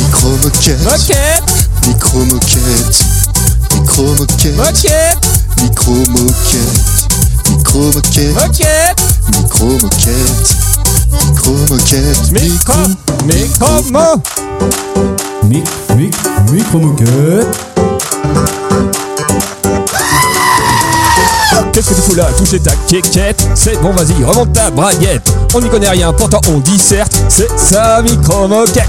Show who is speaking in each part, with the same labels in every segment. Speaker 1: Micro-moquette,
Speaker 2: Moquette,
Speaker 1: micro-moquette, micro-moquette,
Speaker 2: moquette,
Speaker 1: micro-moquette, micro-moquette,
Speaker 2: moquette,
Speaker 1: micro-moquette, micro-moquette,
Speaker 2: micro, micro, mo.
Speaker 3: Mic, mic, micro moquette.
Speaker 2: Qu'est-ce que tu fous là Toucher ta quéquette C'est bon, vas-y, remonte ta braguette. On n'y connaît rien, pourtant on disserte. C'est ça, micro moquette.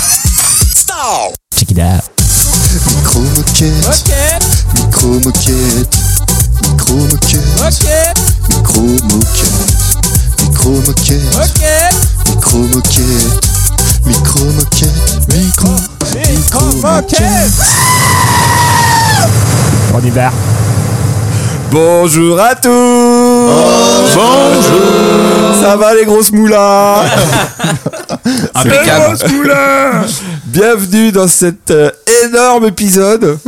Speaker 2: Stop. Check it out.
Speaker 1: micro-moquette,
Speaker 2: Moquette,
Speaker 1: micro-moquette, micro-moquette,
Speaker 2: moquette,
Speaker 1: micro-moquette, micro-moquette,
Speaker 2: moquette,
Speaker 1: micro-moquette, micro-moquette, micro,
Speaker 2: micro-moquette. On y va.
Speaker 4: Bonjour à tous Bonjour Ça va les grosses moulas Les
Speaker 5: Impeccable.
Speaker 4: grosses moulas Bienvenue dans cet euh, énorme épisode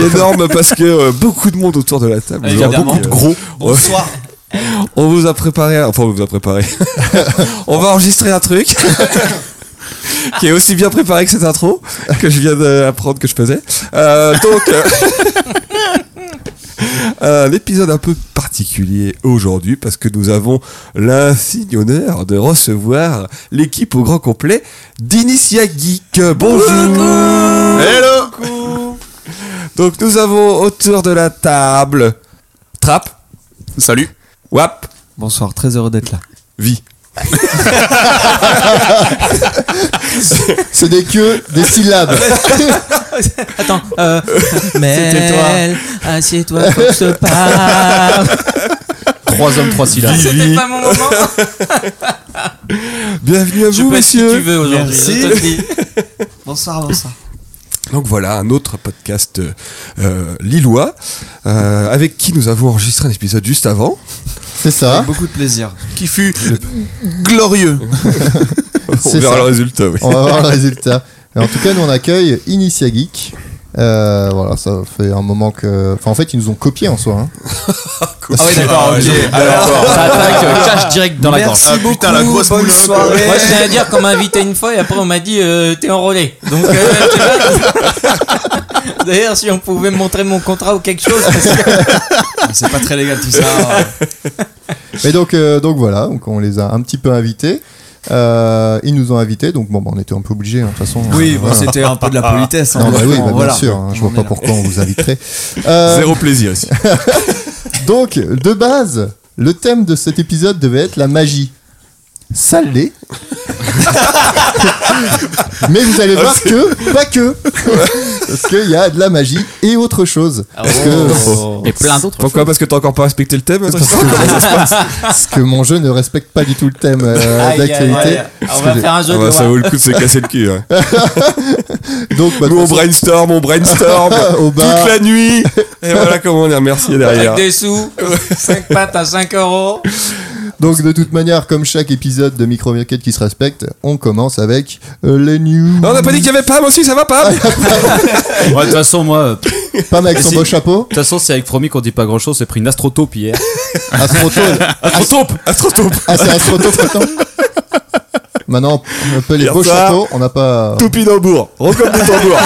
Speaker 4: Énorme parce que euh, beaucoup de monde autour de la table.
Speaker 5: Évidemment. Oh,
Speaker 4: gros. On,
Speaker 5: Bonsoir.
Speaker 4: on vous a préparé, un- enfin on vous a préparé. on va enregistrer un truc qui est aussi bien préparé que cette intro que je viens d'apprendre que je faisais. Euh, donc, euh, euh, l'épisode un peu particulier aujourd'hui parce que nous avons l'insigne honneur de recevoir l'équipe au grand complet d'Initia Geek. Bonjour Hello Donc nous avons autour de la table Trap,
Speaker 5: Salut.
Speaker 4: Wap,
Speaker 6: Bonsoir, très heureux d'être là.
Speaker 4: Vie.
Speaker 1: Ce n'est que des syllabes.
Speaker 6: Attends, euh, Mel, assieds-toi, faut que je te parle.
Speaker 5: Trois hommes, trois syllabes.
Speaker 6: Ah, C'était pas mon moment.
Speaker 4: Bienvenue à
Speaker 6: Je
Speaker 4: vous
Speaker 6: fais ce
Speaker 4: messieurs
Speaker 6: que tu veux aujourd'hui.
Speaker 4: Merci.
Speaker 6: je te le dis. Bonsoir, bonsoir.
Speaker 4: Donc voilà, un autre podcast euh, euh, lillois, euh, avec qui nous avons enregistré un épisode juste avant.
Speaker 1: C'est ça.
Speaker 6: Beaucoup de plaisir.
Speaker 5: Qui fut glorieux.
Speaker 1: C'est ça.
Speaker 4: résultat, oui.
Speaker 6: Oh,
Speaker 1: On va voir le résultat. Mais en tout cas, nous on accueille Initia Geek. Euh, voilà, ça fait un moment que. Enfin, en fait, ils nous ont copié en soi. hein.
Speaker 5: Ah oui, d'accord, ok. Alors, ça attaque, euh, clash direct dans la gorge. Ah, putain, la grosse moule.
Speaker 6: hein. Moi, je viens à dire qu'on m'a invité une fois et après on m'a dit euh, t'es enrôlé. Donc, euh, tu vois. D'ailleurs, si on pouvait me montrer mon contrat ou quelque chose, parce que
Speaker 5: C'est pas très légal tout ça.
Speaker 1: Et donc, euh, donc voilà, donc on les a un petit peu invités. Euh, ils nous ont invités, donc bon, bah, on était un peu obligés, hein, de toute façon.
Speaker 6: Oui,
Speaker 1: Euh,
Speaker 6: bon,
Speaker 1: voilà.
Speaker 6: c'était un peu de la politesse. hein,
Speaker 1: Non, bah oui,
Speaker 6: honnêtement,
Speaker 1: bah, bien
Speaker 6: voilà.
Speaker 1: sûr, hein, je vois
Speaker 6: On
Speaker 1: pas
Speaker 6: est là.
Speaker 1: pourquoi on vous inviterait. Euh,
Speaker 4: Zéro plaisir ici.
Speaker 1: donc, de base, le thème de cet épisode devait être la magie. Ça l'est. Mais vous allez
Speaker 4: Ah,
Speaker 1: voir que, pas que. Parce qu'il y a de la magie et autre chose.
Speaker 6: Ah,
Speaker 1: Parce que,
Speaker 6: oh.
Speaker 5: Et plein d'autres.
Speaker 4: Pourquoi Parce que t'as encore pas respecté le thème
Speaker 1: parce que, parce que mon jeu ne respecte pas du tout le thème euh,
Speaker 6: Aïe, aïe,
Speaker 1: d'actualité.
Speaker 6: aïe. On va faire un jeu
Speaker 4: Ah
Speaker 6: de
Speaker 4: bah, ça
Speaker 6: loi.
Speaker 4: vaut le coup de se casser le cul. hein.
Speaker 1: Donc, bah, de
Speaker 4: Nous on
Speaker 1: toute
Speaker 4: brainstorm, on brainstorm
Speaker 1: Au bar.
Speaker 4: toute la nuit. Et voilà comment on est remercié
Speaker 6: Avec
Speaker 4: derrière.
Speaker 6: des sous, 5 pattes à 5 euros.
Speaker 1: Donc de toute manière, comme chaque épisode de Micro Mirket qui se respecte, on commence avec euh, les news.
Speaker 4: Non, on a pas dit qu'il y avait pas, moi aussi ça va pas.
Speaker 5: Ouais, de toute façon, moi, euh, de
Speaker 1: Pas mal avec son
Speaker 5: Si.
Speaker 1: beau chapeau.
Speaker 5: toute façon, c'est avec Fromy qu'on dit pas grand chose. C'est pris une astrotope hier.
Speaker 1: Astrotope.
Speaker 4: Astrotope Astrotope
Speaker 1: Ah c'est Astrotope maintenant. Maintenant, on appelle les
Speaker 4: Hier
Speaker 1: beaux
Speaker 4: soir.
Speaker 1: chapeaux. On n'a pas.
Speaker 4: Topinambour Recomme du tambour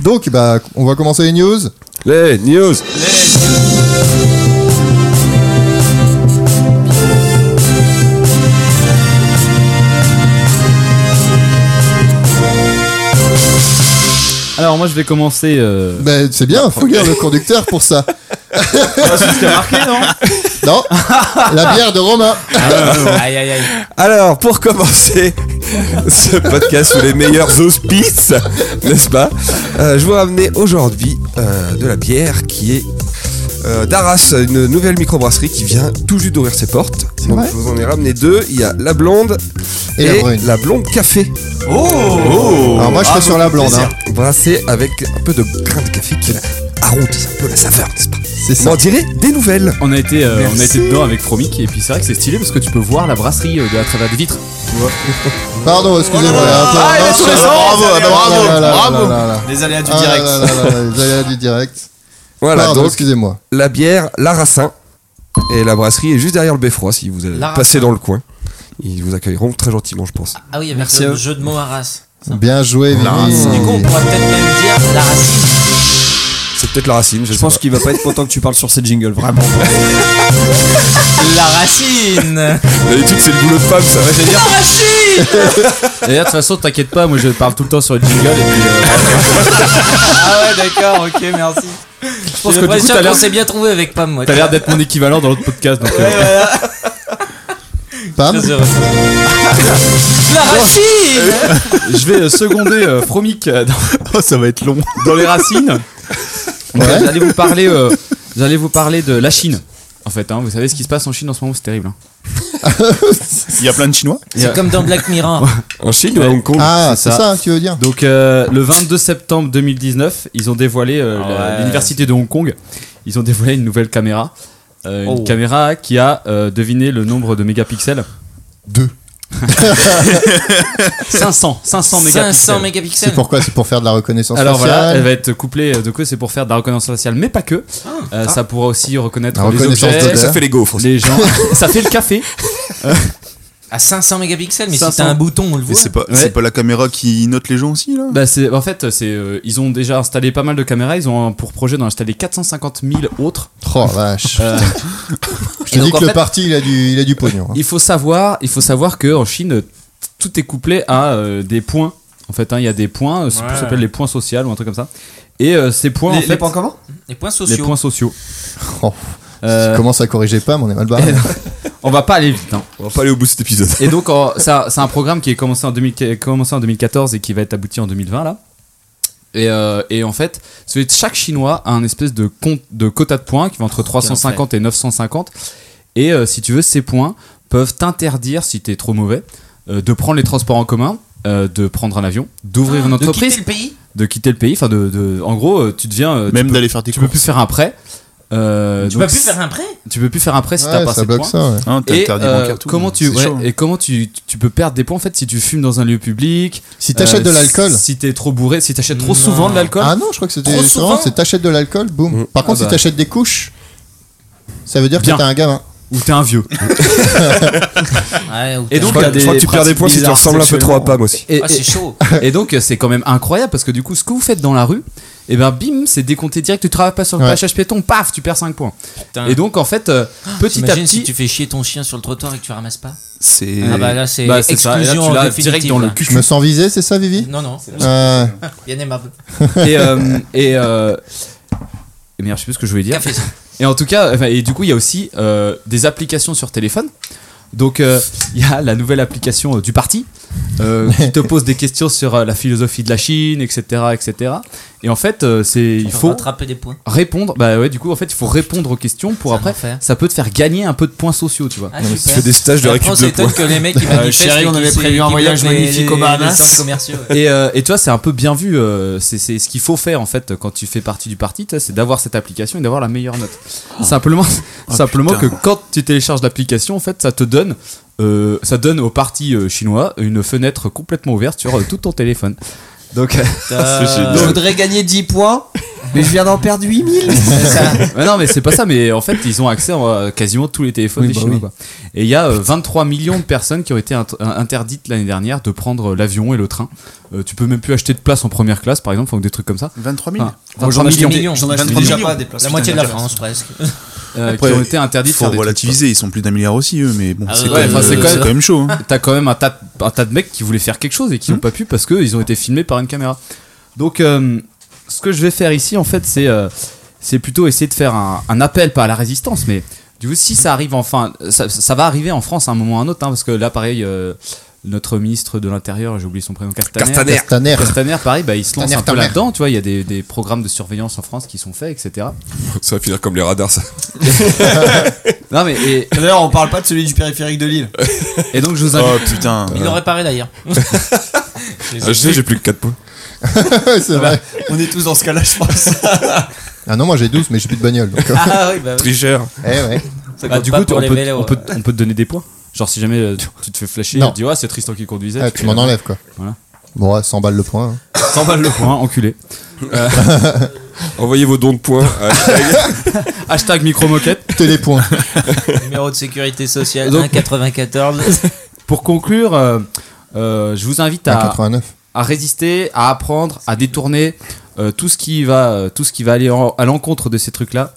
Speaker 1: Donc bah on va commencer les news.
Speaker 4: Les news
Speaker 5: Alors, moi, je vais commencer. Euh...
Speaker 1: Bah, c'est bien, faut lire le conducteur pour ça. Non. La bière de Romain.
Speaker 6: Aïe, aïe, aïe.
Speaker 4: Alors, pour commencer ce podcast sous les meilleurs auspices, n'est-ce pas euh, Je vous ramener aujourd'hui euh, de la bière qui est euh, d'Arras, une nouvelle microbrasserie qui vient tout juste d'ouvrir ses portes. Donc,
Speaker 1: vrai
Speaker 4: je vous en ai ramené deux. Il y a la blonde
Speaker 1: Et
Speaker 4: et,
Speaker 1: la brune.
Speaker 4: la blonde café,
Speaker 5: Oh,
Speaker 1: Alors moi je serais sur la blonde. hein.
Speaker 4: brassée avec un peu de grain de café qui arrondit un peu la saveur, n'est-ce pas
Speaker 1: C'est
Speaker 4: Vous
Speaker 1: ça.
Speaker 4: m'en direz des nouvelles.
Speaker 5: On a été, euh, on a été dedans avec Fromic et puis c'est vrai que c'est stylé parce que tu peux voir la brasserie euh, de à travers des vitres.
Speaker 1: Pardon, excusez-moi. attends,
Speaker 5: Ah, il a
Speaker 1: non,
Speaker 5: tous les
Speaker 1: ça-
Speaker 5: sens.
Speaker 1: Bravo,
Speaker 5: Allez,
Speaker 1: bravo, bravo.
Speaker 5: Les aléas du
Speaker 1: Ah là là là là, les aléas du direct.
Speaker 4: Voilà,
Speaker 1: Pardon,
Speaker 4: donc
Speaker 1: excusez-moi.
Speaker 4: la bière, la racin. Et la brasserie est juste derrière le beffroi si vous allez
Speaker 6: La
Speaker 4: passer
Speaker 6: Racin.
Speaker 4: dans le coin. Ils vous accueilleront très gentiment, je pense.
Speaker 6: Ah oui, avec
Speaker 5: Merci à
Speaker 6: le
Speaker 5: eux.
Speaker 6: jeu de mots à race.
Speaker 1: Bien joué,
Speaker 6: Du coup, on
Speaker 1: Vivi.
Speaker 6: pourrait peut-être même dire la racine.
Speaker 4: C'est peut-être la racine, je,
Speaker 5: Je
Speaker 4: sais
Speaker 5: pense
Speaker 4: pense.
Speaker 5: qu'il va pas être content que tu parles sur ces jingles, vraiment.
Speaker 6: La racine
Speaker 4: Pas. D'habitude, c'est le boulot de femme, ça va.
Speaker 6: La racine
Speaker 5: Et là, de toute façon, t'inquiète pas, moi je parle tout le temps sur les jingles et puis. euh,
Speaker 6: Ah ouais, d'accord, ok, merci. Je
Speaker 5: pense que du coup, t'as l'air-
Speaker 6: on s'est bien trouvé avec Pam, moi.
Speaker 5: T'as l'air d'être mon équivalent dans l'autre podcast, donc. euh,
Speaker 1: Pam,
Speaker 6: Très heureux. La racine
Speaker 5: je vais euh, seconder euh, Fromic euh, dans,
Speaker 7: ça va être long.
Speaker 5: dans les racines. Donc,
Speaker 1: Ouais.
Speaker 5: euh, J'allais vous parler, euh, j'allais vous parler de la Chine. En fait, hein, vous savez ce qui se passe en Chine en ce moment, c'est terrible. hein.
Speaker 7: Il y a plein de Chinois.
Speaker 5: Il y a-
Speaker 6: C'est comme dans Black Mirror.
Speaker 4: En Chine ou à
Speaker 5: Ouais.
Speaker 4: Hong Kong
Speaker 1: ah,
Speaker 5: c'est
Speaker 1: c'est
Speaker 5: ça.
Speaker 1: ça. que tu veux dire
Speaker 5: Donc euh, le 22 septembre 2019, ils ont dévoilé euh, la-
Speaker 6: Ouais.
Speaker 5: l'université de Hong Kong. Ils ont dévoilé une nouvelle caméra, Euh, une
Speaker 6: Oh.
Speaker 5: caméra qui a euh, deviné le nombre de mégapixels.
Speaker 1: Deux.
Speaker 5: 500, 500 mégapixels.
Speaker 6: 500 mégapixels.
Speaker 1: C'est pourquoi C'est pour faire de la reconnaissance
Speaker 5: Alors voilà, elle
Speaker 1: faciale.
Speaker 5: va être couplée euh, de quoi c'est pour faire de la reconnaissance faciale, mais pas que. Euh, Ça pourra aussi reconnaître
Speaker 1: La
Speaker 5: les
Speaker 1: reconnaissance
Speaker 5: objets,
Speaker 1: d'odeur.
Speaker 4: Ça fait les gaufres.
Speaker 5: les gens. ça fait le café.
Speaker 6: À 500 Ah, mégapixels, mais si
Speaker 5: 500.
Speaker 6: t'as un bouton, on le
Speaker 7: Mais
Speaker 6: voit.
Speaker 7: c'est pas,
Speaker 5: Ouais.
Speaker 7: c'est pas la caméra qui note les gens aussi là
Speaker 5: Bah c'est en fait c'est euh, ils ont déjà installé pas mal de caméras, ils ont pour projet d'en installer 450 000 autres.
Speaker 1: Oh vache.
Speaker 5: Euh,
Speaker 1: Je te
Speaker 5: donc,
Speaker 1: dis
Speaker 5: en
Speaker 1: que le
Speaker 5: fait-
Speaker 1: parti, il a du, il a du pognon. hein.
Speaker 5: Il faut savoir, il faut savoir que en Chine, t- tout est couplé à euh, des points. En fait, hein, il y a des points, euh, c'est- ça s'appelle les points sociaux ou un truc comme ça. Et euh, ces points, en fait,
Speaker 6: comment Les points
Speaker 5: les
Speaker 6: sociaux.
Speaker 5: points sociaux.
Speaker 1: Oh,
Speaker 5: Euh,
Speaker 1: Tu commences à corriger Pam, on est mal barré.
Speaker 5: on va pas aller vite. hein.
Speaker 4: On va pas aller au bout de cet épisode.
Speaker 5: Et donc, en- ça, c'est un programme qui est commencé en, 2000 qui est commencé en 2014 et qui va être abouti en 2020 là. Et, euh, et en fait, c'est- chaque Chinois a un espèce de compte de quota de points qui
Speaker 6: Ah,
Speaker 5: va entre 350 et 950. Et euh, si tu veux, ces points peuvent t'interdire, si t'es trop mauvais, euh, de prendre les transports en commun, euh, de prendre un avion, d'ouvrir une
Speaker 6: Ah, De
Speaker 5: entreprise,
Speaker 6: quitter le pays
Speaker 5: de quitter le pays. Enfin, de, de- en gros, euh, tu deviens. euh,
Speaker 7: Même
Speaker 5: tu, peux,
Speaker 7: d'aller faire tes
Speaker 5: tu peux plus
Speaker 7: courses.
Speaker 5: faire un prêt. Euh,
Speaker 6: Tu
Speaker 5: donc
Speaker 6: peux plus
Speaker 5: si-
Speaker 6: faire un prêt
Speaker 5: tu peux plus faire un prêt si t'as
Speaker 1: Ouais,
Speaker 5: pas
Speaker 1: ça
Speaker 5: ces points.
Speaker 1: bloque ça, ouais.
Speaker 7: Hein, t'as
Speaker 5: Et,
Speaker 7: interdit
Speaker 5: euh,
Speaker 7: bancaire, tout.
Speaker 5: comment tu
Speaker 7: C'est
Speaker 5: ouais,
Speaker 7: chaud, hein.
Speaker 5: et comment tu, tu peux perdre des points en fait si tu fumes dans un lieu public
Speaker 1: Si
Speaker 5: euh,
Speaker 1: t'achètes de l'alcool.
Speaker 5: si t'es trop bourré si t'achètes trop
Speaker 6: Non.
Speaker 5: souvent de l'alcool
Speaker 1: Ah non, je crois que c'était
Speaker 6: Trop
Speaker 1: différent.
Speaker 6: souvent.
Speaker 1: C'est t'achètes de l'alcool, boum. Par contre,
Speaker 5: Ah bah.
Speaker 1: si t'achètes des couches, ça veut dire
Speaker 5: Bien.
Speaker 1: que t'es un hein. gamin.
Speaker 5: ou t'es un vieux Et
Speaker 6: Ouais, ou t'as-
Speaker 5: donc,
Speaker 4: Je
Speaker 5: t'as
Speaker 4: crois,
Speaker 5: des
Speaker 4: je crois que tu perds des
Speaker 5: pratiques
Speaker 4: points si tu
Speaker 5: bizarres
Speaker 4: ressembles un peu trop à
Speaker 5: sexuellement.
Speaker 4: Pam aussi.
Speaker 5: et,
Speaker 6: Ah, c'est chaud.
Speaker 5: et- et donc c'est quand même incroyable parce que du coup ce que vous faites dans la rue et ben bim c'est décompté direct tu travailles pas sur le
Speaker 1: Ouais.
Speaker 5: passage piéton paf tu perds 5 points
Speaker 6: Putain.
Speaker 5: et donc en fait euh, petit à
Speaker 6: T'imagines
Speaker 5: petit
Speaker 6: si tu fais chier ton chien sur le trottoir et que tu ramasses pas
Speaker 7: C'est.
Speaker 6: Ah bah là, c'est
Speaker 5: bah, c'est ça, et là,
Speaker 6: exclusion
Speaker 5: tu l'as
Speaker 6: définitive,
Speaker 5: direct dans le
Speaker 6: là.
Speaker 5: cul
Speaker 1: Je me sens visé, c'est ça, Vivi
Speaker 6: Non, non,
Speaker 1: Euh,
Speaker 6: bien aimable.
Speaker 5: et euh, et euh, et merde je sais plus ce que je voulais dire
Speaker 6: Qui a fait ça
Speaker 5: Et en tout cas, enfin, et du coup, il y a aussi euh, des applications sur téléphone. Donc, euh, il y a la nouvelle application euh, du parti euh, qui te pose des questions sur euh, la philosophie de la Chine, etc., etc. Et en fait, euh, c'est il
Speaker 6: Pour
Speaker 5: faut
Speaker 6: rattraper des points.
Speaker 5: répondre. Bah ouais, du coup, en fait, il faut répondre aux questions pour
Speaker 6: C'est un
Speaker 5: après.
Speaker 6: enfer.
Speaker 5: Ça peut te faire gagner un peu de points sociaux, tu vois.
Speaker 6: Ah,
Speaker 4: Tu
Speaker 6: super.
Speaker 4: fais des stages de
Speaker 6: Après,
Speaker 4: récup
Speaker 6: on
Speaker 4: de
Speaker 6: s'étonne
Speaker 4: points.
Speaker 6: que les mecs ils manifestent
Speaker 5: chérie,
Speaker 6: et
Speaker 5: on
Speaker 6: qu'ils-
Speaker 5: avait prévu
Speaker 6: qu'ils
Speaker 5: un
Speaker 6: bloquent
Speaker 5: voyage
Speaker 6: les-
Speaker 5: magnifique
Speaker 6: les-
Speaker 5: aux
Speaker 6: les
Speaker 5: Bahamas.
Speaker 6: centres commerciaux, ouais.
Speaker 5: Et, euh, et tu vois, c'est un peu bien vu. euh, c'est c'est ce qu'il faut faire en fait quand tu fais partie du parti, tu vois, c'est d'avoir cette application et d'avoir la meilleure note. simplement, simplement que
Speaker 7: putain.
Speaker 5: quand tu télécharges l'application, en fait, ça te donne, euh, ça donne au parti euh, chinois une fenêtre complètement ouverte sur euh, tout ton téléphone. Donc, euh,
Speaker 7: génial.
Speaker 6: Je voudrais gagner 10 points, mais je viens d'en perdre 8000.
Speaker 5: ouais, non, mais c'est pas ça. Mais en fait, ils ont accès à euh, quasiment tous les téléphones des Chinois. quoi. Et il y a euh, 23 millions de personnes qui ont été int- euh, interdites l'année dernière de prendre l'avion et le train. Euh, tu peux même plus acheter de place en première classe, par exemple, ou des trucs comme ça.
Speaker 7: 23 000
Speaker 5: Enfin, 23 millions.
Speaker 7: j'en ai acheté
Speaker 6: déjà
Speaker 7: déjà
Speaker 6: pas des places. La moitié de la France presque.
Speaker 5: euh,
Speaker 7: Après,
Speaker 5: qui ont été interdits de
Speaker 7: Faut
Speaker 5: faire des trucs,
Speaker 7: relativiser, ils sont plus d'un milliard aussi eux, mais bon,
Speaker 6: Ah
Speaker 7: c'est
Speaker 6: ouais,
Speaker 7: quand,
Speaker 5: ouais,
Speaker 7: même-
Speaker 5: enfin, c'est
Speaker 7: c'est
Speaker 5: quand
Speaker 7: quand
Speaker 5: même-
Speaker 7: même chaud. hein.
Speaker 5: quoi. T'as quand même un tas, de- un tas de mecs qui voulaient faire quelque chose et
Speaker 7: Hmm.
Speaker 5: qui n'ont pas pu parce qu'ils ont été filmés par une caméra. Donc, euh, ce que je vais faire ici, en fait, c'est euh, c'est plutôt essayer de faire un, un appel, pas à la résistance, mais du coup, si ça arrive enfin, ça, ça va arriver en France à un moment ou à un autre, hein, parce que là, pareil, euh, notre ministre de l'Intérieur, j'ai oublié son prénom, Castaner.
Speaker 4: Castaner.
Speaker 1: Castaner.
Speaker 5: Castaner, pareil, bah, il se lance
Speaker 1: Castaner,
Speaker 5: un peu
Speaker 1: ta mère.
Speaker 5: là-dedans, tu vois, il y a des, des programmes de surveillance en France qui sont faits, etc.
Speaker 4: Ça va finir comme les radars, ça.
Speaker 5: Non, mais, et,
Speaker 8: D'ailleurs, on parle pas de celui du périphérique de Lille.
Speaker 5: et donc je vous invite.
Speaker 7: Oh putain.
Speaker 6: Ils l'ont réparé d'ailleurs.
Speaker 4: Ah, je sais, j'ai plus que 4 points.
Speaker 1: Ouais, c'est vrai.
Speaker 8: On est tous dans ce cas-là, je pense.
Speaker 1: Ah non, moi j'ai 12, mais j'ai plus de bagnole. donc, euh,
Speaker 6: Ah oui, bah oui.
Speaker 4: Tricheur.
Speaker 1: eh ouais.
Speaker 6: Ça
Speaker 5: Ah,
Speaker 6: compte
Speaker 5: du
Speaker 6: pas
Speaker 5: coup, tu-
Speaker 6: pour
Speaker 5: on
Speaker 6: les
Speaker 5: peut,
Speaker 6: vélos,
Speaker 5: on, peut,
Speaker 6: ouais.
Speaker 5: on peut te donner des points. Genre, si jamais euh, tu- tu te fais flasher,
Speaker 1: Non.
Speaker 5: tu dis, ouais, c'est Tristan qui conduisait.
Speaker 1: Ah,
Speaker 5: tu
Speaker 1: tu
Speaker 5: fais,
Speaker 1: m'en
Speaker 5: euh,
Speaker 1: enlèves quoi.
Speaker 5: Voilà.
Speaker 1: Bon, ouais, 100 balles le point. hein.
Speaker 5: 100 balles le point, enculé.
Speaker 4: Envoyez vos dons de points. à-
Speaker 5: Hashtag micro-moquette.
Speaker 1: Télépoint.
Speaker 6: euh, Numéro de sécurité sociale
Speaker 5: Donc-
Speaker 6: 1,94.
Speaker 5: Pour conclure, euh, euh, je vous invite
Speaker 1: à
Speaker 5: à,
Speaker 1: 89.
Speaker 5: à résister, à apprendre, à détourner euh, tout ce qui va, euh, tout ce qui va aller en- à l'encontre de ces trucs-là,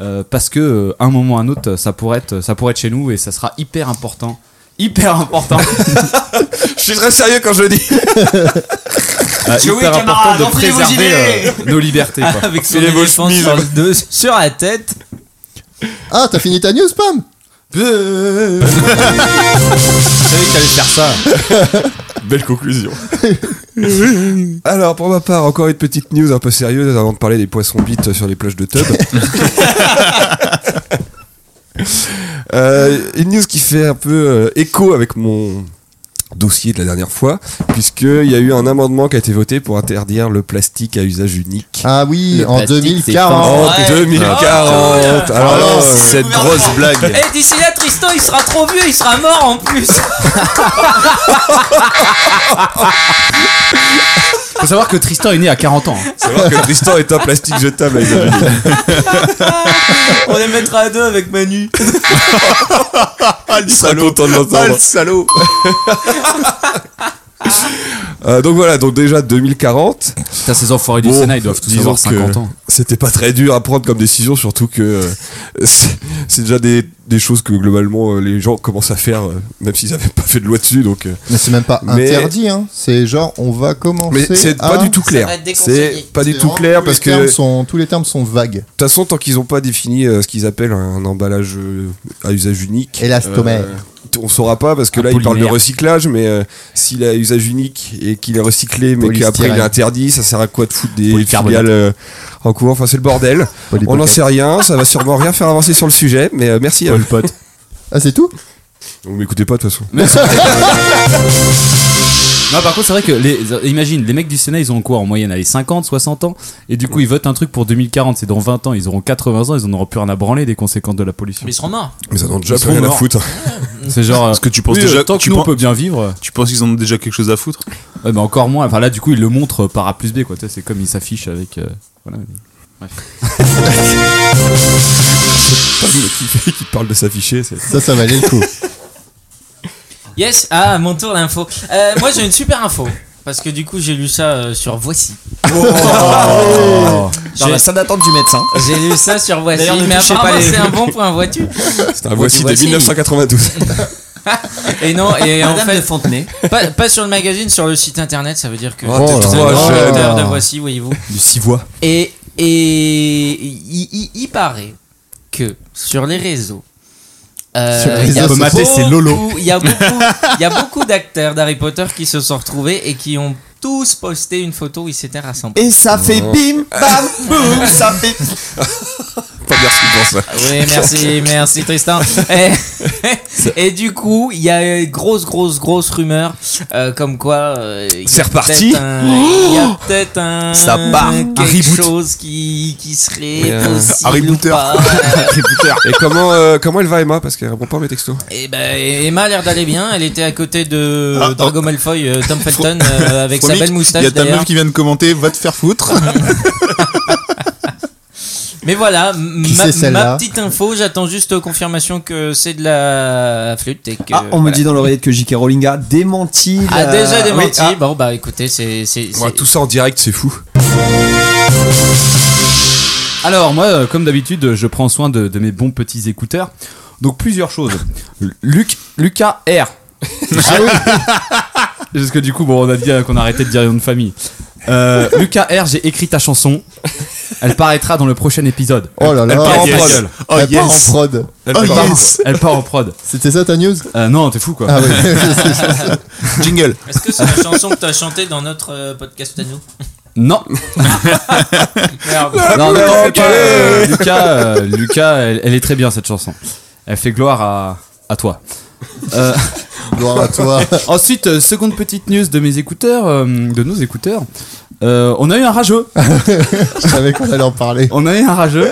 Speaker 5: euh, parce que euh, un moment ou un autre, ça pourrait être, ça pourrait être chez nous et ça sera hyper important, hyper important,
Speaker 4: Je suis très sérieux quand je le dis.
Speaker 5: euh,
Speaker 6: Joey
Speaker 5: hyper
Speaker 6: Camara,
Speaker 5: important de
Speaker 6: enfilez vos
Speaker 5: préserver
Speaker 6: idées
Speaker 5: euh, nos libertés. quoi.
Speaker 6: Avec son
Speaker 4: Filez vos
Speaker 6: éléphant
Speaker 4: chemises.
Speaker 6: sur, le dos- sur la tête.
Speaker 1: Ah, t'as fini ta news, Pam
Speaker 5: Je savais que t'allais faire ça.
Speaker 4: Belle conclusion. Alors, pour ma part, encore une petite news un peu sérieuse avant de parler des poissons bites sur les plages de Tub. Euh, une news qui fait un peu euh, écho avec mon dossier de la dernière fois, puisqu'il y a eu un amendement qui a été voté pour interdire le plastique à usage unique.
Speaker 1: Ah oui,
Speaker 6: Le
Speaker 1: en
Speaker 6: plastique, c'est
Speaker 7: Ah,
Speaker 1: 2040.
Speaker 4: En
Speaker 6: Ouais.
Speaker 4: 2040 Alors,
Speaker 7: Alors,
Speaker 4: euh,
Speaker 7: Ah, cette grosse
Speaker 6: Et
Speaker 7: blague.
Speaker 6: d'ici là, Tristan, il sera trop vieux, il sera mort en plus.
Speaker 5: Faut savoir que Tristan est né à 40 ans. hein.
Speaker 4: c'est vrai que Tristan est un plastique jetable à usage unique.
Speaker 6: On les mettra à deux avec Manu.
Speaker 7: Ah, le
Speaker 4: Il sera
Speaker 7: salaud.
Speaker 4: content de
Speaker 7: Ah,
Speaker 4: l'entendre.
Speaker 7: le salaud.
Speaker 4: Euh, donc voilà, donc déjà 2040.
Speaker 5: Putain, ces enfoirés du
Speaker 4: Bon,
Speaker 5: Sénat, ils doivent tous
Speaker 4: disons
Speaker 5: avoir 50
Speaker 4: que
Speaker 5: ans.
Speaker 4: C'était pas très dur à prendre comme décision, surtout que euh, c'est c'est déjà des, des choses que globalement euh, les gens commencent à faire, euh, même s'ils avaient pas fait de loi dessus. Donc, euh.
Speaker 1: Mais c'est même pas
Speaker 4: Mais-
Speaker 1: interdit, hein. C'est genre, on va
Speaker 4: mais
Speaker 1: commencer.
Speaker 4: c'est
Speaker 1: à-
Speaker 4: pas du tout clair.
Speaker 6: va être déconseillé.
Speaker 4: C'est pas
Speaker 1: C'est
Speaker 4: du tout
Speaker 1: vraiment,
Speaker 4: clair
Speaker 1: tous
Speaker 4: parce
Speaker 1: les termes
Speaker 4: que
Speaker 1: sont- tous les termes sont vagues.
Speaker 4: de toute façon, tant qu'ils ont pas défini euh, ce qu'ils appellent un emballage euh, à usage unique.
Speaker 1: Élastomère.
Speaker 4: euh, on saura pas parce que
Speaker 5: Un
Speaker 4: là, ils parlent de
Speaker 5: polymère.
Speaker 4: recyclage, mais euh, s'il est à usage unique et qu'il est recyclé, mais
Speaker 1: Polystyrène.
Speaker 4: qu'après il est interdit, ça sert à quoi de foutre des
Speaker 5: Polycarbonate.
Speaker 4: filiales euh, en cours Enfin, c'est le bordel. On n'en sait rien, ça va sûrement rien faire avancer sur le sujet, mais euh, merci. euh.
Speaker 1: Ah, c'est tout
Speaker 4: Vous m'écoutez pas de toute façon.
Speaker 5: Non, par contre, c'est vrai que, les, imagine, les mecs du Sénat, ils ont quoi en moyenne Allez, 50, 60 ans Et du coup, ils votent un truc pour 2040, c'est dans 20 ans, ils auront 80 ans, ils en auront plus rien à branler des conséquences de la pollution.
Speaker 6: Mais ils seront morts.
Speaker 4: Mais ça donne déjà
Speaker 5: Ils
Speaker 4: plus
Speaker 5: sont
Speaker 4: rien à
Speaker 5: morts.
Speaker 4: foutre.
Speaker 5: C'est genre. euh,
Speaker 7: Parce que tu penses
Speaker 5: oui,
Speaker 7: déjà
Speaker 5: euh, tant que
Speaker 7: tu
Speaker 5: nous, on
Speaker 7: penses-
Speaker 5: peut bien vivre, euh,
Speaker 7: Tu penses qu'ils ont déjà quelque chose à foutre
Speaker 5: ouais, mais encore moins. Enfin, là, du coup, ils le montrent euh, par A plus B, quoi. Tu sais, C'est comme ils s'affichent avec. euh, voilà.
Speaker 4: qui, qui parle de s'afficher. c'est-
Speaker 1: Ça, ça valait le coup.
Speaker 6: Yes, ah, mon tour d'info. Euh, moi, j'ai une super info. Parce que du coup, j'ai lu ça euh, sur Voici.
Speaker 8: Dans
Speaker 6: J'ai-
Speaker 8: la salle d'attente du médecin.
Speaker 6: J'ai lu ça sur Voici.
Speaker 8: D'ailleurs, ne
Speaker 6: Mais
Speaker 8: touchez pas
Speaker 6: apparemment,
Speaker 8: les-
Speaker 6: c'est un bon point, vois-tu
Speaker 4: C'est un voici des
Speaker 6: voici.
Speaker 4: 1992.
Speaker 6: Et non, et en
Speaker 8: Madame
Speaker 6: fait,
Speaker 8: de Fontenay.
Speaker 6: pas, pas sur le magazine, sur le site internet, ça veut dire que.
Speaker 4: Oh, t'es
Speaker 6: Vous êtes
Speaker 4: trop
Speaker 6: un
Speaker 4: jeune.
Speaker 6: auditeur de Voici, voyez-vous.
Speaker 4: Du six voix.
Speaker 6: Et et il il- il paraît que sur les réseaux, euh,
Speaker 1: Sur les réseaux
Speaker 6: il y a
Speaker 1: sociaux.
Speaker 6: beaucoup-
Speaker 1: Maté, c'est Lolo.
Speaker 6: Il y a beaucoup, il y a beaucoup d'acteurs d'Harry Potter qui se sont retrouvés et qui ont tous posté une photo où ils s'étaient rassemblés.
Speaker 8: Et ça fait bim, bam, boum, ça fait.
Speaker 4: Pas merci pour ça.
Speaker 6: Oui, Ah merci, merci Tristan. Et, et du coup, il y a euh, grosse, grosse, grosse rumeur euh, comme quoi. euh, il y a
Speaker 4: C'est reparti.
Speaker 6: peut-être un- Il y a peut-être un.
Speaker 8: Ça part. Un
Speaker 6: Quelque
Speaker 8: reboot.
Speaker 6: chose qui, qui serait
Speaker 4: euh,
Speaker 6: possible.
Speaker 7: Harry
Speaker 6: ou
Speaker 7: Potter.
Speaker 6: pas.
Speaker 4: Et comment, euh, comment elle va, Emma Parce qu'elle répond pas à mes textos.
Speaker 6: Et ben, Emma a l'air d'aller bien. Elle était à côté de
Speaker 7: Ah,
Speaker 6: Dorgo Malfoy, euh, Tom Felton, euh, avec sa
Speaker 7: Promis,
Speaker 6: belle moustache
Speaker 7: Il y a ta
Speaker 6: d'ailleurs.
Speaker 7: meuf qui vient de commenter, va te faire foutre.
Speaker 6: Mais voilà, m-
Speaker 1: Qui
Speaker 6: ma,
Speaker 1: c'est celle-là
Speaker 6: ma petite info. J'attends juste confirmation que c'est de la flûte et que.
Speaker 8: Ah, on me dit dans l'oreillette que J.K. Rowling a démenti.
Speaker 6: Ah,
Speaker 8: la-
Speaker 6: déjà
Speaker 8: Oui,
Speaker 6: démenti.
Speaker 8: ah,
Speaker 6: Bon, bah écoutez, c'est. c'est-
Speaker 4: Moi,
Speaker 6: c'est-
Speaker 4: tout ça en direct, c'est fou.
Speaker 5: Alors, moi, euh, comme d'habitude, je prends soin de, de mes bons petits écouteurs. Donc, plusieurs choses. Luc, Lucas R.
Speaker 1: Ah
Speaker 5: Parce que du coup, bon, on a dit euh, qu'on arrêtait de dire nom de famille. Euh, Lucas R, j'ai écrit ta chanson. Elle paraîtra dans le prochain épisode.
Speaker 1: Oh là Ah, là.
Speaker 4: part Eh, en prod.
Speaker 1: Elle part-
Speaker 7: Oh
Speaker 1: Elle part en
Speaker 7: yes.
Speaker 1: prod.
Speaker 4: Elle
Speaker 7: Oh
Speaker 4: fait pas-
Speaker 7: yes.
Speaker 5: Elle part en prod.
Speaker 1: C'était ça ta news
Speaker 5: Euh, non, t'es fou quoi.
Speaker 1: Ah oui.
Speaker 7: Jingle.
Speaker 6: Est-ce que c'est la chanson que t'as chantée dans notre euh, podcast à nous
Speaker 5: Non,
Speaker 6: Merde.
Speaker 1: Ah,
Speaker 5: non, non, non, Lucas, euh, Lucas, euh, Lucas, elle, elle est très bien cette chanson. Elle fait gloire à, à toi. Euh,
Speaker 1: Gloire à toi.
Speaker 5: ensuite, euh, seconde petite news de mes écouteurs, euh, de nos écouteurs. Euh, on a eu un rageux.
Speaker 1: Je savais qu'on allait en parler.
Speaker 5: On a eu un rageux.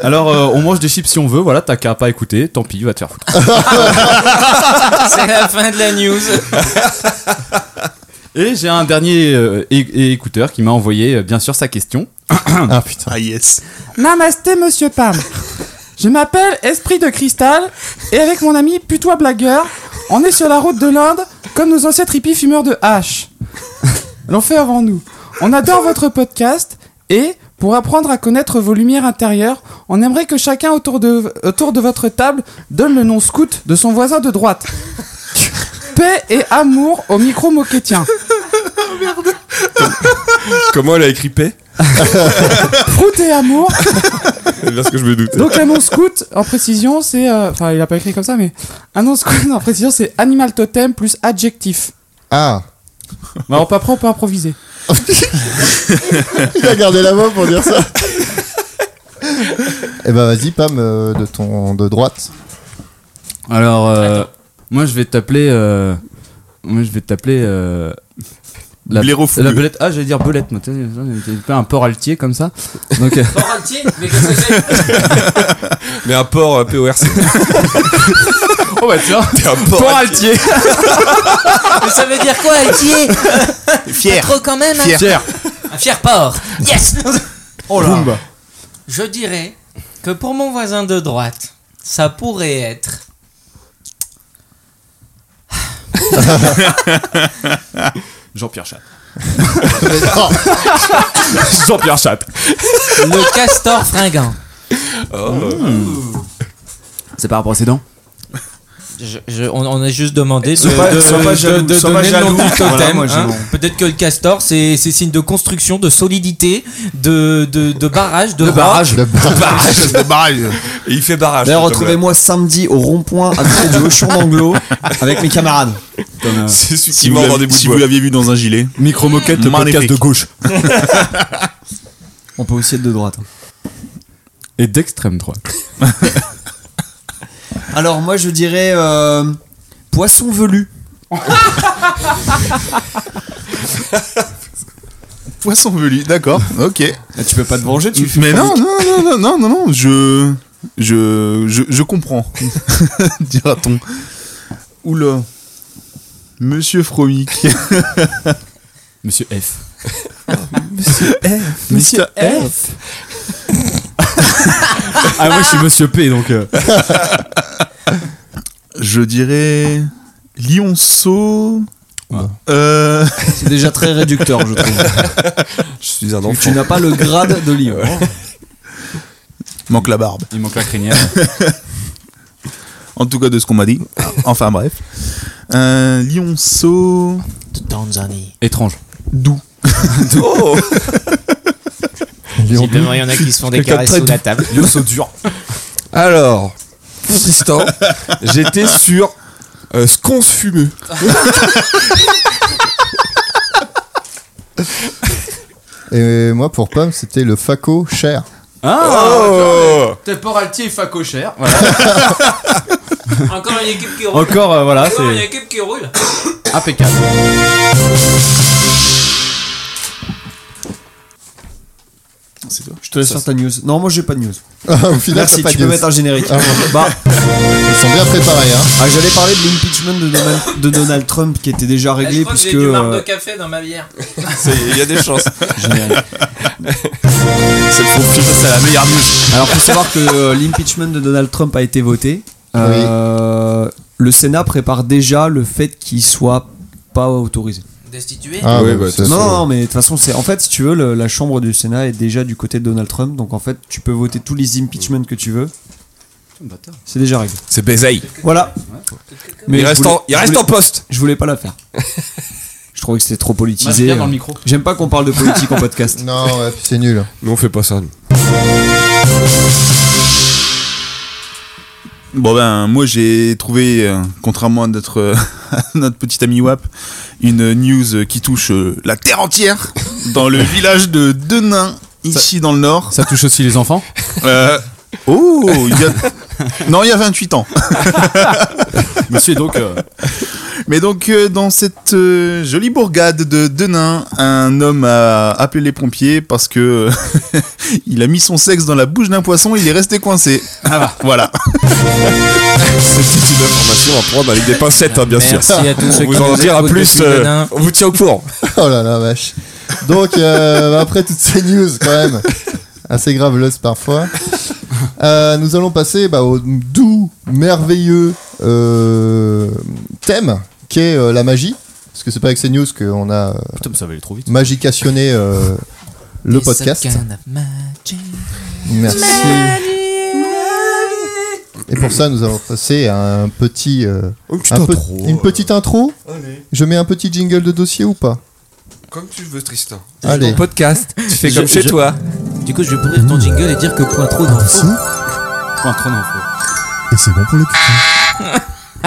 Speaker 5: Alors, euh, on mange des chips si on veut. Voilà, t'as qu'à pas écouter. Tant pis, va te faire foutre.
Speaker 6: C'est la fin de la news.
Speaker 5: Et j'ai un dernier euh, é- é- écouteur qui m'a envoyé, euh, bien sûr, sa question.
Speaker 1: Ah putain.
Speaker 7: Ah yes.
Speaker 9: Namasté, monsieur Pam. Je m'appelle Esprit de Cristal et avec mon ami Putois Blagueur, on est sur la route de l'Inde comme nos anciens hippies fumeurs de hache. L'ont fait avant nous. On adore votre podcast et, pour apprendre à connaître vos lumières intérieures, on aimerait que chacun autour de, autour de votre table donne le nom scout de son voisin de droite. Paix et amour au micro moquetien.
Speaker 4: Comment elle a écrit paix
Speaker 9: Fruit et amour
Speaker 4: C'est bien ce que je me doutais.
Speaker 9: Donc un nom scout en précision c'est euh, enfin il a pas écrit comme ça mais un nom scout en précision c'est animal totem plus adjectif.
Speaker 1: Ah.
Speaker 9: Bah on peut après on peut improviser.
Speaker 1: Il a gardé la main pour dire ça. Eh ben vas-y Pam euh, de ton de droite.
Speaker 5: Alors, euh, moi, je vais t'appeler. euh, moi, je vais t'appeler. euh, la,
Speaker 7: Blaireau-fougueux.
Speaker 5: la belette. Ah, j'allais dire belette. Moi, t'as- t'as- t'as un port altier comme ça. Donc, euh,
Speaker 6: Moraltier, mais qu'est-ce que c'est
Speaker 4: Mais un port euh, PORC.
Speaker 5: oh bah tiens,
Speaker 4: T'es un port.
Speaker 5: port altier.
Speaker 6: Mais ça veut dire quoi, Altier
Speaker 7: Fier.
Speaker 6: Trop quand même, hein
Speaker 7: Fier.
Speaker 6: Un fier porc. Yes Oh là Je dirais que pour mon voisin de droite, ça pourrait être.
Speaker 5: Jean-Pierre Chat.
Speaker 1: Oh,
Speaker 5: Jean-Pierre Chat.
Speaker 6: Le castor fringant.
Speaker 5: C'est par rapport à ses dents.
Speaker 6: Je- je- on, on a juste demandé de,
Speaker 3: Sois pas-
Speaker 6: de-
Speaker 3: sois pas
Speaker 6: de-
Speaker 3: jaloux,
Speaker 6: de
Speaker 3: sois pas
Speaker 6: donner le nom
Speaker 3: jaloux.
Speaker 6: du totem.
Speaker 3: Voilà, moi, j'ai
Speaker 6: hein.
Speaker 3: bon.
Speaker 6: Peut-être que le castor, c'est c'est signe de construction, de solidité, de, de, de barrage, de, roc.
Speaker 5: Ah,
Speaker 1: le bar-
Speaker 7: Barrage. Le barrage.
Speaker 4: Et il fait barrage.
Speaker 8: D'ailleurs,
Speaker 4: ce tableau.
Speaker 8: retrouvez-moi samedi au rond-point à côté du Hochon d'Anglo avec mes camarades.
Speaker 4: Ah. C'est celui
Speaker 7: Si
Speaker 4: qui
Speaker 7: vous
Speaker 4: mord dans
Speaker 7: l'aviez-
Speaker 4: des bouts
Speaker 7: si
Speaker 4: de
Speaker 7: vous
Speaker 4: bois.
Speaker 7: l'aviez vu dans un gilet.
Speaker 2: Micro moquette, le podcast
Speaker 7: Magnifique.
Speaker 2: de gauche.
Speaker 8: On peut aussi être de droite.
Speaker 5: hein. Et d'extrême droite.
Speaker 8: Alors moi je dirais euh, poisson velu.
Speaker 7: Poisson velu. D'accord. Ok.
Speaker 8: Tu peux pas te venger, tu
Speaker 7: Mais non, non, non, non, non, non, non, je. Je. Je, je comprends. Dira-t-on. Oula. Monsieur Fromic.
Speaker 5: Monsieur F.
Speaker 7: Monsieur
Speaker 5: F Ah, moi, je suis Monsieur P, donc. euh,
Speaker 7: Je dirais. Lionceau. Euh.
Speaker 8: C'est déjà très réducteur, je trouve.
Speaker 4: Je suis un
Speaker 8: Donc, tu
Speaker 4: enfant.
Speaker 8: n'as pas le grade de lion.
Speaker 7: Manque la barbe.
Speaker 5: il manque la crinière.
Speaker 7: En tout cas, de ce qu'on m'a dit. Enfin, bref. Euh, Lionceau.
Speaker 6: De Tanzanie.
Speaker 5: Étrange.
Speaker 4: Oh
Speaker 6: Visiblement, il y en a qui se font des caresses sous la table.
Speaker 4: Alors, pour Tristan, j'étais sur euh, sconce fumeux.
Speaker 1: Et moi pour Pam c'était le faco cher.
Speaker 5: Ah
Speaker 4: Oh
Speaker 5: T'es port altier et facochère. Voilà.
Speaker 6: Encore une équipe qui roule.
Speaker 5: Encore, euh, voilà,
Speaker 6: Encore une
Speaker 5: c'est
Speaker 6: équipe qui roule.
Speaker 5: impeccable.
Speaker 8: Je te laisse faire ta news. Non, moi j'ai pas de news.
Speaker 1: Au final
Speaker 8: Merci,
Speaker 1: t'as pas
Speaker 8: tu
Speaker 1: de
Speaker 8: peux
Speaker 1: news.
Speaker 8: mettre un générique.
Speaker 1: Ah, bon.
Speaker 8: Bah,
Speaker 1: Ils sont bien préparés hein.
Speaker 8: ah, j'allais parler de l'impeachment de Donald, de Donald Trump qui était déjà
Speaker 6: Ah,
Speaker 8: réglé
Speaker 6: Je crois que
Speaker 8: puisque
Speaker 6: j'ai du marbre de
Speaker 8: euh,
Speaker 6: café dans ma bière.
Speaker 4: Ça y est, Il y a des chances.
Speaker 7: C'est le faux film, c'est la meilleure news.
Speaker 8: alors faut savoir que euh, l'impeachment de Donald Trump a été voté. Euh, Le Sénat prépare déjà le fait qu'il soit pas autorisé.
Speaker 6: Destitué.
Speaker 1: Ah
Speaker 4: Ouais,
Speaker 1: bon,
Speaker 4: bah,
Speaker 1: c'est-
Speaker 8: Non, non, mais de toute façon, c'est en fait, si tu veux, le- la chambre du Sénat est déjà du côté de Donald Trump, donc en fait, tu peux voter tous les impeachments que tu veux. C'est déjà réglé.
Speaker 4: C'est baiser.
Speaker 8: Voilà. Mais
Speaker 4: il
Speaker 8: je
Speaker 4: reste,
Speaker 8: voulais-
Speaker 4: en, il
Speaker 8: je
Speaker 4: reste
Speaker 8: voulais-
Speaker 4: en poste.
Speaker 8: Je voulais pas la faire. Je trouvais que c'était trop
Speaker 5: Masque
Speaker 8: politisé. euh.
Speaker 5: bien dans le micro.
Speaker 8: J'aime pas qu'on parle de politique en podcast.
Speaker 1: Non, ouais, c'est nul.
Speaker 4: Non, on fait pas ça. nous.
Speaker 7: Bon ben moi j'ai trouvé, euh, contrairement à notre, euh, à notre petit ami WAP, une news euh, qui touche euh, la terre entière dans le village de Denain, ici dans le nord.
Speaker 5: Ça touche aussi les enfants
Speaker 7: Euh, oh il y a- Non il y a 28 ans.
Speaker 5: Monsieur, donc, euh,
Speaker 7: Mais donc, euh, dans cette euh, jolie bourgade de Denain, un homme a appelé les pompiers parce que euh, il a mis son sexe dans la bouche d'un poisson et il est resté coincé. voilà.
Speaker 4: Ah bah. C'est une information à prendre avec des pincettes, hein, bien sûr.
Speaker 6: Merci à tous ceux
Speaker 4: On
Speaker 6: qui
Speaker 4: vous en
Speaker 6: nous
Speaker 4: dira
Speaker 6: écoutent
Speaker 4: plus.
Speaker 6: depuis
Speaker 4: euh,
Speaker 6: Denain.
Speaker 4: on vous tient au courant.
Speaker 1: Oh là là, vache. Donc, euh, bah, après toutes ces news, quand même, assez graveleuses parfois, euh, nous allons passer bah, au doux, merveilleux euh, thème qu'est euh, la magie. Parce que c'est pas avec ces news qu'on a euh,
Speaker 5: putain, mais ça va aller trop vite.
Speaker 1: magicationné euh, le
Speaker 6: It's
Speaker 1: podcast.
Speaker 6: a kind of magic.
Speaker 1: Merci. Et pour ça, nous allons passer à un petit, euh,
Speaker 5: Oh,
Speaker 1: un peu- une petite intro. Je mets un petit jingle de dossier ou pas
Speaker 4: Comme tu veux, Tristan.
Speaker 1: Allez.
Speaker 4: podcast. Tu fais
Speaker 6: Je-
Speaker 4: comme chez
Speaker 6: je-
Speaker 4: toi.
Speaker 6: Du coup, je vais pourrir ton jingle et dire que Pointreau n'en fout.
Speaker 5: Point trop d'infos.
Speaker 3: Et c'est bon pour le cul.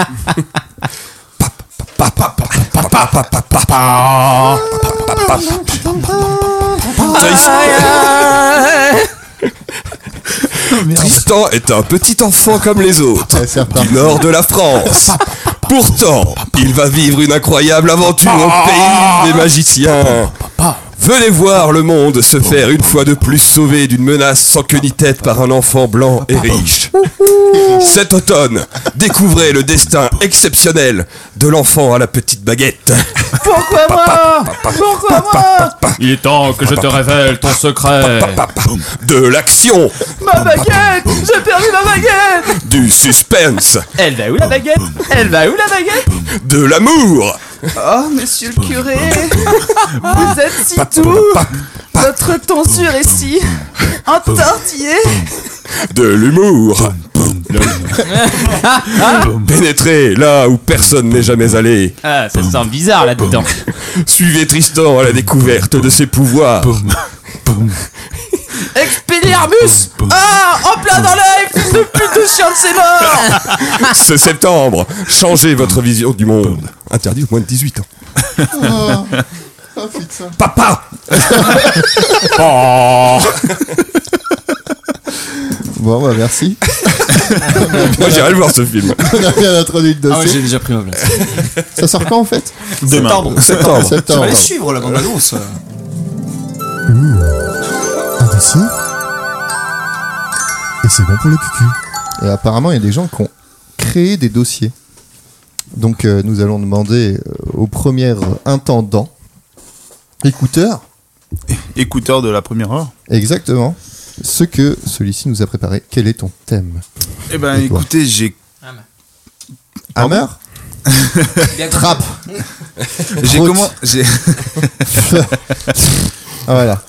Speaker 4: Tristan est un petit enfant comme les autres.
Speaker 1: Ouais, c'est reparti.
Speaker 4: du nord de la France. Pourtant, il va vivre une incroyable aventure au pays des magiciens. Venez voir le monde se faire une fois de plus sauver d'une menace sans queue ni tête par un enfant blanc et riche. Cet automne, découvrez le destin exceptionnel de l'enfant à la petite baguette.
Speaker 9: Pourquoi moi Pourquoi moi
Speaker 5: Il est temps que je te révèle ton secret.
Speaker 4: De l'action,
Speaker 9: Ma baguette J'ai perdu ma baguette
Speaker 4: du suspense,
Speaker 9: Elle va où la baguette Elle va où la baguette
Speaker 4: de l'amour.
Speaker 9: Oh, monsieur le curé Vous êtes si doux Votre tonsure est si entortillée
Speaker 4: de l'humour. Pénétrez là où personne n'est jamais allé.
Speaker 6: Ah, ça sent bizarre là-dedans.
Speaker 4: Suivez Tristan à la découverte de ses pouvoirs.
Speaker 9: Expelliarmus Ah En plein dans l'œil Fils de pute de chien de ses morts
Speaker 4: Ce septembre, changez votre vision du monde. Interdit aux moins de 18 ans. Papa Oh
Speaker 1: Bon, bah merci.
Speaker 4: Moi j'irai le voir ce film.
Speaker 1: On a bien introduit le
Speaker 5: Ah ouais,
Speaker 1: dossier.
Speaker 5: j'ai déjà pris ma place.
Speaker 1: ça sort quand en fait
Speaker 7: Demain.
Speaker 4: Septembre.
Speaker 1: Septembre.
Speaker 8: suivre la bande-annonce.
Speaker 3: Un dossier. Et c'est bon pour le cul.
Speaker 1: Et apparemment, il y a des gens qui ont créé des dossiers. Donc, euh, nous allons demander euh, au premier intendant, écouteur,
Speaker 7: Écouteur de la première heure.
Speaker 1: exactement, ce que celui-ci nous a préparé. Quel est ton thème
Speaker 7: Eh ben,
Speaker 1: Et toi
Speaker 7: écoutez, j'ai
Speaker 6: Ah,
Speaker 1: Hammer Trappe
Speaker 7: j'ai
Speaker 1: Crotte.
Speaker 7: comment j'ai
Speaker 1: Ah, Voilà.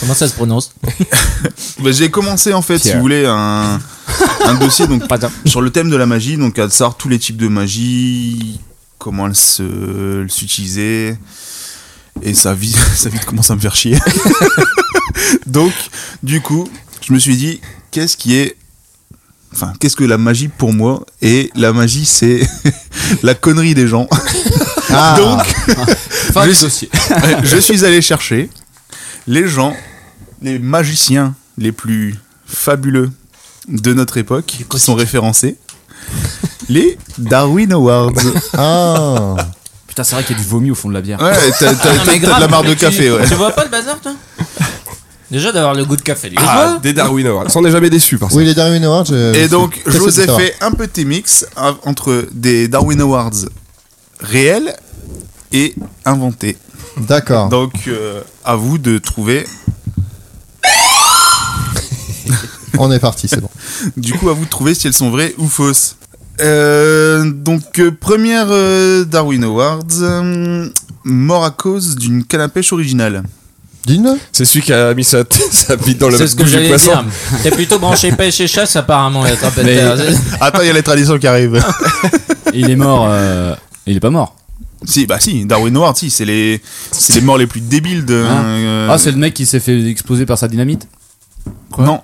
Speaker 6: Comment ça se prononce
Speaker 7: bah, j'ai commencé en fait, si
Speaker 4: Pierre.
Speaker 7: vous voulez, un, un dossier donc sur le thème de la magie, donc à savoir tous les types de magie, comment elle se elle s'utilisait et ça vite ça vite commence à me faire chier. donc du coup, je me suis dit qu'est-ce qui est Enfin, qu'est-ce que la magie pour moi Et la magie, c'est la connerie des gens.
Speaker 1: Ah,
Speaker 7: Donc,
Speaker 5: Fin du
Speaker 7: Je-
Speaker 5: dossier.
Speaker 7: je suis allé chercher les gens, les magiciens les plus fabuleux de notre époque qui sont référencés. Les Darwin Awards.
Speaker 1: ah.
Speaker 5: Putain, c'est vrai qu'il y a du vomi au fond de la bière.
Speaker 7: Ouais, Ah t'as, t'as- t'as- t'as de la marre de café, ouais.
Speaker 6: Tu vois pas le bazar, toi Déjà d'avoir le goût de café. les
Speaker 4: Ah, des Darwin Awards. Ça, on n'est jamais déçu par ça.
Speaker 1: Oui, les Darwin Awards. je-
Speaker 7: Et
Speaker 1: je
Speaker 7: donc,
Speaker 1: suis
Speaker 7: je vous
Speaker 1: pressé de
Speaker 7: ai
Speaker 1: savoir.
Speaker 7: fait un petit mix hein, entre des Darwin Awards réels et inventés.
Speaker 1: D'accord.
Speaker 7: Donc, euh, à vous de trouver.
Speaker 1: On est parti, c'est bon.
Speaker 7: Du coup, à vous de trouver si elles sont vraies ou fausses. Euh, donc, euh, première euh, Darwin Awards. euh, mort à cause d'une canne à pêche originale.
Speaker 1: Dis-le.
Speaker 4: C'est celui qui a mis sa, sa bite dans le
Speaker 6: C'est ce que
Speaker 4: bouche du
Speaker 6: j'allais
Speaker 4: poisson.
Speaker 6: dire. T'es plutôt branché pêche et chasse apparemment, la trompette.
Speaker 7: Ah, Attends, il y a les traditions qui arrivent.
Speaker 5: Et il est mort. euh, Il est pas mort.
Speaker 7: si, bah si, Darwin Awards, si, c'est les, c'est les morts les plus débiles de.
Speaker 5: Hein
Speaker 7: euh,
Speaker 5: Ah, c'est le mec qui s'est fait exploser par sa dynamite
Speaker 7: non,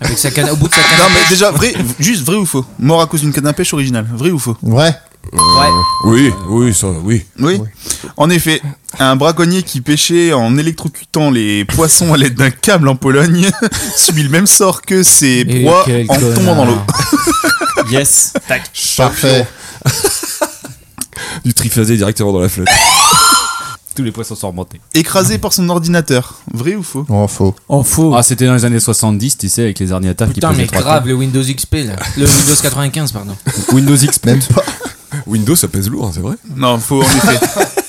Speaker 6: Avec sa canne, au bout de sa canne.
Speaker 7: non, mais déjà, vrai, juste vrai ou faux Mort à cause d'une canne à pêche originale, vrai ou faux
Speaker 1: Ouais.
Speaker 4: Oui, oui, ça, oui.
Speaker 7: Oui. En effet, un braconnier qui pêchait en électrocutant les poissons à l'aide d'un câble en Pologne subit le même sort que ses
Speaker 6: Et
Speaker 7: proies
Speaker 6: quel
Speaker 7: en
Speaker 6: connard.
Speaker 7: tombant dans l'eau.
Speaker 6: Yes. Tac.
Speaker 1: Parfait.
Speaker 4: Du triphasé directement dans la flotte.
Speaker 5: Tous les poissons sont remontés.
Speaker 7: Écrasé par son ordinateur. Vrai ou faux
Speaker 1: Oh, faux.
Speaker 8: En faux.
Speaker 5: Ah, c'était dans les années 70, tu sais, avec les ordinateurs qui
Speaker 6: Putain, mais
Speaker 5: pesaient trois
Speaker 6: grave, le Windows XP, là. Le Windows 95, pardon.
Speaker 5: tonnes. Windows XP.
Speaker 1: Même pas.
Speaker 4: Windows, ça pèse lourd, hein, c'est vrai.
Speaker 7: Non, faux en effet.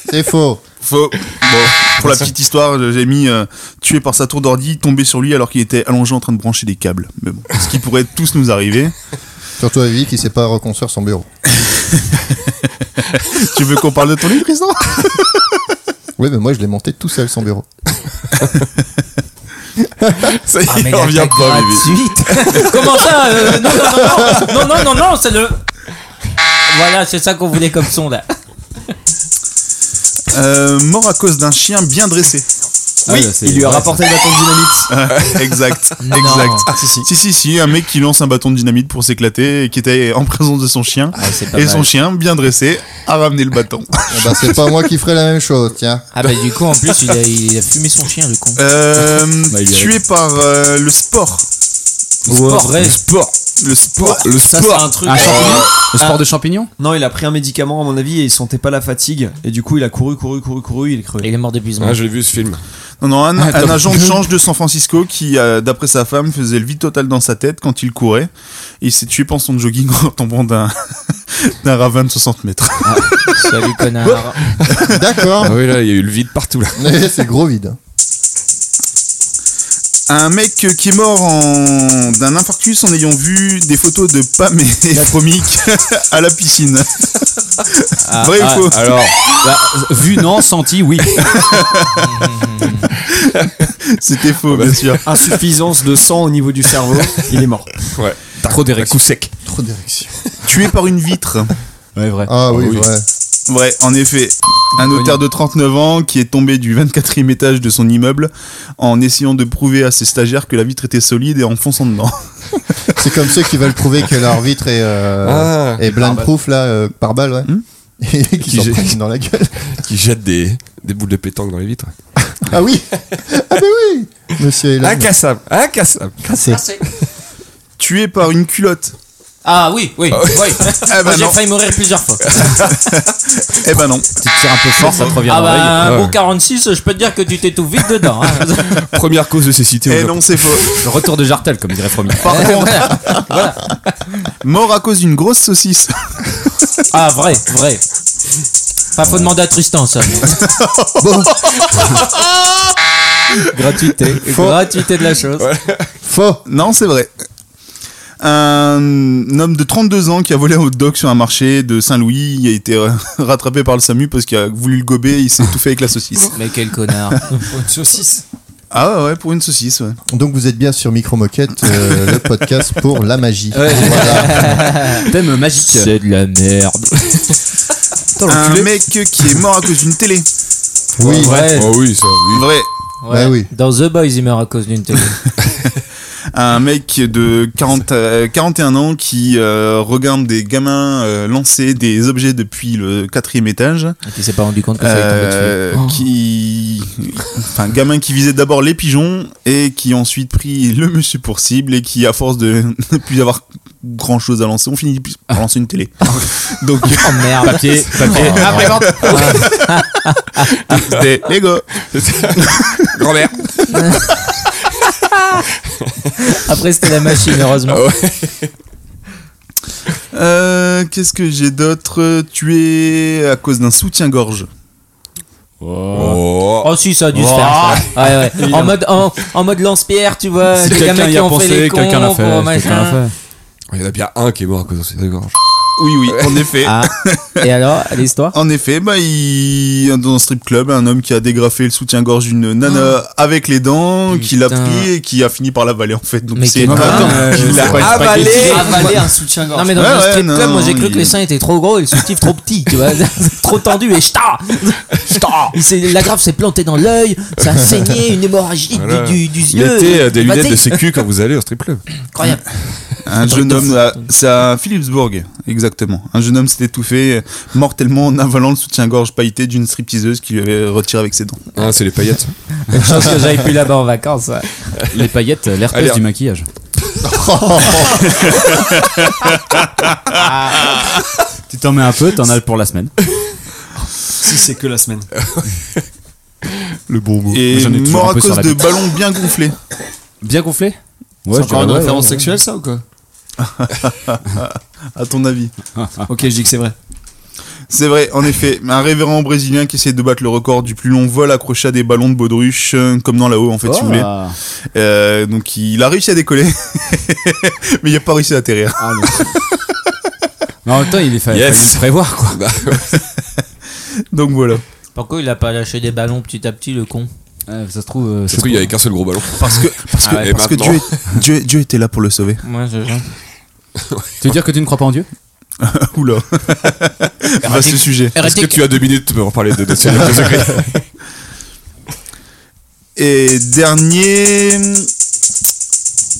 Speaker 1: C'est faux.
Speaker 7: Faux. Bon, pour la petite histoire, j'ai mis euh, tué par sa tour d'ordi, tombé sur lui alors qu'il était allongé en train de brancher des câbles. Mais bon, ce qui pourrait tous nous arriver.
Speaker 1: Surtout à Vivi qui sait pas reconstruire son bureau.
Speaker 7: Tu veux qu'on parle de ton livre, Tristan
Speaker 1: Oui, mais moi je l'ai monté tout seul son bureau.
Speaker 4: Ça y est,
Speaker 6: Ah, mais
Speaker 4: on
Speaker 6: la
Speaker 4: revient
Speaker 6: claque
Speaker 4: pas, bébé.
Speaker 6: gratuite. Comment ça euh, Non, non, non, non, non, non, non, non, c'est le. Voilà, c'est ça qu'on voulait comme son là.
Speaker 7: Euh, Mort à cause d'un chien bien dressé.
Speaker 5: Ah, là, c'est-
Speaker 8: Il lui a
Speaker 5: ouais,
Speaker 8: rapporté une attaque dynamite.
Speaker 7: exact,
Speaker 6: Non.
Speaker 7: exact.
Speaker 8: Ah, si, si.
Speaker 7: Si, si, si, un mec qui lance un bâton de dynamite pour s'éclater et qui était en présence de son chien.
Speaker 6: Ah, c'est pas
Speaker 7: Et
Speaker 6: mal.
Speaker 7: son chien, bien dressé, a ramené le bâton.
Speaker 1: Eh ben, c'est pas moi qui ferais la même chose, tiens.
Speaker 6: Ah, bah, du coup, en plus, il a, il a fumé son chien, le con.
Speaker 7: Euh,
Speaker 5: Bah, il a-
Speaker 7: tué par euh, le sport.
Speaker 6: Sport, vrai.
Speaker 4: Sport,
Speaker 7: Le sport.
Speaker 4: le
Speaker 6: Ça, c'est
Speaker 4: sport.
Speaker 6: un truc.
Speaker 5: Un champignon
Speaker 6: Euh,
Speaker 5: Le sport de champignon
Speaker 8: Non, il a pris un médicament, à mon avis, et il sentait pas la fatigue. Et du coup, il a couru, couru, couru, couru, il est crevé.
Speaker 6: Il est mort d'épuisement.
Speaker 4: Ah, j'ai vu ce film.
Speaker 7: Non, non, un, un
Speaker 4: Attends.
Speaker 7: agent de change de San Francisco qui, euh, d'après sa femme, faisait le vide total dans sa tête quand il courait. Et il s'est tué pendant son jogging en tombant d'un d'un ravin de 60 mètres.
Speaker 6: Salut, connard. Ah,
Speaker 1: D'accord.
Speaker 4: Ah oui, là, il y a eu le vide partout, là.
Speaker 1: Mais c'est gros vide.
Speaker 7: Un mec qui est mort en... d'un infarctus en ayant vu des photos de Pam et Promic à la piscine. Vrai
Speaker 5: ah,
Speaker 7: ou faux
Speaker 5: Alors, bah, vu, non, senti, oui.
Speaker 7: C'était faux, bien sûr.
Speaker 8: Insuffisance de sang au niveau du cerveau, il est mort.
Speaker 5: Trop d'érection. Coup sec.
Speaker 1: Trop d'érection.
Speaker 7: Tué par une vitre.
Speaker 5: Ouais, vrai.
Speaker 1: Ah oui,
Speaker 4: Oh oui.
Speaker 1: vrai.
Speaker 7: Ouais, en effet. Un notaire de 39 ans qui est tombé du 24e étage de son immeuble en essayant de prouver à ses stagiaires que la vitre était solide et en fonçant dedans.
Speaker 1: C'est comme ceux qui veulent prouver que leur vitre est, euh,
Speaker 4: Ah,
Speaker 1: est blindproof là, euh, par balle, ouais.
Speaker 7: Hmm
Speaker 1: Et qui
Speaker 4: Qui
Speaker 1: s'en
Speaker 4: j'ai-
Speaker 1: prennent dans la gueule.
Speaker 4: qui jette des, des boules de pétanque dans les vitres.
Speaker 1: Ah oui Ah mais oui Monsieur
Speaker 4: Ah,
Speaker 1: Elon.
Speaker 4: Incassable, incassable.
Speaker 1: cassé.
Speaker 7: Tué par une culotte.
Speaker 6: Ah, oui, oui, oui.
Speaker 7: Eh
Speaker 6: Moi,
Speaker 7: ben
Speaker 6: j'ai
Speaker 7: non,
Speaker 6: failli mourir plusieurs fois.
Speaker 7: eh ben non.
Speaker 5: Tu te tires un peu fort, ça te revient
Speaker 6: Ah,
Speaker 5: dans l'œil.
Speaker 6: bah, un
Speaker 4: Ouais.
Speaker 6: bon 46, je peux te dire que tu t'étouffes vite dedans. hein.
Speaker 4: Première cause de cécité. au
Speaker 7: Eh
Speaker 4: Japon.
Speaker 7: non, c'est faux.
Speaker 5: Le retour de Jartel, comme dirait Fromier.
Speaker 7: Par
Speaker 6: Eh
Speaker 7: contre,
Speaker 6: ben,
Speaker 7: mort à cause d'une grosse saucisse.
Speaker 6: Ah, vrai, vrai. Enfin, faut demander à Tristan, ça. Gratuité. Gratuité de la chose.
Speaker 1: Faux
Speaker 7: Non, c'est vrai. Un homme de 32 ans qui a volé un hot dog sur un marché de Saint-Louis il a été euh, rattrapé par le SAMU parce qu'il a voulu le gober et il s'est étouffé avec la saucisse.
Speaker 6: Mais quel connard. Une saucisse.
Speaker 7: Ah ouais, ouais, pour une saucisse, ouais.
Speaker 1: Donc vous êtes bien sur Micro Moquette, euh, le podcast pour la magie.
Speaker 5: Thème magique.
Speaker 6: C'est de la merde.
Speaker 4: Oh,
Speaker 7: Un mec qui est mort à cause d'une télé.
Speaker 1: Oui,
Speaker 6: Ouais.
Speaker 4: Oh oui, ça, oui.
Speaker 7: Vrai.
Speaker 1: Bah oui.
Speaker 6: Dans The Boys, il meurt à cause d'une télé.
Speaker 7: Un mec de 40, euh, 41 ans qui euh, regarde des gamins euh, lancer des objets depuis le quatrième étage.
Speaker 6: Et qui s'est pas rendu compte que Ah, ça allait
Speaker 7: Euh, qui enfin gamin qui visait d'abord les pigeons et qui a ensuite pris le monsieur pour cible et qui à force de ne plus avoir grand chose à lancer on finit par lancer une télé donc
Speaker 6: tomber dessus. Oh merde.
Speaker 5: Papier, papier.
Speaker 7: c'était Lego
Speaker 4: Grand-mère.
Speaker 6: Après, c'était la machine, heureusement.
Speaker 7: Euh, qu'est-ce que j'ai d'autre tué à cause d'un soutien-gorge
Speaker 4: Oh.
Speaker 6: Oh, si, ça a dû se faire. ça. Ouais, ouais. En mode, en, en mode lance-pierre, tu vois.
Speaker 5: Si
Speaker 6: des
Speaker 5: quelqu'un
Speaker 6: gamins
Speaker 5: y
Speaker 6: qui
Speaker 5: a
Speaker 6: ont
Speaker 5: pensé,
Speaker 6: fait les
Speaker 5: quelqu'un l'a
Speaker 6: cons,
Speaker 5: fait,
Speaker 6: pour
Speaker 5: quelqu'un l'a
Speaker 6: machin.
Speaker 4: Il y en a bien un qui est mort à cause de cette gorge.
Speaker 7: oui oui en effet
Speaker 6: Ah. Et alors, l'histoire
Speaker 7: En effet, bah, il... dans un strip club, un homme qui a dégrafé le soutien-gorge d'une nana
Speaker 5: Ah.
Speaker 7: avec les dents, qui l'a
Speaker 6: Putain.
Speaker 7: pris et qui a fini par l'avaler en fait. Donc
Speaker 6: Mais
Speaker 7: c'est
Speaker 6: quel
Speaker 7: pas-
Speaker 6: bâtard.
Speaker 5: Euh,
Speaker 7: il l'a pas-
Speaker 6: Avaler hein,
Speaker 8: Avaler un soutien-gorge.
Speaker 6: Non mais dans
Speaker 7: Ouais,
Speaker 6: le
Speaker 7: ouais,
Speaker 6: strip
Speaker 7: non,
Speaker 6: club, moi j'ai cru
Speaker 7: il-
Speaker 6: que les seins étaient trop gros et le soutif trop petit, tu vois, trop tendu et ch'ta, ch'ta. Il s'est- La grave s'est plantée dans l'œil, ça a saigné, une hémorragie du-
Speaker 4: Voilà.
Speaker 6: du, du yeux.
Speaker 4: Mettez euh, des
Speaker 6: Bah,
Speaker 4: lunettes
Speaker 6: t'es
Speaker 4: de sécu quand vous allez au strip club.
Speaker 6: Incroyable.
Speaker 7: euh, Un jeune homme, à- c'est à Philipsburg, exactement. Un jeune homme s'est étouffé euh, mortellement en avalant le soutien-gorge pailleté d'une stripteaseuse qui lui avait retiré avec ses dents.
Speaker 4: Ah, c'est les paillettes.
Speaker 6: Je pense que j'aille plus là-bas en vacances. ouais.
Speaker 5: Les paillettes, euh,
Speaker 4: Allez,
Speaker 5: l'herpès
Speaker 4: on-
Speaker 5: du maquillage. tu t'en mets un peu, t'en as pour la semaine.
Speaker 8: Si c'est que la semaine.
Speaker 4: Le bon mot.
Speaker 7: Et
Speaker 5: J'en ai toujours
Speaker 7: mort
Speaker 5: un
Speaker 7: à
Speaker 5: peu sur
Speaker 7: cause
Speaker 5: la
Speaker 7: de
Speaker 5: bite.
Speaker 7: ballons bien gonflés.
Speaker 5: Bien gonflé
Speaker 8: c'est
Speaker 5: Ouais,
Speaker 8: encore une référence sexuelle, ça ou quoi
Speaker 7: À ton avis
Speaker 5: Ah.
Speaker 8: Ok, je dis que c'est vrai.
Speaker 7: C'est vrai, en effet. Mais Un révérend brésilien qui essaie de battre le record du plus long vol accroché à des ballons de baudruche, euh, comme dans la haut en fait, si
Speaker 4: Oh.
Speaker 7: vous voulez. Euh, donc il a réussi à décoller, mais il a pas réussi à atterrir.
Speaker 4: Ah.
Speaker 5: Mais en même temps, il est fa-
Speaker 4: Yes.
Speaker 5: fallu le prévoir quoi.
Speaker 7: Donc voilà.
Speaker 6: Pourquoi il a pas lâché des ballons petit à petit, le con
Speaker 5: Ouais, ça se trouve, euh,
Speaker 4: Ça se
Speaker 5: ça se
Speaker 4: trouve, il y avait qu'un seul gros ballon.
Speaker 7: Parce que, parce que,
Speaker 4: Ah ouais,
Speaker 7: parce que Dieu,
Speaker 4: maintenant. Ah.
Speaker 7: est- Dieu, Dieu était là pour le sauver.
Speaker 6: Moi, je.
Speaker 5: trouve- Tu veux dire que tu ne crois pas en Dieu
Speaker 7: Oula. Vaste sujet.
Speaker 4: Est-ce que tu as deux minutes pour parler de notre Seigneur secret
Speaker 7: Et dernier. hmm,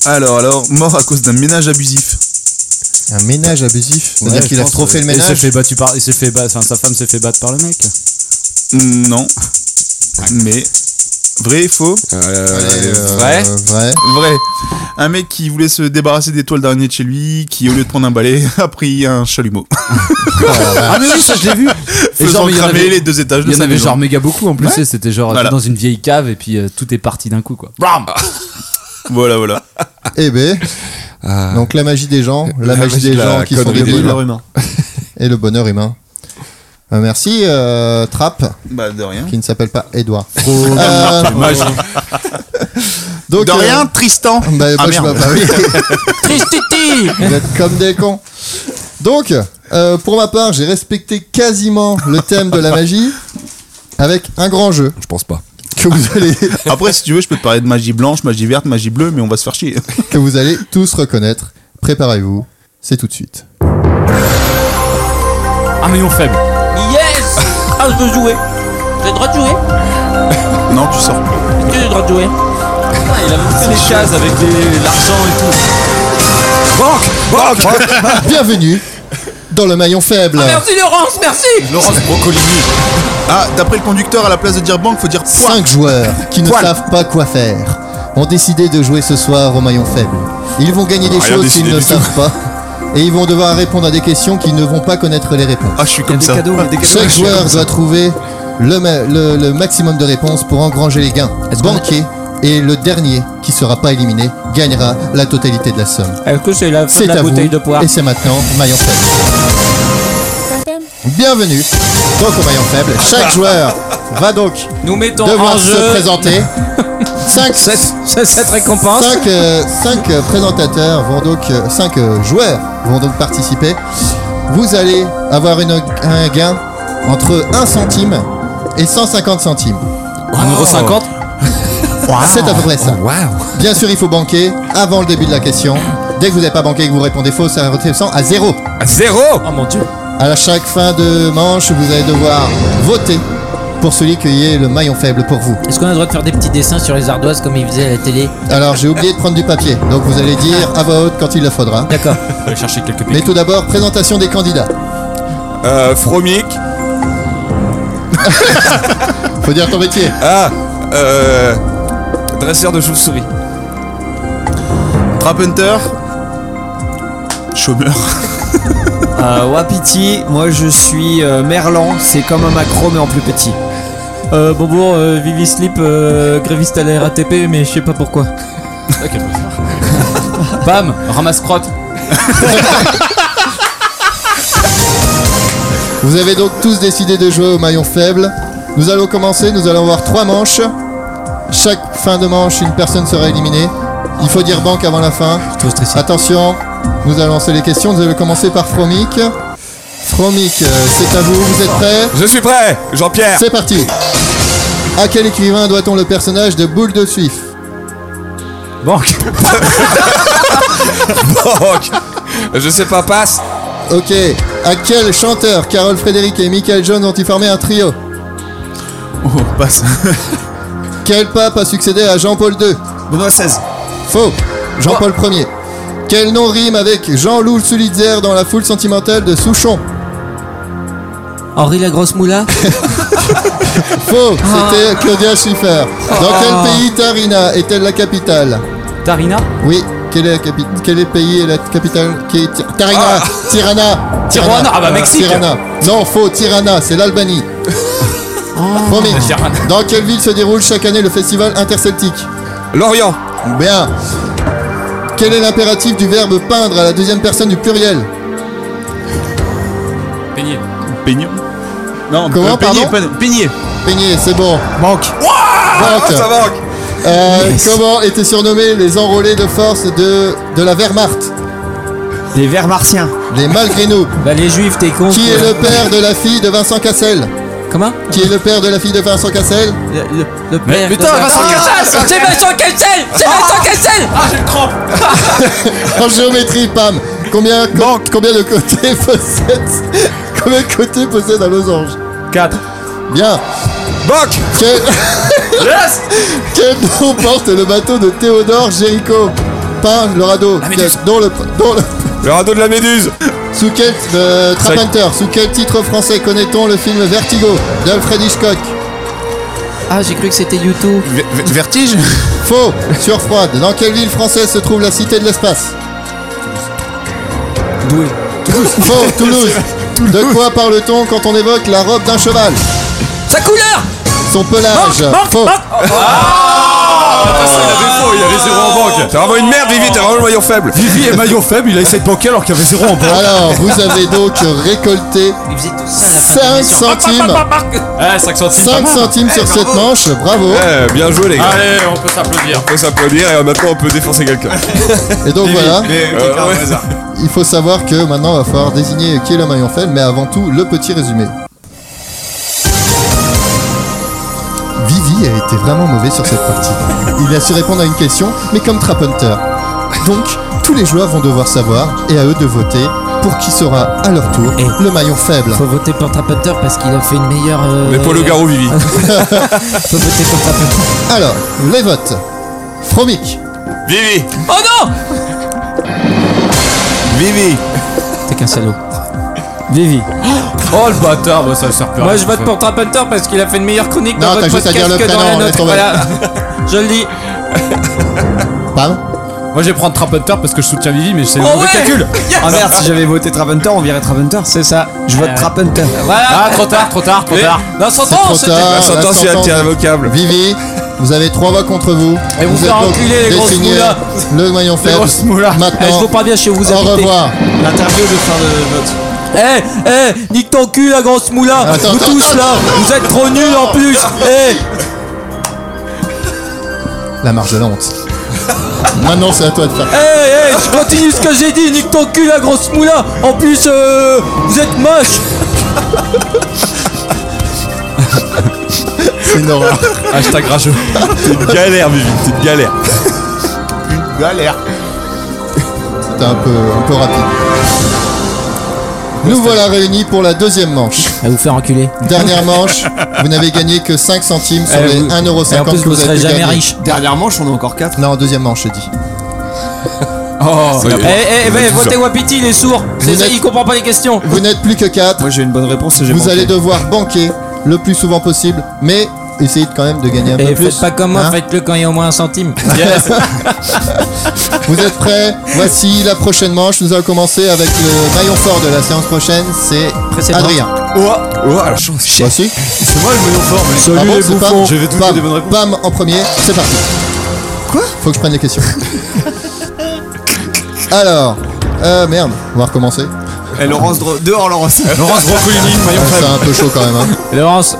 Speaker 7: Alors, alors, mort à cause d'un ménage abusif.
Speaker 1: Un ménage abusif. C'est-à-dire qu'il a trop fait
Speaker 4: euh,
Speaker 1: le
Speaker 5: Il s'est
Speaker 1: ménage.
Speaker 5: fait battu par. Il s'est fait battre. Enfin, sa femme s'est fait battre par le mec.
Speaker 7: Hmm, Non.
Speaker 4: Ah.
Speaker 7: Mais. Vrai, faux
Speaker 1: Euh,
Speaker 4: Vrai
Speaker 1: Vrai.
Speaker 7: Vrai. Un mec qui voulait se débarrasser des toiles d'araignée de chez lui, qui au lieu de prendre un balai, a pris un chalumeau.
Speaker 5: Ah mais oui, ça je l'ai vu. Et
Speaker 7: Faisant
Speaker 5: genre, il y en
Speaker 7: cramer
Speaker 5: avait-
Speaker 7: les deux étages de
Speaker 5: Il y en
Speaker 7: sa
Speaker 5: avait
Speaker 7: maison.
Speaker 5: genre méga beaucoup en plus. tu sais, C'était genre euh,
Speaker 7: Voilà.
Speaker 5: dans une vieille cave et puis euh, tout est parti d'un coup quoi.
Speaker 7: Voilà, voilà.
Speaker 1: Eh ben. Donc la magie des gens, la, magie, des
Speaker 4: de la
Speaker 1: gens qui sont
Speaker 4: connerie
Speaker 1: des
Speaker 4: des
Speaker 1: débiles
Speaker 4: gens.
Speaker 8: humain.
Speaker 1: et le bonheur humain. Euh, merci euh, Trapp,
Speaker 7: Bah, de rien.
Speaker 1: qui ne s'appelle pas Edouard. Euh, donc,
Speaker 7: de
Speaker 1: euh,
Speaker 7: rien, Tristan
Speaker 1: Bah,
Speaker 7: Ah,
Speaker 1: moi, je
Speaker 7: merde.
Speaker 1: vois pas, oui.
Speaker 6: Tristiti
Speaker 1: Vous êtes comme des cons. Donc, euh, pour ma part, j'ai respecté quasiment le thème de la magie avec un grand jeu
Speaker 4: Je pense pas.
Speaker 1: que vous allez,
Speaker 7: Après, si tu veux, je peux te parler de magie blanche, magie verte, magie bleue, mais on va se faire chier.
Speaker 1: que vous allez tous reconnaître. Préparez-vous, c'est tout de suite. Ah,
Speaker 5: Un million faible.
Speaker 6: Yes Ah, je veux jouer J'ai le droit de jouer
Speaker 7: Non, tu sors.
Speaker 6: Est-ce que j'ai le droit de jouer Il a monté les cases avec l'argent et tout.
Speaker 1: Bienvenue dans le maillon faible.
Speaker 6: Merci Laurence, merci
Speaker 7: Laurence Brocolini. Ah, d'après le conducteur, à la place de dire banque, faut dire point.
Speaker 1: Cinq joueurs qui ne
Speaker 7: Poil.
Speaker 1: savent pas quoi faire ont décidé de jouer ce soir au maillon faible. Ils vont gagner des
Speaker 4: Rien
Speaker 1: choses
Speaker 4: décidé
Speaker 1: qu'ils ne
Speaker 4: du
Speaker 1: savent pas et ils vont devoir répondre à des questions qu'ils ne vont pas connaître les réponses.
Speaker 7: Ah, je suis
Speaker 8: Il y a
Speaker 7: comme
Speaker 8: des
Speaker 7: ça.
Speaker 8: cadeaux, il y a des cadeaux.
Speaker 1: Chaque joueur doit trouver le, ma- le- le maximum de réponses pour engranger les gains. Banquier et le dernier qui sera pas éliminé gagnera la totalité de la somme.
Speaker 6: Est-ce que c'est la fin
Speaker 1: C'est
Speaker 6: de la
Speaker 1: à vous
Speaker 6: bouteille de poire
Speaker 1: et c'est maintenant Maillon Faible. Bienvenue donc au Maillon Faible. Chaque joueur va donc
Speaker 6: Nous mettons
Speaker 1: devoir
Speaker 6: en
Speaker 1: se
Speaker 6: jeu
Speaker 1: présenter. 5
Speaker 6: cette, cette récompense.
Speaker 1: Cinq, euh, cinq, euh, présentateurs vont donc, euh, cinq euh, joueurs vont donc participer. Vous allez avoir une, un gain entre 1 centime et 150 centimes.
Speaker 6: Oh.
Speaker 5: 1,50€.
Speaker 1: C'est à peu près ça. Bien sûr, il faut banquer avant le début de la question. Dès que vous n'avez pas banqué et que vous répondez faux, ça redescend à zéro.
Speaker 6: Oh mon dieu.
Speaker 1: À la chaque fin de manche, vous allez devoir voter pour celui qui est le maillon faible pour vous.
Speaker 6: Est-ce qu'on a le droit de faire des petits dessins sur les ardoises comme ils faisaient à la télé
Speaker 1: Alors, j'ai oublié de prendre du papier, donc vous allez dire à voix haute quand il le faudra.
Speaker 6: D'accord.
Speaker 5: Aller chercher quelques
Speaker 1: Mais tout d'abord, présentation des candidats.
Speaker 4: Euh, Fromic.
Speaker 1: Faut dire ton métier.
Speaker 4: Ah Euh. Dresseur de chauve-souris.
Speaker 7: Trap Hunter. Chômeur.
Speaker 8: Euh, Wapiti, moi je suis euh, Merlan, c'est comme un macro mais en plus petit.
Speaker 6: Euh, bonjour, euh, Vivi Sleep, euh, gréviste à la RATP, mais je sais pas pourquoi.
Speaker 5: Bam, ramasse crotte.
Speaker 1: Vous avez donc tous décidé de jouer au maillon faible. Nous allons commencer, nous allons avoir trois manches. Chaque fin de manche, une personne sera éliminée. Il faut dire banque avant la fin.
Speaker 6: Trop stressé.
Speaker 1: Attention, nous allons lancer les questions. Nous allons commencer par Fromic. Fromic, euh, c'est à vous, vous êtes prêts
Speaker 4: Je suis prêt Jean-Pierre
Speaker 1: C'est parti À quel écrivain doit-on le personnage de Boule de Suif
Speaker 5: Banque.
Speaker 4: Banque. Je sais pas, passe
Speaker 1: Ok, à quel chanteur Carole Frédéric et Michael Jones ont-ils formé un trio
Speaker 7: Oh, passe.
Speaker 1: Quel pape a succédé à Jean-Paul II
Speaker 8: Benoît XVI.
Speaker 1: Faux Jean-Paul Ier Quel nom rime avec Jean-Loup solidaire dans la foule sentimentale de Souchon
Speaker 6: Henri la grosse moula
Speaker 1: Faux, c'était Claudia Schiffer. Dans quel pays Tarina est-elle la capitale
Speaker 5: Tarina
Speaker 1: Oui, quel est, la capi- quel est le pays et la capitale qui est Ti- Tarina
Speaker 7: Ah.
Speaker 1: Tirana
Speaker 5: Tijuana, ah bah,
Speaker 1: Euh,
Speaker 5: Mexique.
Speaker 1: Tirana. Non, faux, Tirana, c'est l'Albanie. Promis. Dans quelle ville se déroule chaque année le festival interceltique
Speaker 4: Lorient
Speaker 1: Bien. Quel est l'impératif du verbe peindre à la deuxième personne du pluriel
Speaker 5: Peigné.
Speaker 7: Peignon Non,
Speaker 1: Comment,
Speaker 7: euh, peigné,
Speaker 1: pardon
Speaker 7: pas- peigné.
Speaker 1: Peigner, c'est bon.
Speaker 8: Banque.
Speaker 1: Banque.
Speaker 4: Ça manque
Speaker 1: Euh, Comment étaient surnommés les enrôlés de force de, de la Wehrmacht
Speaker 8: Les verts martiens.
Speaker 1: Les malgré-nous.
Speaker 6: Bah les juifs, t'es con.
Speaker 1: Qui est le père de la fille de Vincent Cassel
Speaker 6: Comment
Speaker 1: Qui est le père de la fille de Vincent Cassel
Speaker 6: Le, le- le père. de-
Speaker 5: putain, Vincent Cassel,
Speaker 6: Ah, C'est Vincent Cassel Ah. C'est Vincent Cassel
Speaker 1: En géométrie, Pam. Combien, co- combien de côtés possède Combien de côtés possède un losange
Speaker 5: 4.
Speaker 1: Bien.
Speaker 4: Banque
Speaker 1: Quel... Quel nom porte le bateau de Théodore Géricault Peint le radeau. Dont le, dont le-
Speaker 4: Le radeau de la méduse
Speaker 1: Sous quel euh, Trapinter, Sous quel titre français connaît-on le film Vertigo d'Alfred Hitchcock
Speaker 6: Ah, j'ai cru que c'était YouTube.
Speaker 7: Ver- ver- Vertige
Speaker 1: Faux. Sur froide. Dans quelle ville française se trouve la cité de l'espace
Speaker 8: Doué.
Speaker 1: Faux. Toulouse. De quoi parle-t-on quand on évoque la robe d'un cheval
Speaker 6: Sa couleur
Speaker 1: Son pelage. Faux.
Speaker 5: Ah,
Speaker 4: il avait faux, il avait zéro en banque T'es vraiment une merde, Vivi, t'es vraiment le maillon faible
Speaker 2: Vivi est maillot faible, il a essayé de banquer alors qu'il y avait zéro en banque.
Speaker 1: Alors, vous avez donc récolté
Speaker 6: Il faisait tout ça à la fin de
Speaker 1: 5
Speaker 6: l'émission.
Speaker 1: centimes,
Speaker 5: Ah, 5 centimes.
Speaker 1: 5 centimes sur cette manche, Eh, bravo.
Speaker 4: Ouais, bien joué les gars
Speaker 5: Allez, on peut s'applaudir.
Speaker 4: On peut s'applaudir et euh, maintenant on peut défoncer quelqu'un.
Speaker 1: Et donc voilà,
Speaker 7: Mais
Speaker 4: Euh,
Speaker 7: quelqu'un au
Speaker 4: ouais.
Speaker 7: hasard.
Speaker 1: il faut savoir que maintenant, il va falloir désigner qui est le maillon faible, mais avant tout, le petit résumé. Vivi a été vraiment mauvais sur cette partie. Il a su répondre à une question, mais comme Trap Hunter. Donc, tous les joueurs vont devoir savoir, et à eux de voter, pour qui sera à leur tour
Speaker 6: Et-
Speaker 1: le maillon faible.
Speaker 6: Faut voter pour Trapenter parce qu'il a fait une meilleure. euh,
Speaker 4: Mais pour le garou, Vivi.
Speaker 6: Faut voter pour Trapenter.
Speaker 1: Alors, les votes. Fromic,
Speaker 4: Vivi
Speaker 6: Oh non
Speaker 4: Vivi
Speaker 6: T'es qu'un salaud. Vivi.
Speaker 5: Oh le bâtard, bah, ça sert plus à
Speaker 6: Moi
Speaker 5: rien.
Speaker 6: je vote pour Trapenter parce qu'il a fait une meilleure chronique dans
Speaker 1: Non, t'as
Speaker 6: votre
Speaker 1: juste à
Speaker 6: podcast
Speaker 1: dire le
Speaker 6: que dans
Speaker 1: prénom,
Speaker 6: la nôtre.
Speaker 1: laisse tomber.
Speaker 6: Voilà. je le dis.
Speaker 1: Pam,
Speaker 5: Moi je vais prendre Trapenter parce que je soutiens Vivi, mais c'est le
Speaker 6: Oh
Speaker 5: mauvais
Speaker 6: ouais
Speaker 5: calcul.
Speaker 8: Ah merde, si j'avais voté Trapenter, on virait Trapenter.
Speaker 6: C'est ça.
Speaker 8: Je vote
Speaker 6: Euh,
Speaker 8: Trapenter.
Speaker 6: Voilà.
Speaker 5: Ah, trop tard, trop tard, trop
Speaker 6: Mais-
Speaker 5: tard.
Speaker 6: Dans son
Speaker 1: c'est
Speaker 6: temps,
Speaker 1: trop
Speaker 6: c'était-
Speaker 1: tard.
Speaker 8: Ah,
Speaker 4: La sentence est
Speaker 1: sentence-
Speaker 4: invocable.
Speaker 1: Vivi, vous avez trois voix contre vous.
Speaker 6: Et vous
Speaker 1: êtes
Speaker 6: faire
Speaker 1: donc
Speaker 6: enculer, les grosses
Speaker 1: désigné
Speaker 6: moulas.
Speaker 1: Le maillon faible.
Speaker 5: grosses moulas.
Speaker 6: Eh, je
Speaker 1: Maintenant,
Speaker 6: vous parle bien chez vous.
Speaker 1: au
Speaker 6: habitez.
Speaker 1: revoir.
Speaker 8: L'interview de fin de vote.
Speaker 6: Eh, eh, nique ton cul, la grosse moula.
Speaker 1: Attends,
Speaker 6: vous
Speaker 1: attends,
Speaker 6: tous
Speaker 1: attends,
Speaker 6: là, vous êtes trop nuls en plus. Eh,
Speaker 1: La marge de la honte. Maintenant, c'est à toi de faire.
Speaker 6: eh, eh, je continue ce que j'ai dit. Nique ton cul, la grosse moula. En plus, euh, vous êtes moche.
Speaker 1: C'est une horreur.
Speaker 5: Hashtag rageux.
Speaker 4: T'es une galère, Vivi, t'es une galère.
Speaker 7: Galère.
Speaker 1: C'était un peu, un peu rapide. Nous voilà réunis pour la deuxième manche.
Speaker 6: À vous faire enculer.
Speaker 1: Dernière manche, vous n'avez gagné que 5 centimes sur
Speaker 6: Eh,
Speaker 1: les
Speaker 6: vous-
Speaker 1: 1,50€
Speaker 6: Et en plus,
Speaker 1: que
Speaker 6: vous
Speaker 1: vous avez
Speaker 6: serez
Speaker 1: pu
Speaker 6: jamais
Speaker 1: gagner.
Speaker 6: riche.
Speaker 8: Dernière manche, on a encore 4.
Speaker 1: Non, deuxième manche, j'ai dit.
Speaker 5: Oh,
Speaker 6: Eh, eh, eh, ben, votez Wapiti, il est sourd. C'est
Speaker 1: Vous
Speaker 6: ça,
Speaker 1: êtes-
Speaker 6: il comprend pas les questions.
Speaker 1: Vous n'êtes plus que 4.
Speaker 8: Moi j'ai une bonne réponse, j'ai
Speaker 1: Vous
Speaker 8: manqué.
Speaker 1: allez devoir banquer le plus souvent possible, mais essayez de- quand même de gagner un
Speaker 6: Et
Speaker 1: peu plus.
Speaker 6: Eh, faites pas comme moi,
Speaker 1: hein.
Speaker 6: faites-le quand il y a au moins un centime.
Speaker 1: Vous êtes prêts Voici la prochaine manche. Nous allons commencer avec le maillon fort de la séance prochaine. C'est
Speaker 6: Précédent.
Speaker 1: Adrien.
Speaker 4: Oh, oh, la chance. Shit.
Speaker 1: Voici.
Speaker 4: C'est moi le maillon fort, mais
Speaker 1: Ah bon, c'est Pam
Speaker 4: Je vais tout
Speaker 1: Pam,
Speaker 4: donner des bonnes réponses.
Speaker 1: Pam en premier. C'est parti. Quoi Faut que je prenne les questions. Alors, euh, merde, on va recommencer.
Speaker 8: Eh, Laurence, Dro- dehors Laurence.
Speaker 4: Laurence Brocolini, maillon
Speaker 1: Ouais, C'est un peu chaud quand même. hein.
Speaker 6: Laurence,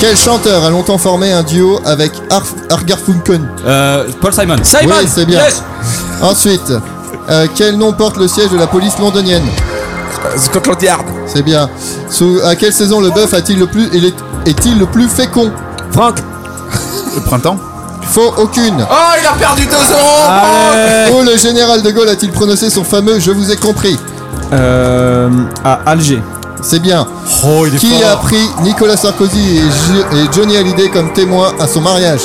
Speaker 1: Quel chanteur a longtemps formé un duo avec Arf- Argarfunkel
Speaker 5: Euh, Paul Simon.
Speaker 6: Simon,
Speaker 1: Oui, c'est bien.
Speaker 6: yes.
Speaker 1: Ensuite, euh, quel nom porte le siège de la police londonienne
Speaker 4: Euh, Scotland Yard.
Speaker 1: C'est bien. Sous, à quelle saison le bœuf a-t-il le plus, il est, est-il le plus fécond
Speaker 6: Franck,
Speaker 7: Le printemps
Speaker 1: Faux aucune.
Speaker 4: Oh, il a perdu 2 euros
Speaker 1: Où le général de Gaulle a-t-il prononcé son fameux Je vous ai compris
Speaker 8: Euh, à Alger.
Speaker 1: C'est bien.
Speaker 4: Oh, il est
Speaker 1: Qui a
Speaker 4: fort.
Speaker 1: pris Nicolas Sarkozy et, Jo- et Johnny Hallyday comme témoins à son mariage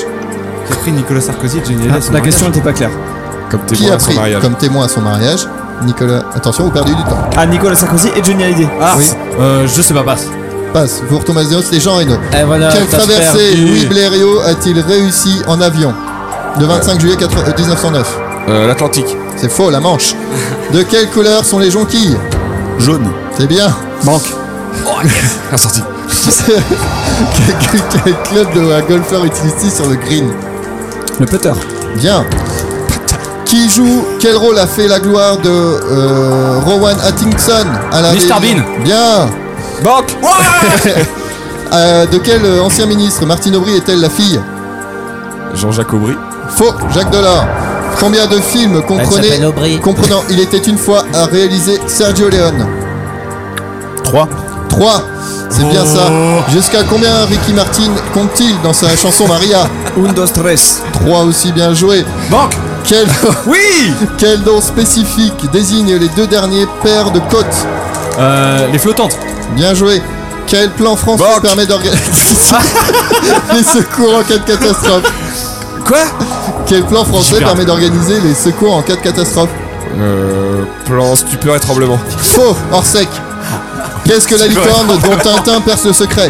Speaker 6: Ah,
Speaker 8: La question n'était pas claire.
Speaker 4: comme
Speaker 1: qui
Speaker 4: témoin
Speaker 1: a
Speaker 4: à son
Speaker 1: pris
Speaker 4: mariage.
Speaker 1: comme témoin à son mariage Nicolas. Attention, vous perdez du temps.
Speaker 8: Ah, Nicolas Sarkozy et Johnny Hallyday.
Speaker 5: Ah,
Speaker 1: Oui.
Speaker 5: euh, je sais pas, passe.
Speaker 1: Passe, vous retombez à zéro, c'est Jean Reno.
Speaker 6: Eh voilà,
Speaker 1: Quelle
Speaker 6: t'as
Speaker 1: traversée
Speaker 5: perdu.
Speaker 1: Louis Blériot a-t-il réussi en avion Le 25 juillet 80 euh, 1909.
Speaker 4: Euh, L'Atlantique.
Speaker 1: C'est faux, la Manche. De quelle couleur sont les jonquilles
Speaker 7: Jaune.
Speaker 1: C'est bien.
Speaker 8: Manque.
Speaker 4: La sortie.
Speaker 1: Quel- Quel club de un golfeur utilise-t-il sur le green
Speaker 8: Le putter.
Speaker 1: Bien. Qui joue Quel rôle a fait la gloire de euh, Rowan Atkinson à la
Speaker 5: Mr.
Speaker 1: Réunion Bien.
Speaker 4: Banque
Speaker 1: Euh, de quel euh, ancien ministre Martine Aubry est-elle la fille
Speaker 4: Jean-Jacques Aubry.
Speaker 1: Faux. Jacques Dollard. Combien de films
Speaker 6: Elle
Speaker 1: comprenaient-
Speaker 6: s'appelle Aubry.
Speaker 1: comprenant Il était une fois à réaliser Sergio Leone
Speaker 7: 3.
Speaker 1: 3. C'est bien ça.
Speaker 4: Oh.
Speaker 1: Jusqu'à combien Ricky Martin compte-t-il dans sa chanson Maria
Speaker 8: Un, dos, tres.
Speaker 1: 3 aussi bien joué.
Speaker 5: Banque
Speaker 1: Quel,
Speaker 5: Oui
Speaker 1: quel nom spécifique désigne les deux derniers paires de côtes
Speaker 5: euh, Les flottantes.
Speaker 1: Bien joué. Quel plan français
Speaker 4: Banque.
Speaker 1: permet d'organiser les secours en cas de catastrophe
Speaker 4: Quoi
Speaker 1: Quel plan français
Speaker 5: Super.
Speaker 1: permet d'organiser les secours en cas de catastrophe
Speaker 4: Euh. Plan stupeur et tremblement.
Speaker 1: Faux, hors sec. Qu'est-ce que la licorne dont Tintin perce le secret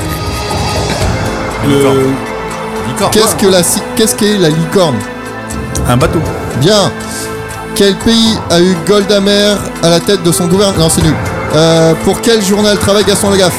Speaker 1: Euh,
Speaker 5: Licorne.
Speaker 1: Qu'est-ce que la si- qu'est-ce qu'est la licorne
Speaker 7: Un bateau.
Speaker 1: Bien. Quel pays a eu Goldamer à la tête de son gouvernement Non, c'est nul. Euh, pour quel journal travaille Gaston Lagaffe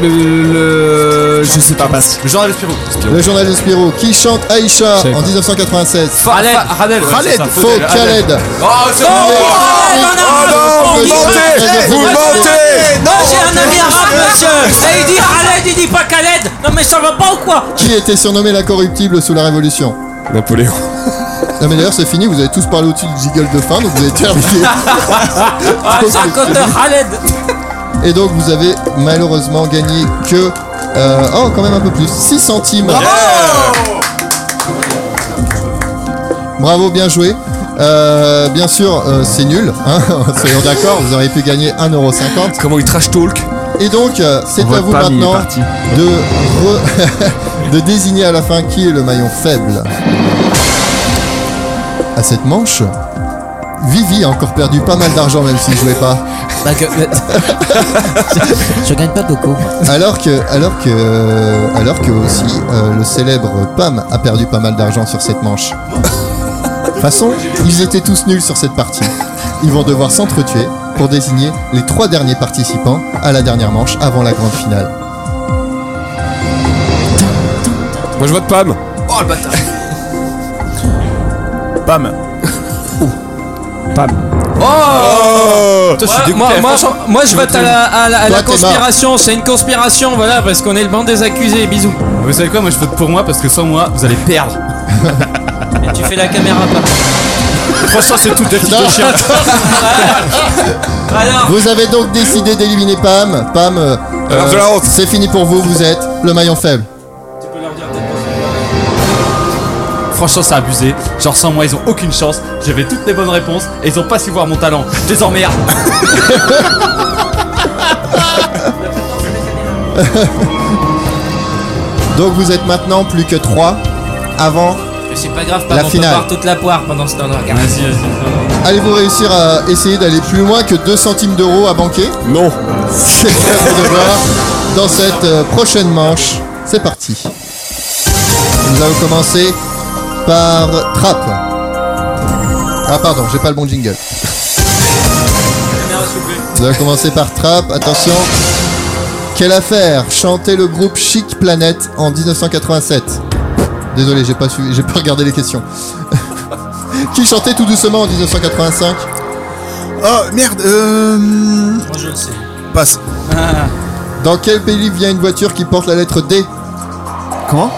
Speaker 8: Le, le- Je sais pas, passe.
Speaker 5: Jean le Spirou.
Speaker 1: Le journal de Spirou. Qui chante Aïcha en 1996
Speaker 5: Khaled. Khaled.
Speaker 1: Khaled Faux Khaled
Speaker 5: Oh, c'est bon
Speaker 4: Oh
Speaker 1: Vous
Speaker 4: vous mentez Vous mentez
Speaker 6: Non, j'ai un ami arabe, monsieur Et il dit Khaled, il dit pas Khaled Non, mais ça va pas ou quoi
Speaker 1: Qui était surnommé la corruptible sous la Révolution
Speaker 4: Napoléon.
Speaker 1: Non mais d'ailleurs c'est fini, vous avez tous parlé au-dessus du jiggle de fin, donc vous avez terminé.
Speaker 6: Ah, ça, quand Khaled
Speaker 1: Et donc vous avez malheureusement gagné que... euh, oh quand même un peu plus, 6 centimes. Bravo, bien joué. Euh, bien sûr, euh, c'est nul, hein, soyons d'accord, vous auriez pu gagner 1,50€.
Speaker 4: Comment il trash talk
Speaker 1: Et donc, euh, c'est à vous maintenant de, re- de désigner à la fin qui est le maillon faible. À cette manche, Vivi a encore perdu pas mal d'argent même s'il jouait pas.
Speaker 6: Bah, que- Je gagne pas beaucoup.
Speaker 1: Alors que, alors que, alors que aussi, euh, le célèbre Pam a perdu pas mal d'argent sur cette manche. De toute façon, ils étaient tous nuls sur cette partie. Ils vont devoir s'entretuer pour désigner les trois derniers participants à la dernière manche avant la grande finale.
Speaker 4: Moi je vote Pam.
Speaker 7: Pam.
Speaker 4: Oh Putain, je suis
Speaker 6: moi,
Speaker 4: dégoûté.
Speaker 6: moi, moi, je vote à la, à la- à la
Speaker 1: Toi, t'es
Speaker 6: conspiration, c'est une conspiration, voilà, parce qu'on est le banc des accusés, bisous.
Speaker 5: Vous savez quoi, moi je vote pour moi parce que sans moi, vous allez perdre.
Speaker 6: Et tu fais la caméra pas.
Speaker 5: Franchement, c'est tout des petites de chien.
Speaker 6: Alors,
Speaker 1: Vous avez donc décidé d'éliminer Pam. Pam, euh,
Speaker 4: Alors, de la honte.
Speaker 1: c'est fini pour vous, vous êtes le maillon faible.
Speaker 5: Franchement, c'est abusé. Genre, sans moi, ils ont aucune chance. J'avais toutes les bonnes réponses et ils ont pas su voir mon talent. Désormais,
Speaker 1: Donc vous êtes maintenant plus que 3 avant.
Speaker 6: c'est pas grave, pas
Speaker 1: La
Speaker 6: on peut
Speaker 1: finale.
Speaker 6: boire toute la poire pendant ce temps-là. regarde.
Speaker 5: Vas-y, vas-y.
Speaker 1: Allez-vous réussir à essayer d'aller plus loin que 2 centimes d'euros à banquer
Speaker 4: Non.
Speaker 1: C'est le cas de le voir dans cette euh, prochaine manche. C'est parti. Nous allons commencer par Trap. Ah pardon, j'ai pas le bon jingle. Nous allons commencer par Trap, attention. Quelle affaire chantait le groupe Chic Planet en 1987 Désolé, j'ai pas suivi, j'ai pas regardé les questions. Qui chantait tout doucement en 1985
Speaker 7: Oh merde, euh.
Speaker 6: Moi, je le sais.
Speaker 7: Passe.
Speaker 1: Dans quel pays vient une voiture qui porte la lettre D
Speaker 8: Comment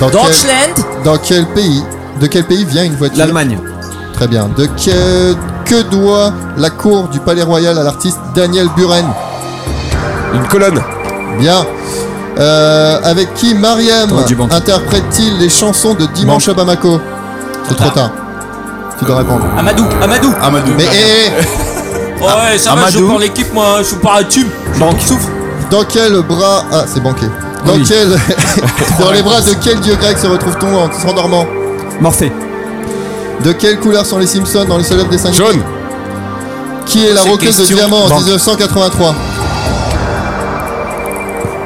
Speaker 1: Dans quel-
Speaker 6: Deutschland
Speaker 1: Dans quel pays De quel pays vient une voiture
Speaker 8: L'Allemagne.
Speaker 1: Très bien. De que, que doit la cour du Palais Royal à l'artiste Daniel Buren
Speaker 4: Une colonne.
Speaker 1: Bien. Euh, avec qui Mariam
Speaker 8: T'aurais dû manquer.
Speaker 1: interprète-t-il les chansons de Dimanche à Bamako C'est
Speaker 8: Ah.
Speaker 1: trop tard. Tu dois répondre.
Speaker 6: Amadou, Amadou
Speaker 7: Amadou.
Speaker 1: Mais eh, hé, hé, hé,
Speaker 6: Ouais, ça va, je
Speaker 7: Amadou.
Speaker 6: hein, joue pour l'équipe, moi, je suis pas un tube.
Speaker 8: Banque.
Speaker 1: dans quel bras Ah, c'est banqué. Dans quel. Dans les bras de quel dieu grec se retrouve-t-on en s'endormant
Speaker 8: Morphée.
Speaker 1: De quelle couleur sont les Simpsons dans les soleil des 5
Speaker 4: Jaune.
Speaker 1: Qui est la roqueuse de diamant en 1983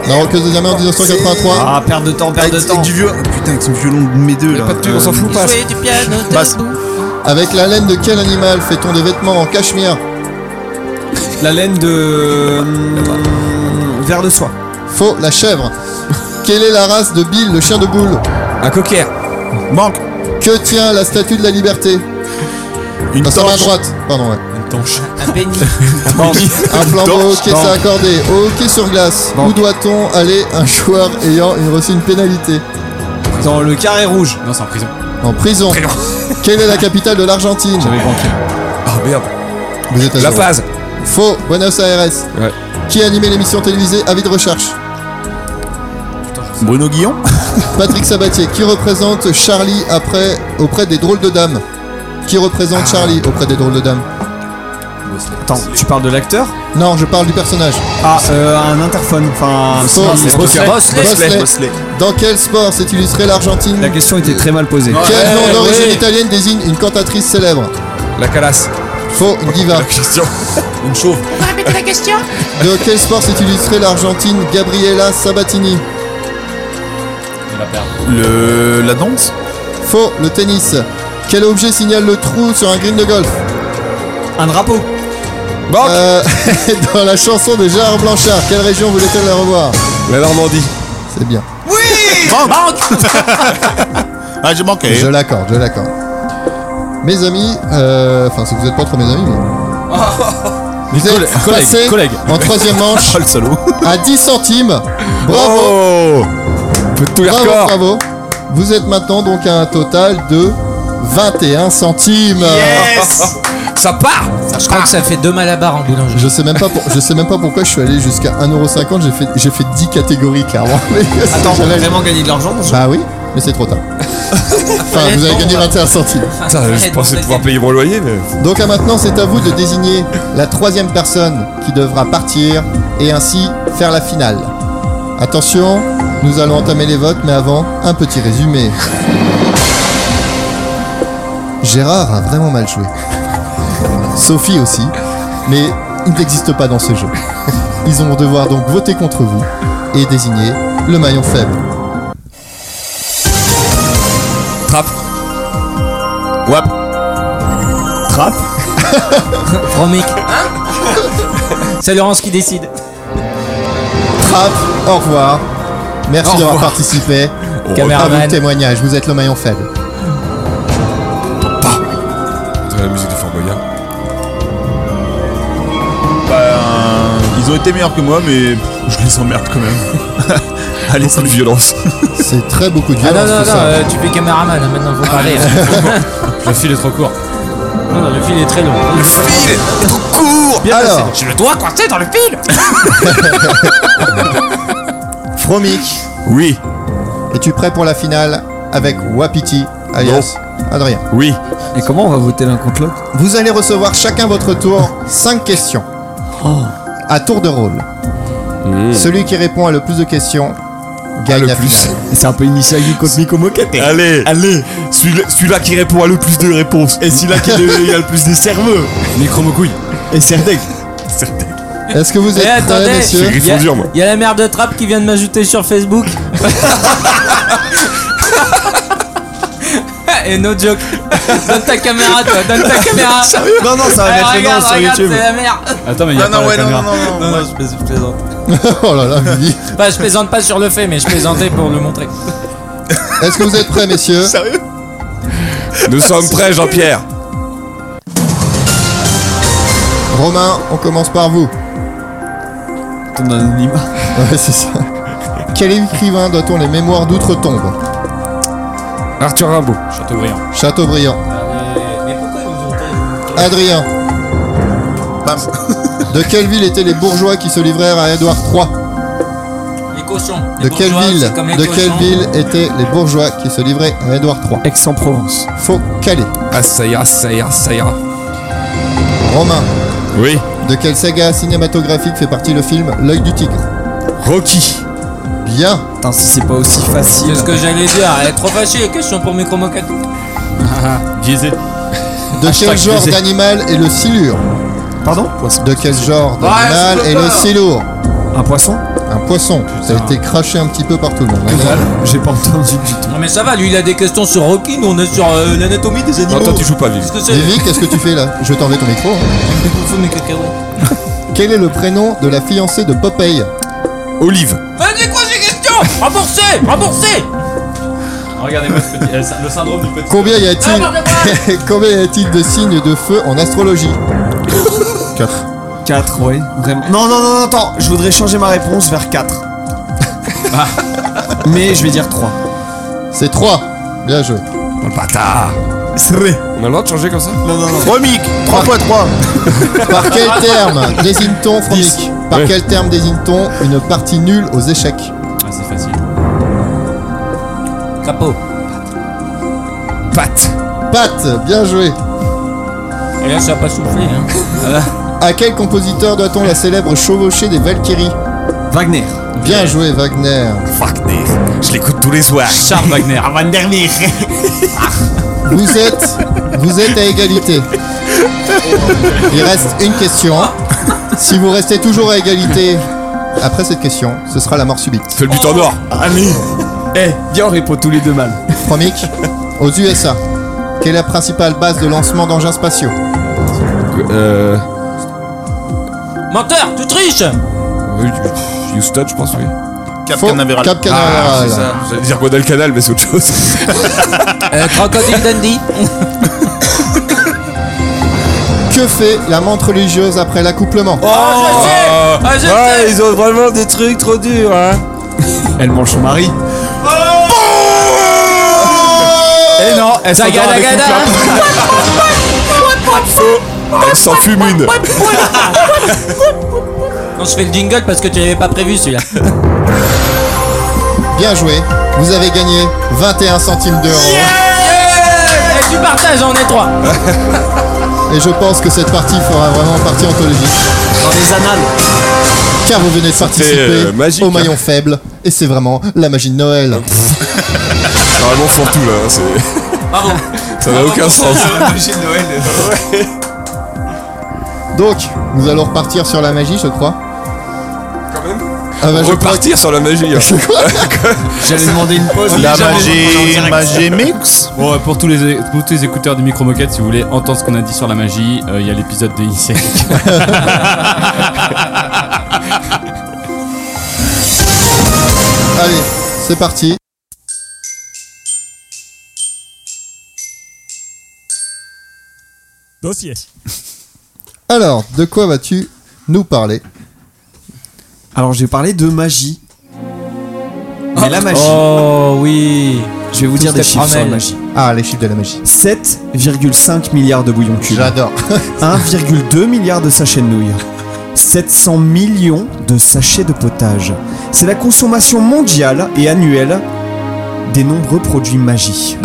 Speaker 1: La roqueuse de diamant en 1983
Speaker 6: Ah, perte de temps, perte de temps.
Speaker 7: du vieux. Putain, avec son violon de mes deux là.
Speaker 4: Pas de tube, on s'en fout pas.
Speaker 6: Jouer du piano de
Speaker 7: Basse.
Speaker 6: bout.
Speaker 1: Avec la laine de quel animal fait-on des vêtements en cachemire
Speaker 8: La laine de. hum, Verre de soie.
Speaker 1: Faux, la chèvre. Quelle est la race de Bill, le chien de boule
Speaker 4: Un cocker.
Speaker 7: Manque
Speaker 1: Que tient la statue de la liberté
Speaker 7: une
Speaker 1: Dans sa main
Speaker 7: torche.
Speaker 1: droite, pardon, ouais.
Speaker 6: Un béni.
Speaker 1: Un flambeau, qui s'est accordé. Au hockey sur glace, où doit-on aller un joueur ayant une- reçu une pénalité
Speaker 8: Dans le carré rouge.
Speaker 5: Non, c'est en prison.
Speaker 1: En prison. Quelle est la capitale de l'Argentine
Speaker 5: J'avais banqué.
Speaker 4: Ah merde.
Speaker 1: Vous êtes à
Speaker 4: La
Speaker 1: zéro.
Speaker 4: phase.
Speaker 1: Faux, Buenos Aires.
Speaker 4: Ouais.
Speaker 1: Qui a animé l'émission télévisée Avis de recherche
Speaker 7: Bruno Guillon
Speaker 1: Patrick Sabatier. Qui représente Charlie après, auprès des drôles de dames Qui représente Charlie auprès des drôles de dames
Speaker 8: Attends, tu parles de l'acteur
Speaker 1: Non, je parle du personnage.
Speaker 8: Ah, euh, un interphone. Enfin,
Speaker 1: Faux.
Speaker 8: non, Ah, c'est-
Speaker 1: Bosley. Dans quel sport s'est illustrée l'Argentine
Speaker 8: La question était très mal posée.
Speaker 1: Quel nom
Speaker 4: Ouais,
Speaker 1: d'origine
Speaker 4: ouais.
Speaker 1: italienne désigne une cantatrice célèbre
Speaker 4: La calasse.
Speaker 1: Faux, une diva.
Speaker 4: Christian. Une chauve.
Speaker 1: De quel sport s'est illustrée l'Argentine Gabriela Sabatini
Speaker 7: Euh, Le. La danse
Speaker 1: Faux, le tennis. Quel objet signale le trou sur un green de golf
Speaker 8: Un drapeau.
Speaker 4: Bon.
Speaker 1: Euh, Dans la chanson de Gérard Blanchard, quelle région voulait-elle la revoir
Speaker 4: La Normandie.
Speaker 1: C'est bien.
Speaker 7: Ah, j'ai manqué.
Speaker 1: Je l'accorde, je l'accorde. Mes amis, euh, enfin, si vous êtes pas trop mes amis, mais. Vous êtes passés en troisième manche
Speaker 7: Ah, le salaud.
Speaker 1: à 10 centimes. Bravo,
Speaker 4: Oh Peut tout les
Speaker 1: bravo,
Speaker 4: records.
Speaker 1: bravo. Vous êtes maintenant donc à un total de 21 centimes.
Speaker 4: Ça part
Speaker 6: Je crois que ça fait deux malabar en boulangerie.
Speaker 1: Je sais même pas, pour- je sais même pas pourquoi je suis allé jusqu'à 1,50€. J'ai fait, j'ai fait 10 catégories clairement.
Speaker 8: Attends, on a
Speaker 1: J'avais-
Speaker 8: vraiment gagné de l'argent dans ce
Speaker 1: Bah oui, mais c'est trop tard. Enfin, vous avez gagné 21 centimes.
Speaker 5: Ah,
Speaker 4: Putain, je pensais pouvoir payer mon loyer, mais.
Speaker 1: Donc à maintenant, c'est à vous de désigner la troisième personne qui devra partir et ainsi faire la finale. Attention, nous allons entamer les votes, mais avant, un petit résumé. Gérard a vraiment mal joué. Sophie aussi, mais il n'existe pas dans ce jeu. Ils vont devoir donc voter contre vous et désigner le maillon faible.
Speaker 4: Trappe.
Speaker 7: Wap.
Speaker 6: Romic. Hein C'est Laurence qui décide.
Speaker 1: Trappe, au revoir. Merci d'avoir participé. À vous le
Speaker 6: Caméraman.
Speaker 1: témoignage, vous êtes le maillon faible.
Speaker 4: euh, La musique de Fort Boyard.
Speaker 7: Bah, ils ont été meilleurs que moi, mais je les emmerde quand même.
Speaker 4: Beaucoup
Speaker 7: Allez,
Speaker 4: de
Speaker 7: salut.
Speaker 4: violence.
Speaker 1: C'est très beaucoup de
Speaker 6: Ah
Speaker 1: violence
Speaker 6: non, non,
Speaker 1: tout
Speaker 6: non,
Speaker 1: ça.
Speaker 6: euh, tu fais caméraman, hein, maintenant faut parler. là.
Speaker 5: Le fil est trop court.
Speaker 6: Non, non, le fil est très long.
Speaker 1: Alors,
Speaker 6: Je le dois coincer dans le fil
Speaker 1: Fromic,
Speaker 4: Oui,
Speaker 1: es-tu prêt pour la finale avec Wapiti alias Adrien
Speaker 4: oui.
Speaker 8: Et comment on va voter l'un contre l'autre
Speaker 1: Vous allez recevoir chacun votre tour 5 questions.
Speaker 6: Oh.
Speaker 1: À tour de rôle.
Speaker 6: Hmm.
Speaker 1: Celui qui répond à le plus de questions
Speaker 6: Ah,
Speaker 1: gagne
Speaker 4: le
Speaker 1: la
Speaker 4: plus.
Speaker 1: finale.
Speaker 8: C'est un peu Initiagi contre Miko
Speaker 4: Allez, allez. Celui-là celui-là qui répond à le plus de réponses. Et celui-là qui a le plus de cerveux.
Speaker 5: Micro-mocouille.
Speaker 8: Et Serdeg.
Speaker 1: Est-ce que vous
Speaker 6: Eh,
Speaker 1: êtes prêts,
Speaker 6: attendez.
Speaker 1: messieurs
Speaker 4: Ils font dur, moi.
Speaker 6: Il y a la mère de Trappe qui vient de m'ajouter sur Facebook. Et no joke. Donne ta caméra, toi, donne ta caméra.
Speaker 8: Non, non, ça
Speaker 6: Eh,
Speaker 8: va mettre
Speaker 6: regarde,
Speaker 8: énorme sur
Speaker 6: regarde,
Speaker 8: YouTube.
Speaker 6: c'est la merde.
Speaker 5: Attends, mais il y a
Speaker 7: Ah
Speaker 5: pas
Speaker 7: non,
Speaker 5: la
Speaker 7: ouais, non,
Speaker 5: caméra.
Speaker 7: non, non, non.
Speaker 6: Non, non, je plais- je plaisante.
Speaker 1: Oh là là, Mimi.
Speaker 6: Enfin, je plaisante pas sur le fait, mais je plaisantais pour le montrer.
Speaker 1: Est-ce que vous êtes prêts, messieurs
Speaker 4: Nous
Speaker 6: Ah,
Speaker 4: sommes prêts, Jean-Pierre.
Speaker 1: Romain, on commence par vous.
Speaker 8: Ton anonymat.
Speaker 1: Ouais, c'est ça. Quel écrivain doit-on les mémoires d'outre-tombe
Speaker 4: Arthur Rimbaud.
Speaker 5: Chateaubriand.
Speaker 1: Chateaubriand. Adrien.
Speaker 7: Bam.
Speaker 1: De quelle ville étaient les bourgeois qui se livrèrent à Édouard III
Speaker 6: Les cochons.
Speaker 1: De quelle ville De quelle ville étaient les bourgeois qui se livraient à Édouard III
Speaker 8: Aix-en-Provence.
Speaker 1: Faux Calais.
Speaker 4: Ah, ça ira, ça ira, ça ira.
Speaker 1: Romain.
Speaker 4: Oui.
Speaker 1: De quelle saga cinématographique fait partie le film L'œil du tigre
Speaker 4: Rocky.
Speaker 1: Bien.
Speaker 8: Putain, si c'est pas aussi facile.
Speaker 6: C'est ce que j'allais dire. Elle est trop fâchée, question pour Micro Moquette.
Speaker 5: Biaisé.
Speaker 1: De quel
Speaker 5: Hashtag
Speaker 1: genre
Speaker 5: baiser.
Speaker 1: d'animal est le silure
Speaker 8: Pardon
Speaker 1: De quel genre d'animal est le silure
Speaker 8: Un poisson
Speaker 1: Un poisson. Ça a été craché un petit peu par tout le monde. hein.
Speaker 8: J'ai pas entendu du tout.
Speaker 6: Non, mais ça va, lui il a des questions sur Rocky, nous on est sur euh, l'anatomie des animaux.
Speaker 4: Non, toi, tu joues pas, Vivi.
Speaker 6: Qu'est-ce que c'est
Speaker 1: Vivi, qu'est-ce que tu fais là Je t'enlève ton micro. hein.
Speaker 6: Vous foutez mes cacahuètes.
Speaker 1: Quel est le prénom de la fiancée de Popeye
Speaker 4: Olive.
Speaker 6: Ah, c'est quoi ces questions Remboursez Remboursez
Speaker 5: Regardez-moi ce petit- euh, le syndrome du petit.
Speaker 1: Combien y
Speaker 6: Ah,
Speaker 1: a-t-il
Speaker 6: bordel, bordel.
Speaker 1: Combien y a-t-il de signes de feu en astrologie
Speaker 8: 4, ouais, vraiment. Non, non, non, non, attends, je voudrais changer ma réponse vers 4.
Speaker 5: Ah.
Speaker 8: Mais je vais dire 3.
Speaker 1: C'est 3. Bien joué.
Speaker 4: On a le droit de changer comme ça
Speaker 7: Romic 3 x 3
Speaker 1: Par quel terme désigne-t-on, Franck Par
Speaker 4: Ouais.
Speaker 1: quel terme désigne-t-on une partie nulle aux échecs
Speaker 5: Ah, c'est facile.
Speaker 6: Capot.
Speaker 4: Pat.
Speaker 1: Pat, bien joué.
Speaker 6: Et là, Eh ça a pas soufflé, hein.
Speaker 1: À quel compositeur doit-on la célèbre chevauchée des Valkyries
Speaker 8: Wagner.
Speaker 1: Bien joué Wagner.
Speaker 4: Wagner. Je l'écoute tous les soirs.
Speaker 5: Charles Wagner.
Speaker 1: Vous êtes, vous êtes à égalité. Il reste une question. Si vous restez toujours à égalité après cette question, ce sera la mort subite.
Speaker 4: Fais le but en or.
Speaker 8: Eh, viens, on répond tous les deux mal.
Speaker 1: Promic, aux USA, quelle est la principale base de lancement d'engins spatiaux
Speaker 4: Euh.
Speaker 6: Menteur, tu triches
Speaker 4: oui, Houston, je pense, oui.
Speaker 7: Cap
Speaker 1: Faux.
Speaker 7: Canaveral.
Speaker 1: Cap
Speaker 4: Ah,
Speaker 1: Canaveral.
Speaker 4: J'allais dire Guadalcanal, mais c'est autre chose.
Speaker 6: euh, Crocodile Dundee.
Speaker 1: que fait la menthe religieuse après l'accouplement
Speaker 6: Ah, je sais
Speaker 4: Ah,
Speaker 6: Ah, je sais
Speaker 4: ouais, ils ont vraiment des trucs trop durs, hein.
Speaker 8: Elle mange son mari. Eh non, elle s'en
Speaker 6: Gada, gada.
Speaker 4: Euh, Elle s'en fume une.
Speaker 6: Non, je fais le jingle parce que tu l'avais pas prévu celui-là.
Speaker 1: Bien joué, vous avez gagné 21 centimes d'euros.
Speaker 6: Eh, tu partages, on est trois.
Speaker 1: Et je pense que cette partie fera vraiment partie anthologique.
Speaker 8: dans les annales.
Speaker 1: Car vous venez de participer
Speaker 4: euh, magique,
Speaker 1: au
Speaker 4: hein.
Speaker 1: maillon faible. Et c'est vraiment la magie de Noël.
Speaker 4: Normalement, font tout, là. hein, c'est-
Speaker 6: Bravo.
Speaker 4: Ça
Speaker 5: Ah,
Speaker 4: n'a aucun sens.
Speaker 1: Donc, nous allons repartir sur la magie, je crois. Quand même Ah bah je crois
Speaker 4: Repartir sur la magie. hein.
Speaker 1: que- quoi
Speaker 8: J'allais demander une pause.
Speaker 7: La magie, magie mix.
Speaker 5: Bon, euh, pour tous les, pour tous les écouteurs du micro moquette, si vous voulez entendre ce qu'on a dit sur la magie, euh, il y a l'épisode des ICM.
Speaker 1: Allez, c'est parti.
Speaker 2: Dossier.
Speaker 1: Alors, de quoi vas-tu nous parler
Speaker 8: Alors, je vais parler de magie. Mais
Speaker 5: Ah.
Speaker 8: la magie.
Speaker 6: Oh oui.
Speaker 8: Je vais vous dire
Speaker 6: Tout
Speaker 8: des
Speaker 6: est
Speaker 8: chiffres sur la
Speaker 6: promel.
Speaker 8: magie.
Speaker 1: Ah, les chiffres de la magie.
Speaker 8: 7,5 milliards de bouillons cubes.
Speaker 1: J'adore.
Speaker 8: 1,2 milliard de sachets de nouilles. 700 millions de sachets de potage. C'est la consommation mondiale et annuelle des nombreux produits magie.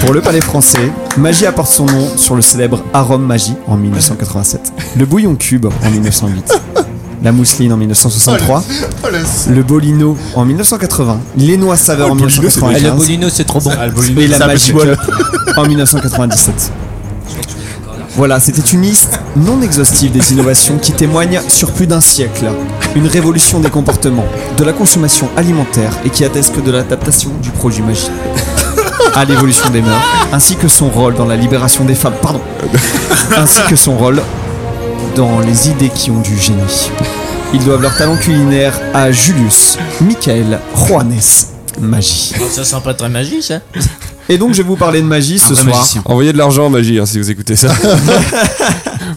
Speaker 8: Pour le palais français, Magie apporte son nom sur le célèbre Arôme Magie en 1987, le bouillon cube en 1908, la mousseline en 1963, le bolino en 1980, les noix saveur en
Speaker 6: Eh, le
Speaker 8: 1995
Speaker 6: bolino, c'est trop bon.
Speaker 8: et la Magic Ball en 1997. Voilà, c'était une liste non exhaustive des innovations qui témoignent sur plus d'un siècle une révolution des comportements, de la consommation alimentaire et qui atteste de l'adaptation du produit magique à l'évolution des mœurs, ainsi que son rôle dans la libération des femmes, pardon, ainsi que son rôle dans les idées qui ont du génie. Ils doivent leur talent culinaire à Julius, Michael, Juanes, Magie.
Speaker 6: Oh, Ça sent pas très magique, ça.
Speaker 8: Et donc je vais vous parler de magie ce soir.
Speaker 4: Envoyez de l'argent en magie hein, si vous écoutez ça.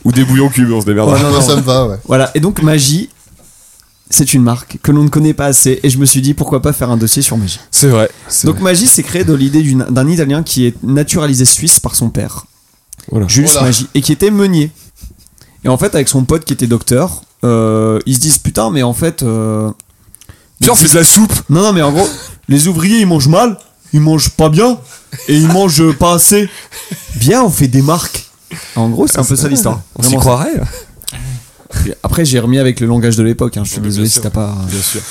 Speaker 4: Ou des bouillons cubes, on se démerde.
Speaker 8: Ouais, non,
Speaker 1: Moi,
Speaker 8: non.
Speaker 1: ça me va, ouais.
Speaker 8: Voilà, et donc magie, c'est une marque que l'on ne connaît pas assez, et je me suis dit pourquoi pas faire un dossier sur magie.
Speaker 4: C'est vrai. c'est
Speaker 8: Donc
Speaker 4: vrai.
Speaker 8: magie, c'est créé de l'idée d'une- d'un Italien qui est naturalisé suisse par son père,
Speaker 4: Voilà.
Speaker 8: Julius
Speaker 1: Voilà.
Speaker 8: Magie, et qui était meunier. Et en fait, avec son pote qui était docteur, euh, ils se disent putain, mais en fait, euh,
Speaker 4: Viens, on fait de la soupe.
Speaker 8: non, non, mais en gros, les ouvriers ils mangent mal, ils mangent pas bien, et ils mangent pas assez. Bien, on fait des marques. En gros, c'est un peu ça l'histoire.
Speaker 4: On s'y
Speaker 8: Vraiment ça.
Speaker 4: croirait.
Speaker 8: Puis après, j'ai remis avec le langage de l'époque. hein, Je suis désolé si t'as pas. Bien sûr.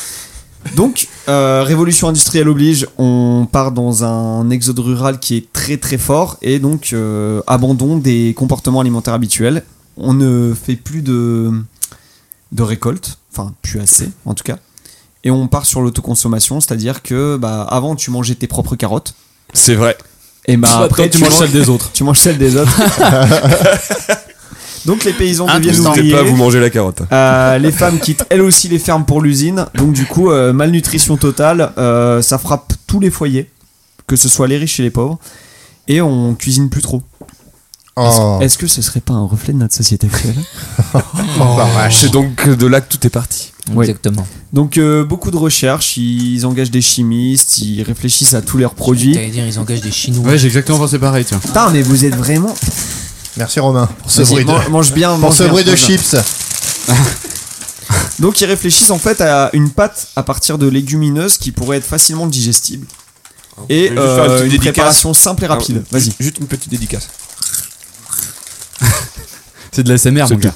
Speaker 8: Donc, euh, révolution industrielle oblige, on part dans un exode rural qui est très très fort et donc euh, abandon des comportements alimentaires habituels. On ne fait plus de, de récolte, enfin plus assez en tout cas. Et on part sur l'autoconsommation, c'est-à-dire que bah, avant tu mangeais tes propres carottes.
Speaker 4: C'est vrai.
Speaker 8: Et bah,
Speaker 5: Toi,
Speaker 8: après
Speaker 5: tu manges celles des autres.
Speaker 8: Tu manges celles des autres. donc les paysans
Speaker 5: Ah,
Speaker 8: deviennent
Speaker 4: N'hésitez
Speaker 8: ouvriers.
Speaker 4: pas à vous manger la carotte.
Speaker 8: Euh, les femmes quittent elles aussi les fermes pour l'usine. Donc du coup, euh, malnutrition totale, euh, ça frappe tous les foyers, que ce soit les riches et les pauvres. Et on cuisine plus trop.
Speaker 1: Oh,
Speaker 8: Est-ce que ce serait pas un reflet de notre société actuelle
Speaker 1: la vache.
Speaker 4: C'est donc de là que tout est parti.
Speaker 8: Oui.
Speaker 6: Exactement.
Speaker 8: Donc euh, beaucoup de recherches, ils engagent des chimistes, ils réfléchissent à tous leurs produits.
Speaker 6: T'allais dire, ils engagent des Chinois.
Speaker 5: Ouais, j'ai exactement pensé pareil, tiens.
Speaker 8: Putain, mais vous êtes vraiment.
Speaker 1: Merci Romain pour ce
Speaker 8: Vas-y,
Speaker 1: bruit de,
Speaker 8: man- mange bien,
Speaker 1: pour
Speaker 8: mange
Speaker 1: ce
Speaker 8: bien,
Speaker 1: bruit de
Speaker 8: mange bien.
Speaker 1: chips.
Speaker 8: Donc ils réfléchissent en fait à une pâte à partir de légumineuses qui pourrait être facilement digestible. Et
Speaker 7: Ah Je vais juste faire une
Speaker 8: euh,
Speaker 7: petite
Speaker 8: une,
Speaker 7: dédicace. Ah,
Speaker 8: préparation simple et rapide. Vas-y.
Speaker 4: Juste une petite dédicace.
Speaker 5: C'est de la SMR, mon
Speaker 4: tout.
Speaker 5: gars.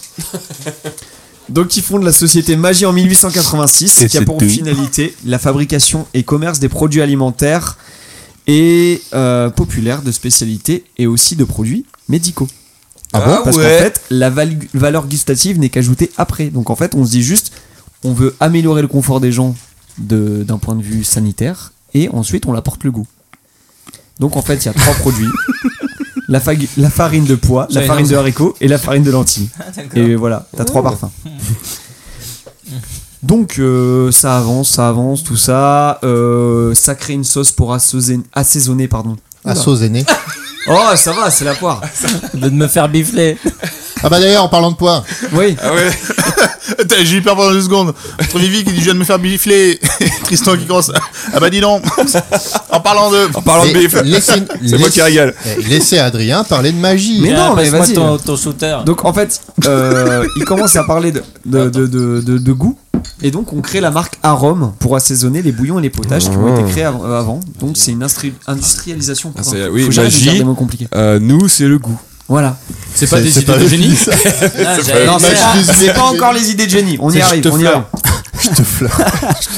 Speaker 8: Donc ils fondent la société Magie en 1886
Speaker 4: Et
Speaker 8: qui a
Speaker 4: c'est
Speaker 8: pour
Speaker 4: tout.
Speaker 8: finalité la fabrication et commerce des produits alimentaires et euh, populaires de spécialité et aussi de produits médicaux.
Speaker 4: Ah bon
Speaker 8: Parce
Speaker 4: ouais.
Speaker 8: qu'en fait, la val- valeur gustative n'est qu'ajoutée après. Donc en fait, on se dit juste, on veut améliorer le confort des gens de- d'un point de vue sanitaire et ensuite on l'apporte le goût. Donc en fait, il y a trois produits. La, fag- la farine de pois, la
Speaker 6: J'avais
Speaker 8: farine de
Speaker 6: raison.
Speaker 8: haricot et la farine de lentilles. Et voilà, t'as trois parfums. Donc euh, ça avance, ça avance, tout ça. Euh, ça crée une sauce pour assaisonner, assaisonner pardon.
Speaker 4: Ah,
Speaker 1: À sauce aînée.
Speaker 8: Oh ça va, c'est la poire.
Speaker 6: Ah, Au lieu de me faire bifler.
Speaker 1: Ah bah d'ailleurs, en parlant de poids,
Speaker 8: Oui.
Speaker 6: Ah,
Speaker 7: Attends, J'ai eu peur pendant deux secondes. Entre Vivi qui dit je viens de me faire bifler et Tristan qui commence. Ah bah dis donc En parlant de.
Speaker 4: En parlant de
Speaker 1: les-
Speaker 4: bif,
Speaker 1: laissez-
Speaker 4: c'est moi
Speaker 1: laissez-
Speaker 4: qui régale.
Speaker 1: eh, laissez Adrien parler de magie.
Speaker 8: Mais non, mais
Speaker 6: Passe-moi
Speaker 8: vas-y.
Speaker 6: ton, ton shooter.
Speaker 8: Donc en fait, euh, il commence à parler de, de, de, de- de- de goût. Et donc on crée la marque Arome pour assaisonner les bouillons et les potages qui ont été créés av- euh, avant. Donc c'est une instri- industrialisation.
Speaker 4: Ah, c'est-
Speaker 8: Faut
Speaker 4: oui,
Speaker 8: jamais
Speaker 4: magie.
Speaker 8: dire des mots compliqués.
Speaker 4: Euh, nous, c'est le goût.
Speaker 8: Voilà.
Speaker 5: C'est pas
Speaker 1: C'est-
Speaker 5: des
Speaker 1: c'est
Speaker 5: idées
Speaker 1: pas
Speaker 5: de génie
Speaker 1: ça.
Speaker 6: Ah, j'avais-
Speaker 4: pas-
Speaker 8: Non,
Speaker 1: Moi,
Speaker 8: c'est
Speaker 1: je
Speaker 8: pas,
Speaker 1: suis
Speaker 8: c'est
Speaker 1: désolé.
Speaker 8: pas encore les idées de génie. On y
Speaker 5: C'est
Speaker 8: arrive.
Speaker 5: je te
Speaker 8: on y
Speaker 5: fleure.
Speaker 8: arrive.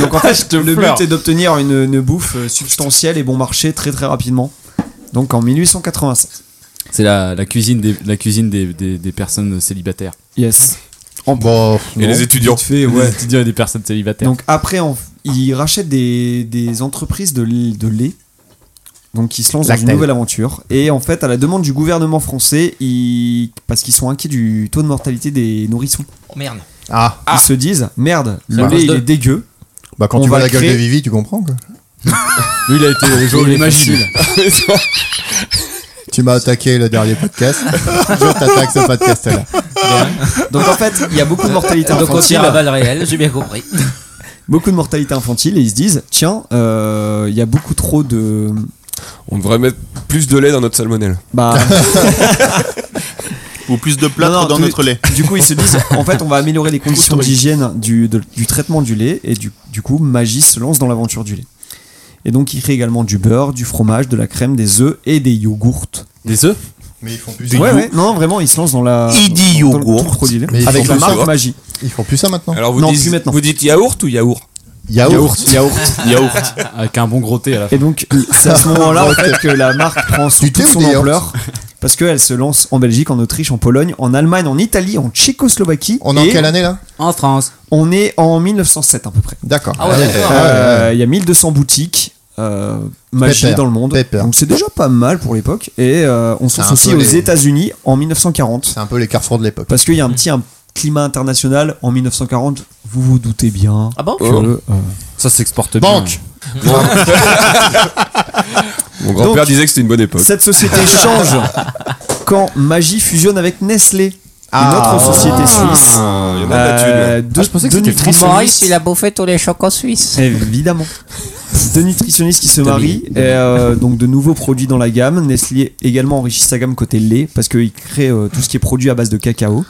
Speaker 8: Donc en fait, le but est d'obtenir une, une bouffe euh, substantielle et bon marché très très rapidement. Donc en 1887.
Speaker 5: C'est la, la cuisine, des, la cuisine des, des, des personnes célibataires.
Speaker 8: Yes.
Speaker 1: Bon,
Speaker 4: Et
Speaker 1: non.
Speaker 4: les étudiants.
Speaker 8: Fait,
Speaker 5: Des étudiants et des personnes célibataires.
Speaker 8: Donc après, on- ils rachètent des, des entreprises de, l- de lait. Donc ils se lancent dans
Speaker 1: Lactel.
Speaker 8: une nouvelle aventure. Et en fait, à la demande du gouvernement français, ils- parce qu'ils sont inquiets du taux de mortalité des nourrissons,
Speaker 6: Oh, Merde.
Speaker 1: Ah,
Speaker 8: ils se disent, merde,
Speaker 5: Ça
Speaker 8: le
Speaker 5: marche
Speaker 8: lait il
Speaker 5: de-
Speaker 8: est dégueu.
Speaker 1: bah quand
Speaker 8: On
Speaker 1: tu vois
Speaker 8: va
Speaker 1: la gueule
Speaker 8: créer-
Speaker 1: de Vivi, tu comprends quoi.
Speaker 5: Lui, il a été euh, le jour
Speaker 8: Il est
Speaker 5: des magies.
Speaker 1: Tu m'as attaqué le dernier podcast. Je t'attaque ce podcast là.
Speaker 8: Donc en fait, il y a beaucoup de mortalité
Speaker 6: Donc on
Speaker 8: infantile.
Speaker 6: tire à balles réelles, j'ai bien compris.
Speaker 8: Beaucoup de mortalité infantile et ils se disent, tiens, euh, il y a beaucoup trop de...
Speaker 4: On devrait mettre plus de lait dans notre salmonelle.
Speaker 8: Bah,
Speaker 7: Ou plus de plâtre
Speaker 8: Non, non,
Speaker 7: dans
Speaker 8: tous les-
Speaker 7: notre lait.
Speaker 8: Du coup, ils se disent, en fait, on va améliorer les conditions d'hygiène du, de- du traitement du lait, et du, du coup, Magie se lance dans l'aventure du lait. Et donc, ils créent également du beurre, du fromage, de la crème, des œufs et des yogourts.
Speaker 5: Des œufs
Speaker 1: Mais ils font plus
Speaker 8: Ouais, ouais, non, vraiment, ils se lancent dans la.
Speaker 7: Il dit
Speaker 8: dans le-
Speaker 7: yogourt.
Speaker 8: tout le produit lait.
Speaker 1: Mais ils
Speaker 8: Avec
Speaker 1: font
Speaker 8: la
Speaker 1: plus
Speaker 8: marque
Speaker 4: savoir.
Speaker 8: Magie.
Speaker 1: Ils font plus ça maintenant.
Speaker 4: Alors vous,
Speaker 8: Non,
Speaker 4: dites,
Speaker 8: plus maintenant.
Speaker 4: vous dites yaourt ou yaourt
Speaker 1: Yaourt.
Speaker 7: Yaourt.
Speaker 5: Avec un bon gros thé à la fin.
Speaker 8: Et donc, c'est à ce moment-là, en fait, que la marque prend son-
Speaker 1: Du thé
Speaker 8: toute
Speaker 1: ou
Speaker 8: son
Speaker 1: des yaourts
Speaker 8: ampleur. Parce qu'elle se lance en Belgique, en Autriche, en Pologne, en Allemagne, en Italie, en Tchécoslovaquie.
Speaker 1: On est en
Speaker 8: et
Speaker 1: quelle année là
Speaker 5: En France.
Speaker 8: On est en 1907 à peu près.
Speaker 1: D'accord.
Speaker 6: Ah ouais, d'accord.
Speaker 1: ouais, ouais.
Speaker 8: Euh, Il y a 1200 boutiques euh, magie
Speaker 1: Pépère,
Speaker 8: dans le monde.
Speaker 1: pépère.
Speaker 8: Donc c'est déjà pas mal pour l'époque. Et euh, on se
Speaker 1: C'est
Speaker 8: lance
Speaker 1: un
Speaker 8: aussi
Speaker 1: peu
Speaker 8: aux
Speaker 1: les-
Speaker 8: États-Unis en 1940.
Speaker 1: C'est un peu les carrefours de l'époque.
Speaker 8: Parce qu'il y a un petit un climat international en 1940. Vous vous doutez bien.
Speaker 6: Ah bon
Speaker 8: que,
Speaker 4: Oh.
Speaker 8: euh,
Speaker 5: Ça s'exporte bien.
Speaker 1: Banque.
Speaker 4: Mon grand-père disait que c'était une bonne époque.
Speaker 8: cette société change quand Magie fusionne avec Nestlé. une autre société suisse.
Speaker 4: Ah, il y en a de la thune, là.
Speaker 8: Euh, deux, deux nutritionnistes-
Speaker 6: Maurice, il a bouffé tous les chocs en Suisse.
Speaker 8: Évidemment. Deux nutritionnistes qui se marient, et, euh, donc de nouveaux produits dans la gamme. Nestlé également enrichit sa gamme côté lait parce qu'il crée euh, tout ce qui est produit à base de cacao.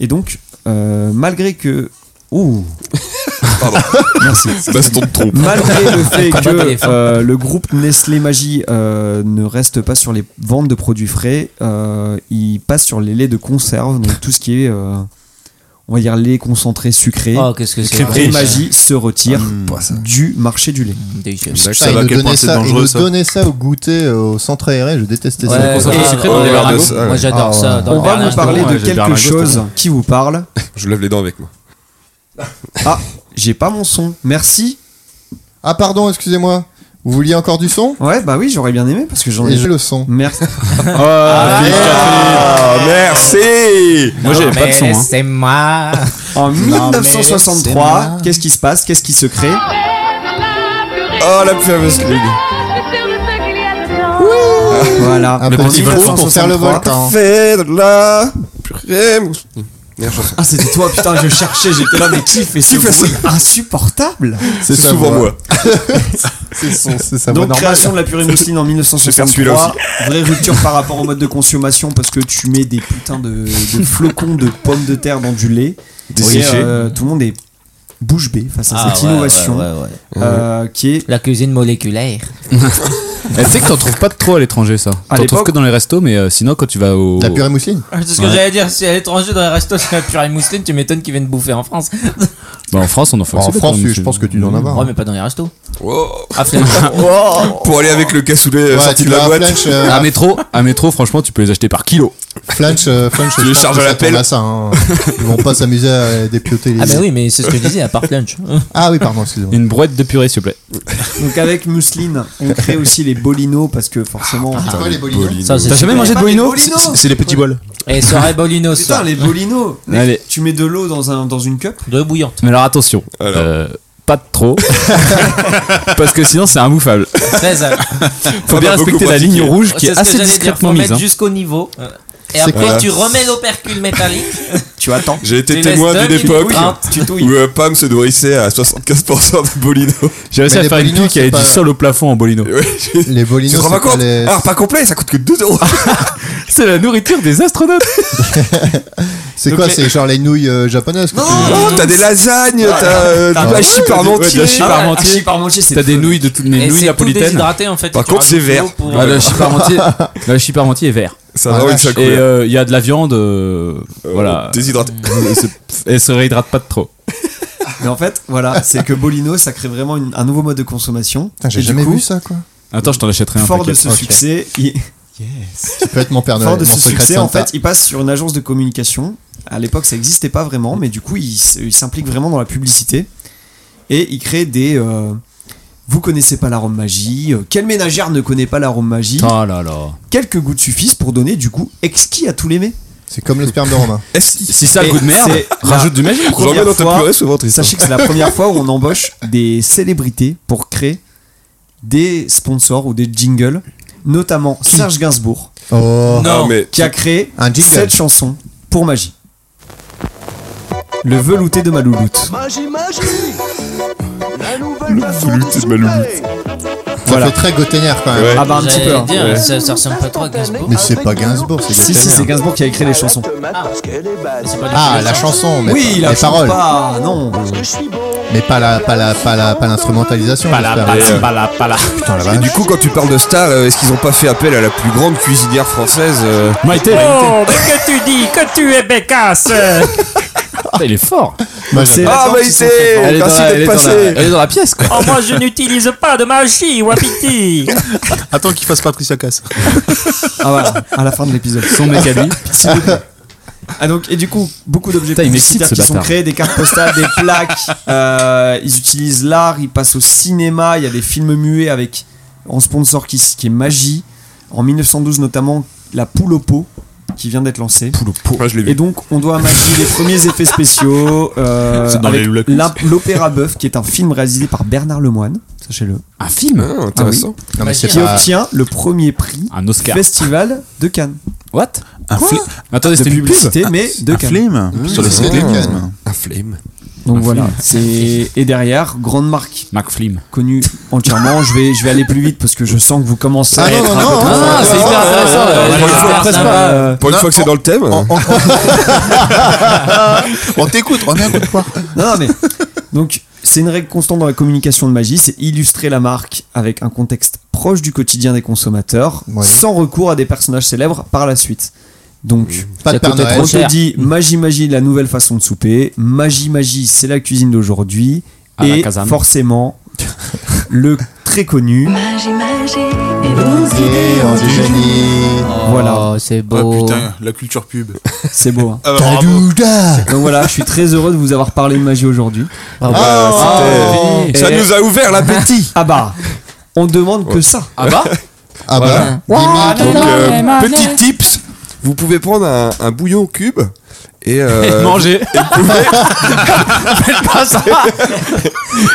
Speaker 8: Et donc, euh, malgré que. Ouh
Speaker 4: pardon.
Speaker 8: Merci.
Speaker 4: Baston de trompe.
Speaker 8: Malgré le fait
Speaker 6: Combat
Speaker 8: que
Speaker 6: téléphone.
Speaker 8: euh, le groupe Nestlé Magie euh, ne reste pas sur les ventes de produits frais, euh, il passe sur les laits de conserve, donc tout ce qui est, euh, on va dire, lait concentré sucré.
Speaker 6: Oh, qu'est-ce que c'est
Speaker 8: et Magie se retire
Speaker 4: Pas ça.
Speaker 8: du marché du lait.
Speaker 6: Délicieux.
Speaker 7: Je
Speaker 1: Putain,
Speaker 7: savais
Speaker 1: et
Speaker 7: à
Speaker 1: de
Speaker 7: quel point
Speaker 1: donner
Speaker 7: c'est
Speaker 1: ça- et
Speaker 7: dangereux
Speaker 1: de
Speaker 7: ça.
Speaker 1: donner ça au goûter euh, au centre aéré, je détestais
Speaker 6: Ouais,
Speaker 1: ça.
Speaker 6: ouais.
Speaker 5: concentré
Speaker 6: Et-
Speaker 5: sucré
Speaker 4: Oh,
Speaker 5: dans les
Speaker 4: regarde
Speaker 5: ragots.
Speaker 4: ça,
Speaker 6: Moi
Speaker 4: ouais.
Speaker 6: j'adore
Speaker 1: Ah,
Speaker 6: ça. dans
Speaker 8: On
Speaker 6: le
Speaker 8: va
Speaker 6: berlingot.
Speaker 8: vous parler
Speaker 5: ouais, j'ai
Speaker 8: de
Speaker 5: le
Speaker 8: quelque
Speaker 5: berlingot,
Speaker 8: chose qui vous parle.
Speaker 4: Je lève les dents avec moi.
Speaker 8: Ah, j'ai pas mon son. Merci.
Speaker 1: Ah pardon, excusez-moi. Vous vouliez encore du son
Speaker 8: Ouais, bah oui, j'aurais bien aimé parce que j'en
Speaker 1: Et
Speaker 8: ai.
Speaker 1: j'ai le son.
Speaker 8: Merci.
Speaker 4: Ah, merci
Speaker 6: Moi
Speaker 5: j'avais pas de son, hein.
Speaker 6: C'est moi.
Speaker 8: En
Speaker 1: c'est
Speaker 8: 1963,
Speaker 1: moi. Ah.
Speaker 8: qu'est-ce qui se passe Qu'est-ce qui se crée
Speaker 4: Oh, la fameuse ligue
Speaker 8: Voilà.
Speaker 1: Un petit trou pour faire le
Speaker 8: 1963.
Speaker 1: volcan.
Speaker 4: Fais de la crème. Merde, chanson.
Speaker 8: Ah, c'était toi, putain, je cherchais, j'étais là, mais qui fait ce bruit insupportable
Speaker 4: C'est
Speaker 1: sa
Speaker 4: souvent
Speaker 1: voix.
Speaker 4: moi.
Speaker 1: C'est son- c'est sa voix
Speaker 8: Donc,
Speaker 1: normale.
Speaker 8: création de la purée mousseline en
Speaker 4: faire
Speaker 8: 1963. Vraie rupture par rapport au mode de consommation parce que tu mets des putains de, de flocons de pommes de terre dans du lait. Et, euh, tout le monde est bouche bée face à
Speaker 6: Ah,
Speaker 8: cette
Speaker 6: ouais,
Speaker 8: innovation
Speaker 6: ouais, ouais, ouais.
Speaker 8: euh, qui est
Speaker 6: La cuisine moléculaire.
Speaker 5: Elle sait que t'en trouves pas de trop à l'étranger, ça.
Speaker 8: À
Speaker 5: T'en trouves
Speaker 8: l'époque-
Speaker 5: que dans les restos, mais euh, sinon, quand tu vas au.
Speaker 1: La purée mousseline
Speaker 6: Ah, C'est ce que
Speaker 5: Ouais.
Speaker 6: j'allais dire. Si à l'étranger dans les restos, c'est la purée mousseline, tu m'étonnes qu'ils viennent bouffer en France.
Speaker 5: Bah, en France, on en fait
Speaker 1: En
Speaker 5: aussi des
Speaker 1: France,
Speaker 5: purées
Speaker 1: je pense que tu dois en avoir.
Speaker 6: Ouais, mais pas dans les restos.
Speaker 4: Oh.
Speaker 6: Ah, finalement.
Speaker 4: Pour aller avec le cassoulet euh,
Speaker 1: Ouais,
Speaker 4: sorti
Speaker 1: tu
Speaker 4: de la
Speaker 1: vas à
Speaker 4: boîte.
Speaker 1: Flunch, euh,
Speaker 5: À métro, à métro, franchement, tu peux les acheter par kilo.
Speaker 1: Flunch, euh, Flunch,
Speaker 4: les
Speaker 1: je pense
Speaker 4: charges
Speaker 1: que
Speaker 4: à
Speaker 1: ça
Speaker 4: l'appel.
Speaker 1: tourne à ça, hein. Ils vont pas s'amuser à dépioter les.
Speaker 6: Ah, bah oui, mais c'est ce que je disais, à part lunch.
Speaker 1: Ah oui, pardon, excusez-moi.
Speaker 5: Une brouette de purée, s'il vous plaît.
Speaker 8: donc avec mousseline on crée aussi les bolinos parce que forcément
Speaker 6: Ah,
Speaker 1: C'est quoi Ah, les bolinos
Speaker 6: Ça, c'est
Speaker 5: T'as jamais
Speaker 6: super.
Speaker 5: mangé de
Speaker 8: pas des
Speaker 5: bolino
Speaker 8: bolinos
Speaker 5: C'est- C'est les petits bols.
Speaker 6: Et soirée Bolino, ce
Speaker 8: putain
Speaker 6: soir.
Speaker 8: les bolinos mec,
Speaker 5: Allez.
Speaker 8: tu mets de l'eau dans un dans une cup
Speaker 6: De bouillante.
Speaker 5: Mais alors attention,
Speaker 4: Alors.
Speaker 5: euh, pas de trop, parce que sinon c'est imbouffable.
Speaker 6: Très ça.
Speaker 5: Faut bien
Speaker 4: pas beaucoup
Speaker 5: respecter la
Speaker 4: pratiqué.
Speaker 5: ligne rouge qui
Speaker 6: C'est
Speaker 5: est,
Speaker 6: ce que
Speaker 5: assez
Speaker 6: j'allais dire, faut
Speaker 5: discrètement mise.
Speaker 6: mettre
Speaker 5: hein.
Speaker 6: jusqu'au niveau. Et
Speaker 1: C'est
Speaker 6: après,
Speaker 4: quoi
Speaker 6: tu remets l'opercule métallique.
Speaker 8: tu attends
Speaker 4: J'ai été
Speaker 6: Tu
Speaker 4: témoin
Speaker 6: laisses
Speaker 4: d'une
Speaker 6: deux minutes
Speaker 4: époque
Speaker 6: trente,
Speaker 8: tu touilles
Speaker 4: où euh, Pam se nourrissait à 75% de bolino.
Speaker 5: J'ai réussi
Speaker 1: Mais
Speaker 5: à
Speaker 1: les
Speaker 5: faire une
Speaker 1: bolinos,
Speaker 5: pub qui
Speaker 1: c'est
Speaker 5: avait
Speaker 1: pas-
Speaker 5: du sol au plafond en bolino.
Speaker 4: Ouais, j'ai-
Speaker 1: Les
Speaker 4: Tu te
Speaker 1: bolinos,
Speaker 4: rends pas
Speaker 1: c'est pas
Speaker 4: compte Ah,
Speaker 1: les.
Speaker 4: Alors pas complet, ça coûte que 2 euros.
Speaker 5: C'est la nourriture des astronautes.
Speaker 1: C'est
Speaker 8: Donc
Speaker 1: quoi
Speaker 8: les-
Speaker 1: C'est genre les nouilles euh, japonaises que tu-
Speaker 4: Oh, t'as des lasagnes, t'as euh,
Speaker 8: Ah,
Speaker 4: du hachis Ah
Speaker 8: ouais,
Speaker 4: parmentier.
Speaker 5: ouais, de la
Speaker 6: Ah,
Speaker 5: chi- Parmentier.
Speaker 8: archi parmentier c'est
Speaker 5: T'as des
Speaker 8: fou.
Speaker 5: nouilles de toutes
Speaker 6: Et
Speaker 5: les nouilles
Speaker 6: Eh, c'est tout
Speaker 5: napolitaines.
Speaker 6: déshydraté en fait.
Speaker 4: Par
Speaker 6: Et tu
Speaker 4: contre, c'est
Speaker 6: rajoutes de l'eau
Speaker 4: vert.
Speaker 6: pour- euh,
Speaker 5: Ah, le chiparmentier, le chiparmentier est vert.
Speaker 4: Ça
Speaker 1: Ah,
Speaker 4: va, une
Speaker 1: vache.
Speaker 4: sacoule.
Speaker 5: Et euh, il y a de la viande, euh, voilà.
Speaker 4: Déshydraté.
Speaker 5: Et c'est- Elle se réhydrate pas de trop.
Speaker 8: mais en fait voilà c'est que bolino ça crée vraiment une- un nouveau mode de consommation
Speaker 1: Putain, J'ai
Speaker 8: Et du
Speaker 1: jamais
Speaker 8: coup,
Speaker 1: vu ça, quoi.
Speaker 5: Attends, je t'en achèterai un
Speaker 8: fort
Speaker 5: paquet.
Speaker 8: de ce
Speaker 5: Ok.
Speaker 8: succès il-
Speaker 1: Tu peux être mon
Speaker 5: Ah
Speaker 1: père
Speaker 8: Fort
Speaker 1: Noël,
Speaker 8: de
Speaker 1: mon
Speaker 8: ce
Speaker 1: secret
Speaker 8: succès, en
Speaker 1: Santa.
Speaker 8: fait, il passe sur une agence de communication. À l'époque, ça n'existait pas vraiment, mais du coup, il s- il s'implique vraiment dans la publicité. Et il crée des. euh, vous connaissez pas l'arôme magie. euh, Quelle ménagère ne connaît pas l'arôme magie
Speaker 5: Oh là là.
Speaker 8: Quelques gouttes suffisent pour donner du goût exquis à tous les mets.
Speaker 1: C'est comme le sperme de Romain.
Speaker 5: Si ça a le
Speaker 8: Et
Speaker 5: goût de merde,
Speaker 8: c'est
Speaker 5: rajoute
Speaker 8: la
Speaker 5: du magie.
Speaker 8: première
Speaker 4: Remets dans ta
Speaker 8: fois-
Speaker 4: purée souvent, Tristan.
Speaker 8: Sachez que c'est la première fois où on embauche des célébrités pour créer des sponsors ou des jingles, notamment Serge Gainsbourg,
Speaker 1: Oh.
Speaker 4: Ah,
Speaker 6: Non.
Speaker 4: mais
Speaker 8: qui a créé
Speaker 1: Un jingle.
Speaker 8: cette chanson pour Magie. Le velouté de ma louloute.
Speaker 6: Ah,
Speaker 4: le velouté de ma louloute.
Speaker 1: Ça
Speaker 8: voilà.
Speaker 1: fait très Gotenard quand même.
Speaker 4: Ouais.
Speaker 8: Ah bah un petit peu.
Speaker 6: J'allais
Speaker 8: hein.
Speaker 6: dire, ça, ça ressemble pas trop à Gainsbourg.
Speaker 1: Mais c'est pas Gainsbourg, c'est
Speaker 8: Si, si, c'est
Speaker 1: Gotenard.
Speaker 8: Gainsbourg qui a écrit les chansons.
Speaker 6: Ah. C'est pas du
Speaker 1: Ah,
Speaker 6: tout
Speaker 1: la
Speaker 6: ça.
Speaker 1: chanson, mais
Speaker 8: Oui, il a
Speaker 1: les paroles,
Speaker 8: pas. Ah, Non.
Speaker 1: mais pas la, pas la, pas la, pas l'instrumentalisation. j'espère.
Speaker 4: pas la-
Speaker 1: Et, euh,
Speaker 5: Pas là, pas là.
Speaker 1: Putain, la
Speaker 4: Et
Speaker 1: vache.
Speaker 4: du coup, quand tu parles de stars, euh, est-ce qu'ils ont pas fait appel à la plus grande cuisinière française euh,
Speaker 5: Maïté,
Speaker 6: Oh, mais que tu dis que tu es bécasse
Speaker 5: putain, Ah, il est fort.
Speaker 1: Moi, je-
Speaker 8: C'est
Speaker 4: Ah,
Speaker 8: d'accord,
Speaker 4: bah,
Speaker 8: ils
Speaker 4: il
Speaker 8: sont
Speaker 4: sait
Speaker 8: forts.
Speaker 5: Elle est dans
Speaker 4: Merci
Speaker 5: la- elle est
Speaker 4: d'être
Speaker 5: dans la-
Speaker 4: passé
Speaker 5: elle est dans la pièce, quoi.
Speaker 6: Oh, moi je n'utilise pas de magie, wapiti
Speaker 7: Attends qu'il fasse Patricia Cass.
Speaker 8: Ah voilà, à la fin de l'épisode.
Speaker 5: Son mec à lui.
Speaker 8: Ah donc et du coup beaucoup d'objets
Speaker 5: Putain, il m'excite,
Speaker 8: publicitaires
Speaker 5: ce
Speaker 8: qui sont
Speaker 5: bâtard.
Speaker 8: créés, des cartes postales, des plaques. euh, ils utilisent l'art, ils passent au cinéma. Il y a des films muets avec en sponsor qui, qui est magie. En 1912 notamment la poule au pot qui vient d'être lancée.
Speaker 4: Ah, je l'ai
Speaker 8: Et
Speaker 4: vu.
Speaker 8: donc, on doit à Magie les premiers effets spéciaux. euh,
Speaker 7: C'est dans
Speaker 8: avec
Speaker 7: les Loulous.
Speaker 8: l'im- l'Opéra Bœuf, qui est un film réalisé par Bernard Lemoine, sachez-le,
Speaker 5: Un film
Speaker 4: Ah, intéressant.
Speaker 1: Non, mais c'est
Speaker 8: qui
Speaker 1: pas.
Speaker 8: obtient le premier prix
Speaker 5: Un
Speaker 8: du
Speaker 5: Oscar.
Speaker 8: Festival de Cannes.
Speaker 5: What
Speaker 7: Un, fl
Speaker 5: Attendez,
Speaker 8: De
Speaker 5: c'était une pub
Speaker 8: publicité, mais de
Speaker 7: un
Speaker 8: Cannes.
Speaker 7: flemme sur le
Speaker 1: c'est
Speaker 7: cyclisme.
Speaker 1: clair.
Speaker 4: Un flame.
Speaker 8: Donc voilà. c'est Et derrière, grande marque
Speaker 5: Mac Flim.
Speaker 8: connue entièrement. je, vais, je vais aller plus vite parce que je sens que vous commencez à
Speaker 1: Ah non,
Speaker 8: être
Speaker 1: non,
Speaker 8: un peu
Speaker 1: non,
Speaker 8: trop-
Speaker 1: non,
Speaker 5: Ah, c'est
Speaker 4: Oh,
Speaker 5: hyper intéressant.
Speaker 8: Euh,
Speaker 5: ouais.
Speaker 8: je vous presse
Speaker 6: ça
Speaker 8: pas,
Speaker 6: va.
Speaker 8: euh,
Speaker 4: Pour une fois que c'est dans le thème.
Speaker 1: On t'écoute, on est un coup de poing.
Speaker 8: Non, non, mais. Donc, C'est une règle constante dans la communication de Magie, c'est illustrer la marque avec un contexte proche du quotidien des consommateurs,
Speaker 1: Ouais.
Speaker 8: sans recours à des personnages célèbres par la suite. Donc,
Speaker 1: Pas de Père
Speaker 6: peut-être
Speaker 1: Noël.
Speaker 8: on
Speaker 6: trop
Speaker 8: te
Speaker 6: cher.
Speaker 8: dit Magie Magie, la nouvelle façon de souper, Magie Magie, c'est la cuisine d'aujourd'hui,
Speaker 5: À la
Speaker 8: et
Speaker 5: caserne.
Speaker 8: forcément, le très connu,
Speaker 10: Magie, magie, et vos
Speaker 1: Et
Speaker 10: idées
Speaker 1: on dit génie.
Speaker 8: voilà,
Speaker 6: Oh, c'est
Speaker 7: Ah
Speaker 6: beau.
Speaker 7: putain, la culture pub.
Speaker 8: c'est beau. hein.
Speaker 7: Ah bah, bravo.
Speaker 1: Kadouda
Speaker 8: Donc voilà, je suis très heureux de vous avoir parlé de magie aujourd'hui.
Speaker 4: Ah, c'était-
Speaker 8: Oh.
Speaker 4: Ça
Speaker 8: Et-
Speaker 4: nous a ouvert l'appétit.
Speaker 8: Ah bah, on demande que ça.
Speaker 5: Ah bah
Speaker 1: Ah bah, Mimi,
Speaker 4: Donc, euh, petit tips, vous pouvez prendre un, un bouillon cube et, euh,
Speaker 5: Manger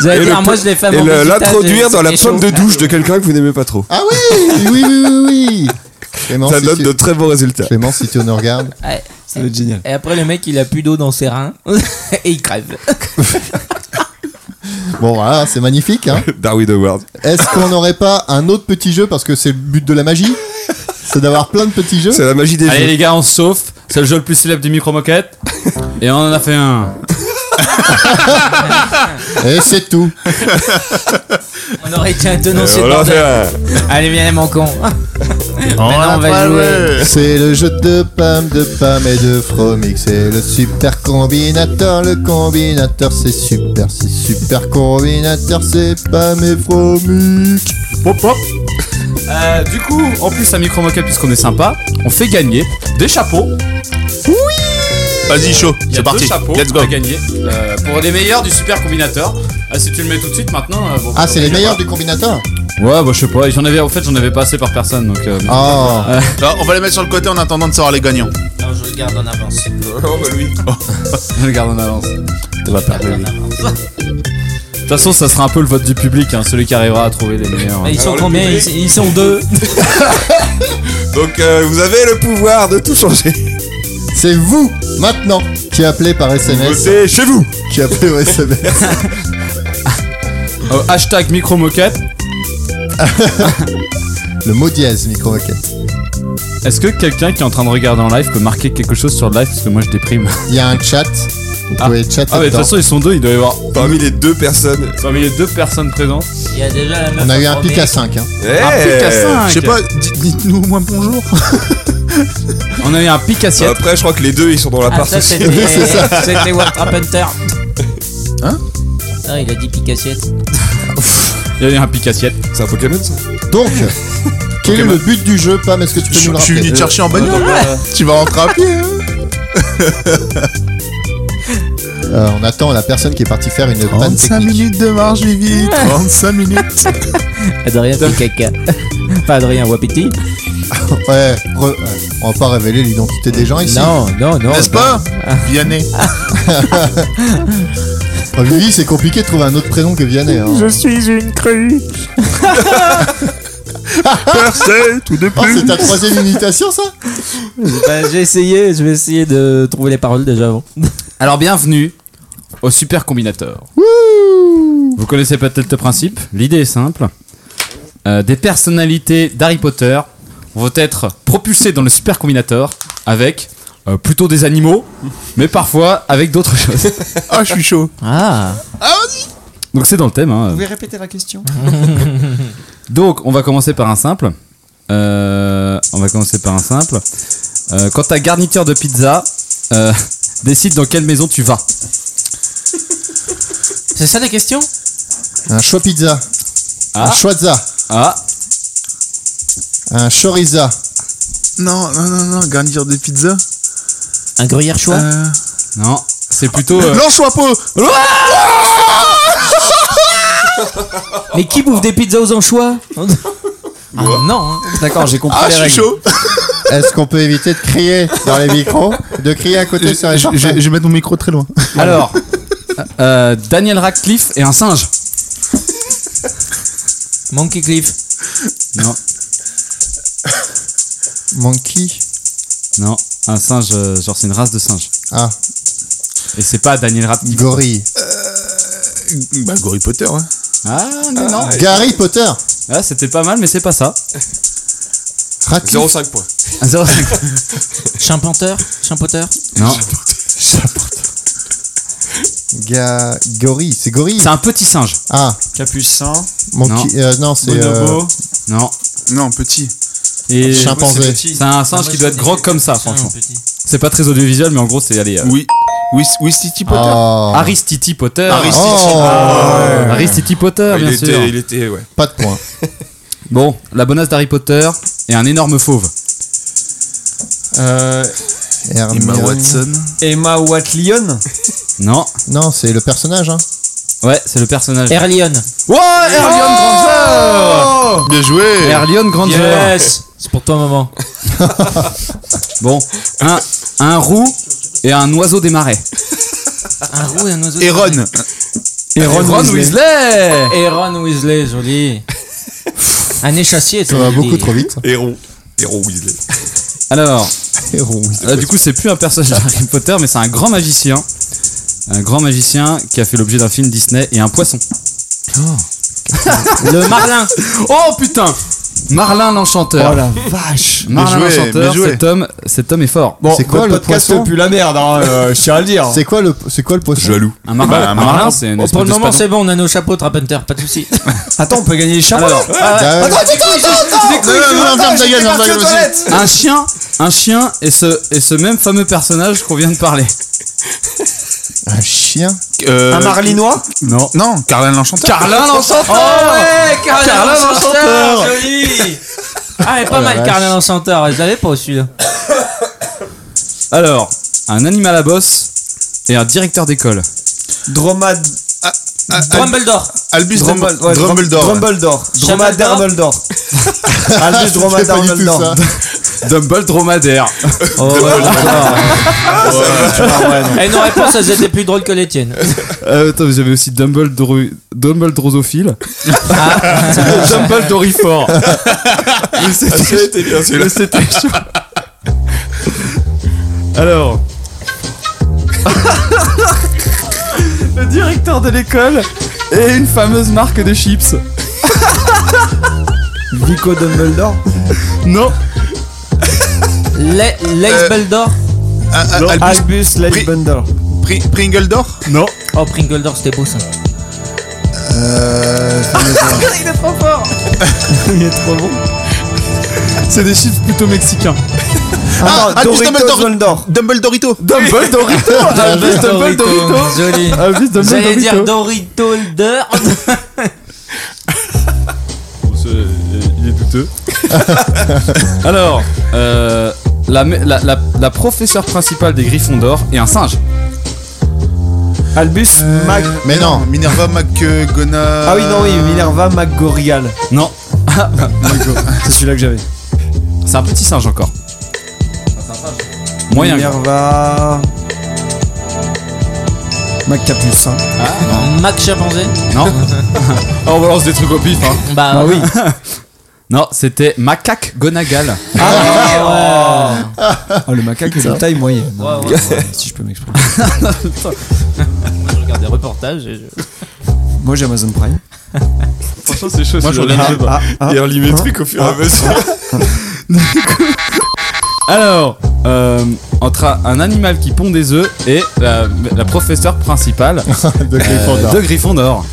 Speaker 6: J'allais
Speaker 4: Et
Speaker 6: dire,
Speaker 4: le-
Speaker 6: moi je l'ai fait à
Speaker 4: et
Speaker 6: mon
Speaker 4: le-
Speaker 6: petit
Speaker 4: l'introduire
Speaker 6: âge,
Speaker 4: dans la
Speaker 6: c'était
Speaker 4: pomme
Speaker 6: chaud.
Speaker 4: de douche de quelqu'un que vous n'aimez pas trop.
Speaker 1: Ah oui, oui, oui, oui, oui. Clément,
Speaker 4: Ça
Speaker 1: si
Speaker 4: donne
Speaker 1: tu-
Speaker 4: de très bons résultats.
Speaker 1: Clément, si tu nous regardes.
Speaker 6: Ouais.
Speaker 8: Ça va être génial.
Speaker 6: Et après, le mec il a plus d'eau dans ses reins et il crève.
Speaker 1: Bon, voilà, c'est magnifique. Hein.
Speaker 4: Darwin Award.
Speaker 1: Est-ce qu'on n'aurait pas un autre petit jeu Parce que c'est le but de la magie. C'est d'avoir plein de petits jeux.
Speaker 4: C'est la magie des
Speaker 5: Allez
Speaker 4: jeux.
Speaker 5: les gars, on se sauve. C'est le jeu le plus célèbre du micro-moquette. Et on en a fait un.
Speaker 1: Et c'est tout.
Speaker 6: On aurait été un tenant
Speaker 4: Et
Speaker 6: ce
Speaker 4: voilà,
Speaker 6: bordel.
Speaker 4: c'est un-
Speaker 6: Allez, viens, mon con. Maintenant, on
Speaker 7: Ah
Speaker 6: va jouer.
Speaker 7: ouais.
Speaker 1: C'est le jeu de Pam, de Pam et de Fromix. C'est le super combinateur. Le combinateur, c'est super. C'est super combinateur. C'est Pam et Fromix.
Speaker 5: Hop hop Euh, Du coup, en plus à micro-moquette, puisqu'on est sympa, on fait gagner des chapeaux.
Speaker 7: Vas-y, chaud,
Speaker 5: Il y a
Speaker 7: c'est
Speaker 5: deux
Speaker 7: parti.
Speaker 5: chapeaux
Speaker 7: Let's go.
Speaker 5: à gagner. euh, pour les meilleurs du super combinateur. Ah, si tu le mets tout de suite maintenant. euh, bon,
Speaker 1: Ah, c'est les
Speaker 5: on
Speaker 1: meilleurs
Speaker 5: va-
Speaker 1: du combinateur
Speaker 5: Ouais, bah je sais pas. J'en avais, en fait, j'en avais pas assez par personne. Donc, euh,
Speaker 1: Oh,
Speaker 7: Ah, on va les mettre sur le côté en attendant de savoir les gagnants.
Speaker 6: Non, je regarde en avance.
Speaker 5: regarde en avance.
Speaker 6: Tu vas
Speaker 4: Ah,
Speaker 6: perdre
Speaker 5: De toute façon, ça sera un peu le vote du public, hein, celui qui arrivera à trouver les meilleurs.
Speaker 6: Ils
Speaker 4: Ah,
Speaker 6: sont combien ils, ils sont deux.
Speaker 4: Donc euh, vous avez le pouvoir de tout changer.
Speaker 1: c'est vous, maintenant, qui appelez par SMS.
Speaker 4: Votez chez vous.
Speaker 1: Qui appelez au SMS.
Speaker 5: Euh, hashtag micro-moquette.
Speaker 1: Le mot dièse, micro-moquette.
Speaker 5: Est-ce que quelqu'un qui est en train de regarder en live peut marquer quelque chose sur le live Parce que moi je déprime.
Speaker 1: Il y a un chat. Vous
Speaker 5: Ah.
Speaker 1: pouvez chatter
Speaker 5: Ah, mais de toute
Speaker 1: dedans.
Speaker 5: façon, ils sont deux, il doit y avoir.
Speaker 4: Parmi les deux personnes.
Speaker 5: Parmi les deux personnes présentes.
Speaker 6: Il y a déjà la meuf
Speaker 1: On a eu un
Speaker 6: en
Speaker 1: pic
Speaker 6: premier.
Speaker 1: à 5. Hein.
Speaker 5: Un pic à
Speaker 4: Eh.
Speaker 5: 5
Speaker 7: Je sais pas, dites- dites-nous au moins bonjour.
Speaker 5: On a eu un pic à 7.
Speaker 4: Après, je crois que les deux ils sont dans la
Speaker 6: Ah,
Speaker 4: part
Speaker 6: ça,
Speaker 4: sociale.
Speaker 6: c'était.
Speaker 1: C'est ça.
Speaker 6: C'était Wartrap Hunter.
Speaker 7: Hein
Speaker 6: Ah, il a dit pic assiette.
Speaker 5: Il y a eu un pic à 7.
Speaker 4: C'est un Pokémon ça
Speaker 1: Donc, quel est le but du jeu, Pam Est-ce que tu peux
Speaker 7: Je
Speaker 1: nous le
Speaker 7: je suis
Speaker 1: rappeler
Speaker 7: venu te chercher en bagnole. Tu vas rentrer à pied. hein.
Speaker 1: Euh, On attend la personne qui est partie faire une panne
Speaker 7: 35
Speaker 1: technique.
Speaker 7: minutes de marche, Vivi. 35 minutes.
Speaker 6: euh, Adrien fait caca. Pas Adrien Wapiti.
Speaker 1: Ouais, re- euh, on va pas révéler l'identité des gens ici.
Speaker 6: Non, non, non.
Speaker 7: N'est-ce pas Vianney.
Speaker 1: Euh, Vivi, c'est compliqué de trouver un autre prénom que Vianney. Hein.
Speaker 7: Percé, tout de
Speaker 1: Oh,
Speaker 7: plus.
Speaker 1: c'est ta troisième imitation, ça
Speaker 6: Bah, j'ai essayé, je vais essayer de trouver les paroles déjà avant.
Speaker 5: Alors bienvenue au Super Combinateur. Vous connaissez peut-être le principe. L'idée est simple. Euh, des personnalités d'Harry Potter vont être propulsées dans le Super Combinateur avec euh, plutôt des animaux, mais parfois avec d'autres choses.
Speaker 7: Ah, je suis chaud.
Speaker 6: Ah,
Speaker 5: Donc c'est dans le thème. hein.
Speaker 8: Vous pouvez répéter la question
Speaker 5: Donc, on va commencer par un simple. Euh, on va commencer par un simple. Euh, quand ta garniture de pizza euh, décide dans quelle maison tu vas.
Speaker 6: c'est ça la question
Speaker 1: Un choix pizza.
Speaker 5: Ah.
Speaker 1: Un choiza.
Speaker 5: Ah,
Speaker 1: Un choriza.
Speaker 7: Non, non, non, non, garniture de pizza.
Speaker 6: Un gruyère choix
Speaker 7: Euh...
Speaker 5: non, c'est plutôt. euh,
Speaker 7: Lance-moi peau
Speaker 6: Mais qui bouffe des pizzas aux anchois ah, Non, hein.
Speaker 8: D'accord, j'ai compris
Speaker 7: Ah, je
Speaker 8: les
Speaker 7: suis
Speaker 8: règles.
Speaker 7: chaud.
Speaker 1: Est-ce qu'on peut éviter de crier dans les micros De crier à côté, ça
Speaker 7: Je
Speaker 1: les
Speaker 7: je- je vais mettre mon micro très loin.
Speaker 5: alors, euh, Daniel Radcliffe et un singe.
Speaker 6: Monkey Cliff.
Speaker 5: Non,
Speaker 1: Monkey.
Speaker 5: non, un singe, euh, genre c'est une race de singes.
Speaker 1: Ah,
Speaker 5: Et c'est pas Daniel Radcliffe.
Speaker 1: gorille.
Speaker 7: Bah, Harry Potter, hein.
Speaker 5: Ah, non, non.
Speaker 1: Gary Potter.
Speaker 5: Ah, c'était pas mal, mais c'est pas ça.
Speaker 1: Ratcliffe.
Speaker 4: 0,5 points.
Speaker 5: Un zéro cinq.
Speaker 6: Chimpanteur Chimpoteur
Speaker 5: non,
Speaker 1: Ga... Gorille, c'est Gorille.
Speaker 5: C'est un petit singe.
Speaker 1: Ah,
Speaker 11: Capucin,
Speaker 1: monkey. euh, Non, c'est. euh,
Speaker 11: bonobo.
Speaker 5: Non.
Speaker 7: Non, petit.
Speaker 5: Et
Speaker 1: Chimpanzé.
Speaker 11: c'est petit.
Speaker 5: c'est un singe qui doit être grand comme ça, franchement. C'est pas très audiovisuel, mais en gros, c'est allez. euh,
Speaker 7: Oui. Oui, oui, City Potter.
Speaker 1: oh.
Speaker 5: Aristiti Potter.
Speaker 7: Aristiti.
Speaker 1: Oh.
Speaker 5: Aristiti Potter,
Speaker 4: il,
Speaker 5: Ah, bien sûr.
Speaker 4: était, il était, ouais.
Speaker 1: Pas de point.
Speaker 5: Bon, la bonasse d'Harry Potter et un énorme fauve.
Speaker 11: Euh,
Speaker 7: Emma
Speaker 1: Hermione.
Speaker 7: Watson.
Speaker 8: Emma Watlion
Speaker 5: Non.
Speaker 1: Non, c'est le personnage. Hein.
Speaker 5: Ouais, c'est le personnage.
Speaker 6: Erlion.
Speaker 5: Ouais, Hermione Granger
Speaker 7: Bien joué.
Speaker 5: Hermione Granger
Speaker 6: Yes C'est pour toi, maman.
Speaker 5: Bon, un, un roux et un oiseau des marais.
Speaker 6: Un roux et un oiseau.
Speaker 7: Aaron.
Speaker 5: Et Ron, Weasley
Speaker 6: Aaron Weasley, joli. Un échassier,
Speaker 1: Ça
Speaker 6: toi.
Speaker 1: va
Speaker 6: je
Speaker 1: beaucoup
Speaker 6: dis.
Speaker 1: trop vite.
Speaker 4: Héros. Héros Weasley.
Speaker 5: Alors,
Speaker 1: Héros, oui.
Speaker 5: là, du coup, c'est plus un personnage d'Harry Potter, mais c'est un grand magicien. Un grand magicien qui a fait l'objet d'un film Disney et un poisson.
Speaker 6: Le Marlin.
Speaker 5: Oh putain Marlin l'enchanteur.
Speaker 8: la
Speaker 5: Oh Marlin
Speaker 7: Bien joué,
Speaker 5: l'enchanteur,
Speaker 7: bien joué.
Speaker 5: cet homme, cet homme est fort.
Speaker 8: Bon,
Speaker 1: C'est quoi,
Speaker 8: votre
Speaker 1: le
Speaker 8: podcast
Speaker 1: poisson
Speaker 8: pue la merde, hein, euh, je tiens à le dire.
Speaker 1: C'est quoi le, c'est quoi le poisson
Speaker 4: Jaloux.
Speaker 5: Un marlin,
Speaker 7: Bah,
Speaker 5: un
Speaker 7: marlin,
Speaker 5: marlin, c'est une
Speaker 6: Bon, pour
Speaker 5: espèce
Speaker 6: le moment,
Speaker 5: d'espadon.
Speaker 6: c'est bon, on a nos chapeaux, Trapenter, pas de soucis.
Speaker 8: Attends, on peut gagner les chapeaux
Speaker 5: euh,
Speaker 1: Ah, ouais.
Speaker 7: Non, non, non, ferme ta gueule, ferme ta gueule aussi.
Speaker 5: Un chien, un chien et ce, et ce même fameux personnage qu'on vient de parler.
Speaker 1: Un chien.
Speaker 7: Euh,
Speaker 8: Un marlinois
Speaker 5: Non.
Speaker 7: Non, Carlin l'Enchanteur.
Speaker 5: Carlin l'enchanteur
Speaker 6: Oh ouais, Carlin
Speaker 5: Carlin
Speaker 6: l'Enchanteur, joli. Ah, elle est pas
Speaker 1: Oh la
Speaker 6: mal,
Speaker 1: vache.
Speaker 6: Carlin l'Enchanteur. Je l'avais pas hein. celui-là.
Speaker 5: Alors, un animal à bosse et un directeur d'école.
Speaker 8: Dromad...
Speaker 7: Ah, Al-
Speaker 6: Dumbledore.
Speaker 7: Albus
Speaker 8: Drum-
Speaker 7: Dumbledore.
Speaker 8: ouais, Drum-
Speaker 7: Dumbledore.
Speaker 8: Drumbledore. Dromad
Speaker 6: Dumbledore.
Speaker 8: Dumbledore. Albus
Speaker 1: C'est
Speaker 8: Dromad
Speaker 1: pas du tout
Speaker 8: Dumbledore.
Speaker 1: ça.
Speaker 5: Dumble dromadaire.
Speaker 6: Et nos réponses, elles étaient plus drôles que les tiennes.
Speaker 5: Euh, attends, vous avez aussi Dumble Dumbledrosophile. Dumble Dorifort.
Speaker 4: C'était bien sûr.
Speaker 5: Mais c'était chaud. Alors. Le directeur de l'école et une fameuse marque de chips.
Speaker 8: Vico Dumbledore.
Speaker 5: Non.
Speaker 6: Les- Lace Beldor.
Speaker 7: Ah, ah, Albus
Speaker 8: Albus
Speaker 7: Pri-
Speaker 8: Dumbledore.
Speaker 7: Pri- Pringledore.
Speaker 6: Oh, Pringledor, c'était beau ça.
Speaker 8: Il est trop bon.
Speaker 5: C'est des chips plutôt mexicains.
Speaker 7: Ah,
Speaker 8: Attends,
Speaker 7: Albus
Speaker 8: Doritos
Speaker 7: Dumbledore.
Speaker 8: Dumbledore.
Speaker 7: Dumbledorito.
Speaker 5: Dumble Dorifort. Dumble Dorito.
Speaker 6: Joli.
Speaker 5: Albus Dumble
Speaker 6: J'allais
Speaker 5: Dorito.
Speaker 6: dire Doritolder.
Speaker 4: Il est douteux.
Speaker 5: Alors, euh, la, me- la, la, la professeure principale des Griffons d'Or et un singe.
Speaker 8: Albus Mac...
Speaker 1: Mais non.
Speaker 7: Minerva McGonagall.
Speaker 8: Ah oui, non, oui, Minerva McGorial.
Speaker 5: Non,
Speaker 8: C'est celui-là que j'avais.
Speaker 5: c'est un petit singe encore. Moyen.
Speaker 8: Minerva... Macapucin.
Speaker 6: Mac Chimpanzé.
Speaker 5: Non. Oh, on balance des trucs au pif. Hein.
Speaker 6: Bah,
Speaker 8: Ah oui.
Speaker 5: Non, c'était Macaque Gonagal.
Speaker 6: Ah,
Speaker 8: Oh, le macaque est de taille moyenne.
Speaker 6: ouais. Ouais, ouais.
Speaker 8: Si je peux m'exprimer.
Speaker 6: Je regarde des reportages. et je-
Speaker 8: Moi, j'ai Amazon Prime.
Speaker 4: Franchement, c'est chaud. Moi, je
Speaker 8: Ah,
Speaker 4: regarde
Speaker 8: ah, ah.
Speaker 4: Et on lit mes trucs au fur et à mesure.
Speaker 5: Alors, euh, entre un- un animal qui pond des œufs et la, la professeure principale
Speaker 1: De
Speaker 5: euh,
Speaker 1: Gryffondor.
Speaker 5: de Griffon d'Or.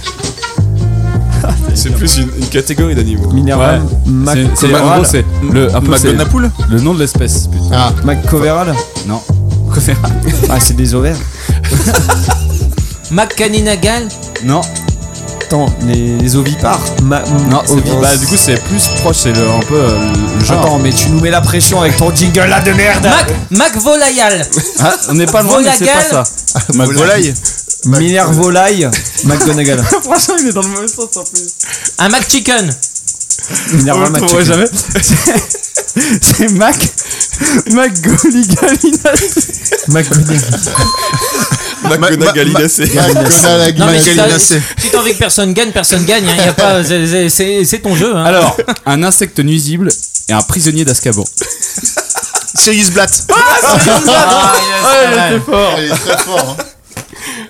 Speaker 4: C'est plus une, une catégorie d'animaux.
Speaker 8: Minerva
Speaker 5: Ouais. C'est
Speaker 8: Mac-
Speaker 5: c'est- en gros,
Speaker 8: Coveral.
Speaker 5: c'est le, un peu, c'est
Speaker 7: McGonagall.
Speaker 5: le nom de l'espèce. putain.
Speaker 1: Ah,
Speaker 8: McCoveral.
Speaker 5: Non.
Speaker 8: Ah, c'est des ovaires.
Speaker 6: Mac Caninagal.
Speaker 5: Non,
Speaker 8: Attends, les, les ovipares Ma-
Speaker 5: non, c'est
Speaker 8: ovis-
Speaker 5: bah, du coup c'est plus proche, c'est le- un peu euh, le genre.
Speaker 8: Attends, mais tu nous mets la pression avec ton jingle là de merde
Speaker 6: Mac, Mac Volayal.
Speaker 5: Ah, on n'est pas loin, mais c'est pas
Speaker 6: Volagal.
Speaker 5: ça.
Speaker 7: McVolaille.
Speaker 8: Minervolaille McGonagall.
Speaker 5: Franchement, il est dans le mauvais sens en plus.
Speaker 6: Un Mac Chicken.
Speaker 8: Minerva
Speaker 5: On le
Speaker 8: Mac
Speaker 5: trouvera jamais. C'est- C'est Mac. Mac Goligalinas.
Speaker 8: McGonagall.
Speaker 7: Bah,
Speaker 4: McGonagallidacé.
Speaker 1: ah, McGonagall.
Speaker 6: Non, mais si t'as-
Speaker 7: Galinacé.
Speaker 6: si t'as envie que personne gagne, personne gagne. hein. Y a pas, c'est- c'est- c'est c'est ton jeu. hein.
Speaker 5: Alors, un insecte nuisible et un prisonnier d'Azkaban.
Speaker 7: Sirius Blatt.
Speaker 6: Ah, yes, c'est vrai.
Speaker 1: Ah, Il est très fort. hein.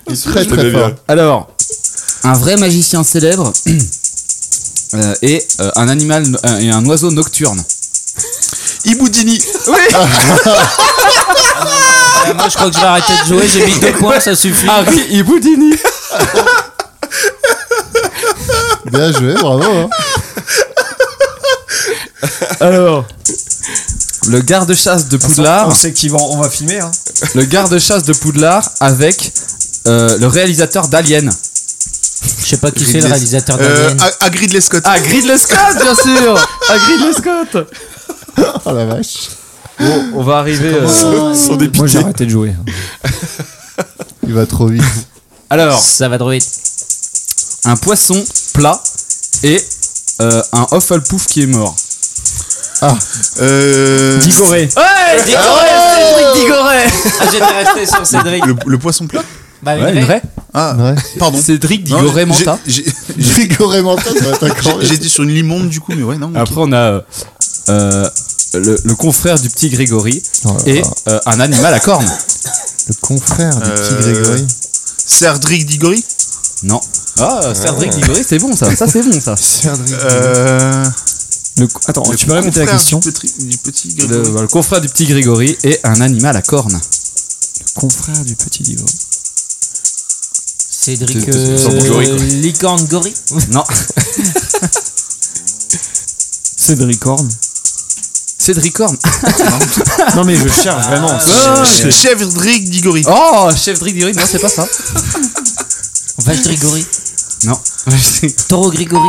Speaker 1: Il est très très
Speaker 4: l'aimais
Speaker 1: fort.
Speaker 4: bien.
Speaker 5: Alors, un vrai magicien célèbre euh, et euh, un animal euh, et un oiseau nocturne.
Speaker 7: Iboudini.
Speaker 5: Oui.
Speaker 6: Ah, moi, je crois que je vais arrêter de jouer. J'ai mis deux points, ça suffit.
Speaker 5: Harry et Ah, Houdini.
Speaker 1: Bien joué, bravo. hein.
Speaker 5: Alors. Le garde-chasse de Poudlard.
Speaker 8: On sait qu'ils vont, on va filmer. Hein.
Speaker 5: le garde-chasse de Poudlard avec euh, le réalisateur d'Alien.
Speaker 6: Je sais pas qui c'est le réalisateur
Speaker 7: Euh,
Speaker 6: d'Alien.
Speaker 7: A- A- Gridley Scott.
Speaker 5: Ah, Gridley Scott, bien sûr Ah, Gridley Scott
Speaker 1: Oh la vache.
Speaker 5: Bon, on va arriver... euh,
Speaker 4: Son dépit.
Speaker 8: Moi j'ai arrêté de jouer.
Speaker 1: Il va trop vite.
Speaker 5: Alors,
Speaker 6: Ça va trop vite.
Speaker 5: un poisson plat et euh, un Hufflepuff qui est mort.
Speaker 7: Euh,
Speaker 8: Digoré.
Speaker 5: Ah,
Speaker 6: Ouais, Digoré Digoré Ah, j'étais resté sur Cédric.
Speaker 7: le, le poisson plat
Speaker 6: Bah,
Speaker 5: Ouais, une vraie
Speaker 7: Ah,
Speaker 1: Ouais.
Speaker 7: pardon.
Speaker 5: Cédric
Speaker 7: Non,
Speaker 5: Digoré
Speaker 7: j'ai-
Speaker 5: Manta.
Speaker 7: j'ai- j'ai-
Speaker 1: Grigoré Mental, ça va être encore.
Speaker 7: j'ai- J'étais sur une limonde du coup, mais ouais, non. ok.
Speaker 5: Après, on a euh, euh, le, le confrère du petit Grégory
Speaker 1: Oh là
Speaker 5: et
Speaker 1: là.
Speaker 5: euh, un animal à cornes.
Speaker 1: Le confrère du petit
Speaker 7: Euh,
Speaker 1: Grégory.
Speaker 7: Cédric Diggory
Speaker 5: Non. Ah, Cédric Digoré, c'est bon ça, ça c'est bon ça.
Speaker 7: Euh,
Speaker 8: Attends,
Speaker 7: le
Speaker 8: tu peux répéter la
Speaker 7: confrère
Speaker 8: question
Speaker 7: du petit, du petit
Speaker 5: Le,
Speaker 7: Grégory.
Speaker 5: le confrère du petit Grégory et un animal à cornes.
Speaker 8: Confrère du petit Digoré.
Speaker 6: Cédric.
Speaker 5: C'est- c'est- c'est
Speaker 6: euh,
Speaker 5: Digoré, quoi.
Speaker 6: Licorne Gory
Speaker 5: Non,
Speaker 8: Cédric Horn.
Speaker 5: Cédric Horn.
Speaker 8: non mais je cherche vraiment.
Speaker 5: Ah,
Speaker 7: Ch- Chèvredric Diggory.
Speaker 5: Oh, chef Digoré, non c'est pas ça.
Speaker 6: Vache Grigori
Speaker 5: Non.
Speaker 6: Taureau Grigori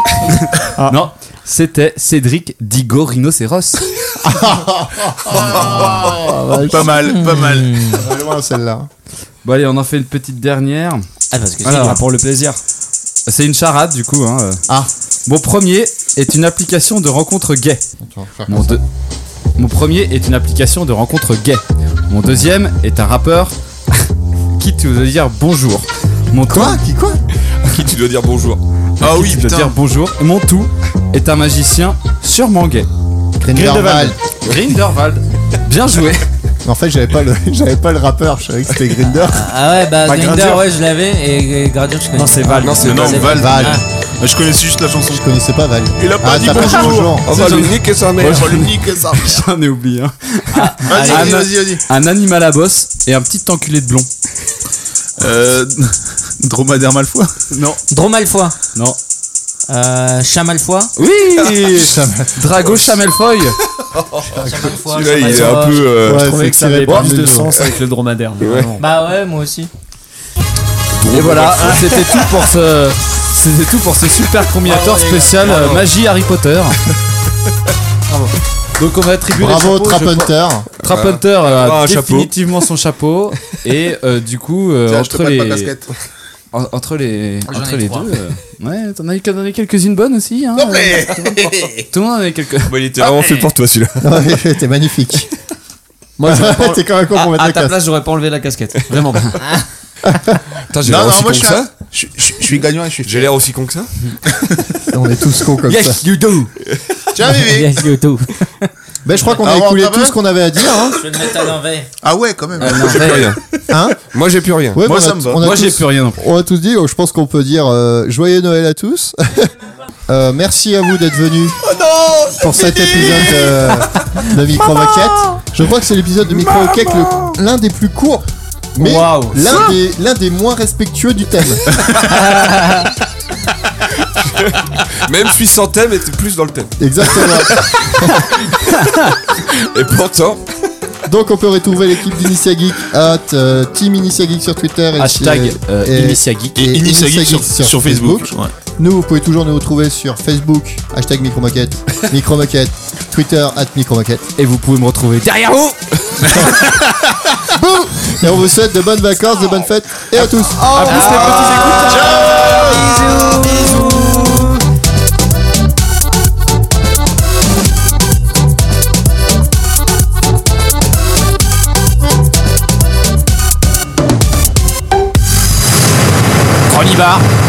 Speaker 6: Ah,
Speaker 5: Non, c'était Cédric Digo Rhinocéros.
Speaker 7: Pas mal, pas mal.
Speaker 1: Ça va loin celle-là.
Speaker 5: Bon allez, on en fait une petite dernière.
Speaker 6: Ah, parce que c'est
Speaker 5: Alors.
Speaker 8: Ah, pour le plaisir.
Speaker 5: C'est une charade du coup. Hein.
Speaker 1: Ah.
Speaker 5: Mon premier est une application de rencontre gay.
Speaker 1: Tu vas faire
Speaker 5: Mon, deux- Mon premier est une application de rencontre gay. Mon deuxième est un rappeur qui te veut dire bonjour. Mon quoi Qui quoi
Speaker 4: Qui tu dois dire bonjour
Speaker 7: Ah oui,
Speaker 5: Qui te dire
Speaker 7: putain.
Speaker 5: bonjour. Et Mon tout est un magicien sûrement gay.
Speaker 1: Grindelwald.
Speaker 5: Grindelwald. Bien joué.
Speaker 1: Mais En fait, j'avais pas le, j'avais pas le rappeur. Je savais que c'était Grinder.
Speaker 6: Ah ouais, bah,
Speaker 8: Bah,
Speaker 6: Grinder,
Speaker 8: Grindur.
Speaker 6: ouais, je l'avais, et, et Grindur, je connais.
Speaker 8: Non, c'est Val.
Speaker 4: Non, c'est
Speaker 7: Non, non,
Speaker 4: Val.
Speaker 7: Val.
Speaker 1: Val. Ah.
Speaker 7: Je connaissais juste la chanson.
Speaker 1: Je connaissais pas Val.
Speaker 7: Il a pas
Speaker 1: Ah,
Speaker 7: dit
Speaker 1: t'as pas dit
Speaker 7: bonjour.
Speaker 1: bonjour.
Speaker 4: On va lui niquer sa mère.
Speaker 7: Je lui que ça.
Speaker 5: J'en ai oublié. hein.
Speaker 7: Vas-y,
Speaker 5: Ah,
Speaker 7: vas-y,
Speaker 5: non.
Speaker 7: vas-y, vas-y.
Speaker 5: Un animal à bosse et un petit enculé de blond.
Speaker 7: Euh, Dromadaire Malfoy.
Speaker 5: Non.
Speaker 6: Dromalfoy.
Speaker 5: Non.
Speaker 6: Euh, Chamalfoy.
Speaker 5: Oui Drago Chamelfoy
Speaker 6: Chamalfoy.
Speaker 4: Celui-là, il est
Speaker 6: Chamalfoy.
Speaker 4: un peu. euh,
Speaker 8: Je
Speaker 1: Ouais,
Speaker 8: trouvais
Speaker 1: c'est
Speaker 8: que ça
Speaker 1: tiré
Speaker 8: avait
Speaker 1: par
Speaker 8: plus
Speaker 1: le
Speaker 8: de
Speaker 1: dos.
Speaker 8: sens avec le dromadaire. vraiment.
Speaker 6: Bah ouais, moi aussi.
Speaker 5: Et voilà, c'était tout pour ce. C'était tout pour ce super combinateur spécial euh, magie Harry Potter. Donc on va attribuer
Speaker 1: Bravo
Speaker 5: les chapeaux,
Speaker 1: Trap
Speaker 5: je crois.
Speaker 1: Hunter.
Speaker 5: Trap Hunter a
Speaker 4: Ah, un chapeau.
Speaker 5: définitivement son chapeau et euh, du coup euh,
Speaker 7: Tiens, je te
Speaker 5: entre,
Speaker 7: prête ma
Speaker 5: les,
Speaker 7: casquette.
Speaker 5: en- entre les
Speaker 6: J'en ai
Speaker 5: entre les
Speaker 6: trois.
Speaker 5: deux euh, ouais t'en as donné quelques-unes bonnes aussi hein,
Speaker 7: plaît.
Speaker 5: tout le monde en a quelques
Speaker 4: Bah, il était
Speaker 7: Ah,
Speaker 4: vraiment
Speaker 7: eh.
Speaker 4: fait pour toi celui-là.
Speaker 1: Ouais, T'es magnifique. Moi, t'es quand même con
Speaker 5: Ah,
Speaker 1: pour mettre
Speaker 8: Ah, À
Speaker 1: la
Speaker 8: ta
Speaker 1: casse.
Speaker 8: place, j'aurais pas enlevé la casquette. Vraiment.
Speaker 4: Putain, j'ai
Speaker 7: Non,
Speaker 4: l'air
Speaker 7: non,
Speaker 4: aussi
Speaker 7: moi
Speaker 4: con
Speaker 7: je
Speaker 4: que
Speaker 7: suis, un-
Speaker 4: ça.
Speaker 7: je, je- je suis gagnant et je suis.
Speaker 4: J'ai l'air aussi con que ça.
Speaker 1: On est tous cons comme ça.
Speaker 5: you do
Speaker 7: Tiens, bébé.
Speaker 6: Yes, you too.
Speaker 1: Ben, je crois qu'on
Speaker 7: Ah,
Speaker 1: a
Speaker 7: on
Speaker 1: écoulé
Speaker 7: va
Speaker 1: tout ce qu'on avait à dire. Hein.
Speaker 6: Je vais le mettre à l'envers.
Speaker 7: Ah ouais, quand même.
Speaker 4: Moi j'ai plus
Speaker 8: euh,
Speaker 4: rien.
Speaker 1: Hein
Speaker 4: Moi j'ai plus rien.
Speaker 1: Ouais,
Speaker 7: Moi,
Speaker 1: mais on a-
Speaker 7: ça me va.
Speaker 1: on a
Speaker 5: moi j'ai
Speaker 1: tous-
Speaker 5: plus rien non plus
Speaker 1: On a tous dit, oh, je pense qu'on peut dire euh, joyeux Noël à tous. Euh, merci à vous d'être venus
Speaker 7: Oh
Speaker 1: pour cet épisode euh, de, de Micro Maquette. Je crois que c'est l'épisode de Micro Maquette le- l'un des plus courts, mais
Speaker 8: Waouh.
Speaker 1: l'un des, l'un des moins respectueux du thème.
Speaker 4: Même je suis sans thème et t'es plus dans le thème.
Speaker 1: Exactement.
Speaker 4: Et pourtant,
Speaker 1: Donc on peut retrouver l'équipe d'Initia Geek at euh, Team Initia Geek sur Twitter et
Speaker 5: hashtag
Speaker 1: sur-
Speaker 5: euh,
Speaker 1: et-
Speaker 5: Initia Geek.
Speaker 1: et Initia
Speaker 7: Initia Geek sur,
Speaker 1: Geek
Speaker 7: sur Facebook. Ouais.
Speaker 1: Nous, vous pouvez toujours nous retrouver sur Facebook, hashtag Micromaquette, Micromaquette, Twitter, at Micromaquette.
Speaker 5: et vous pouvez me retrouver derrière vous
Speaker 1: Et on vous souhaite de bonnes vacances, de bonnes fêtes, et à tous
Speaker 5: Ronnie Bar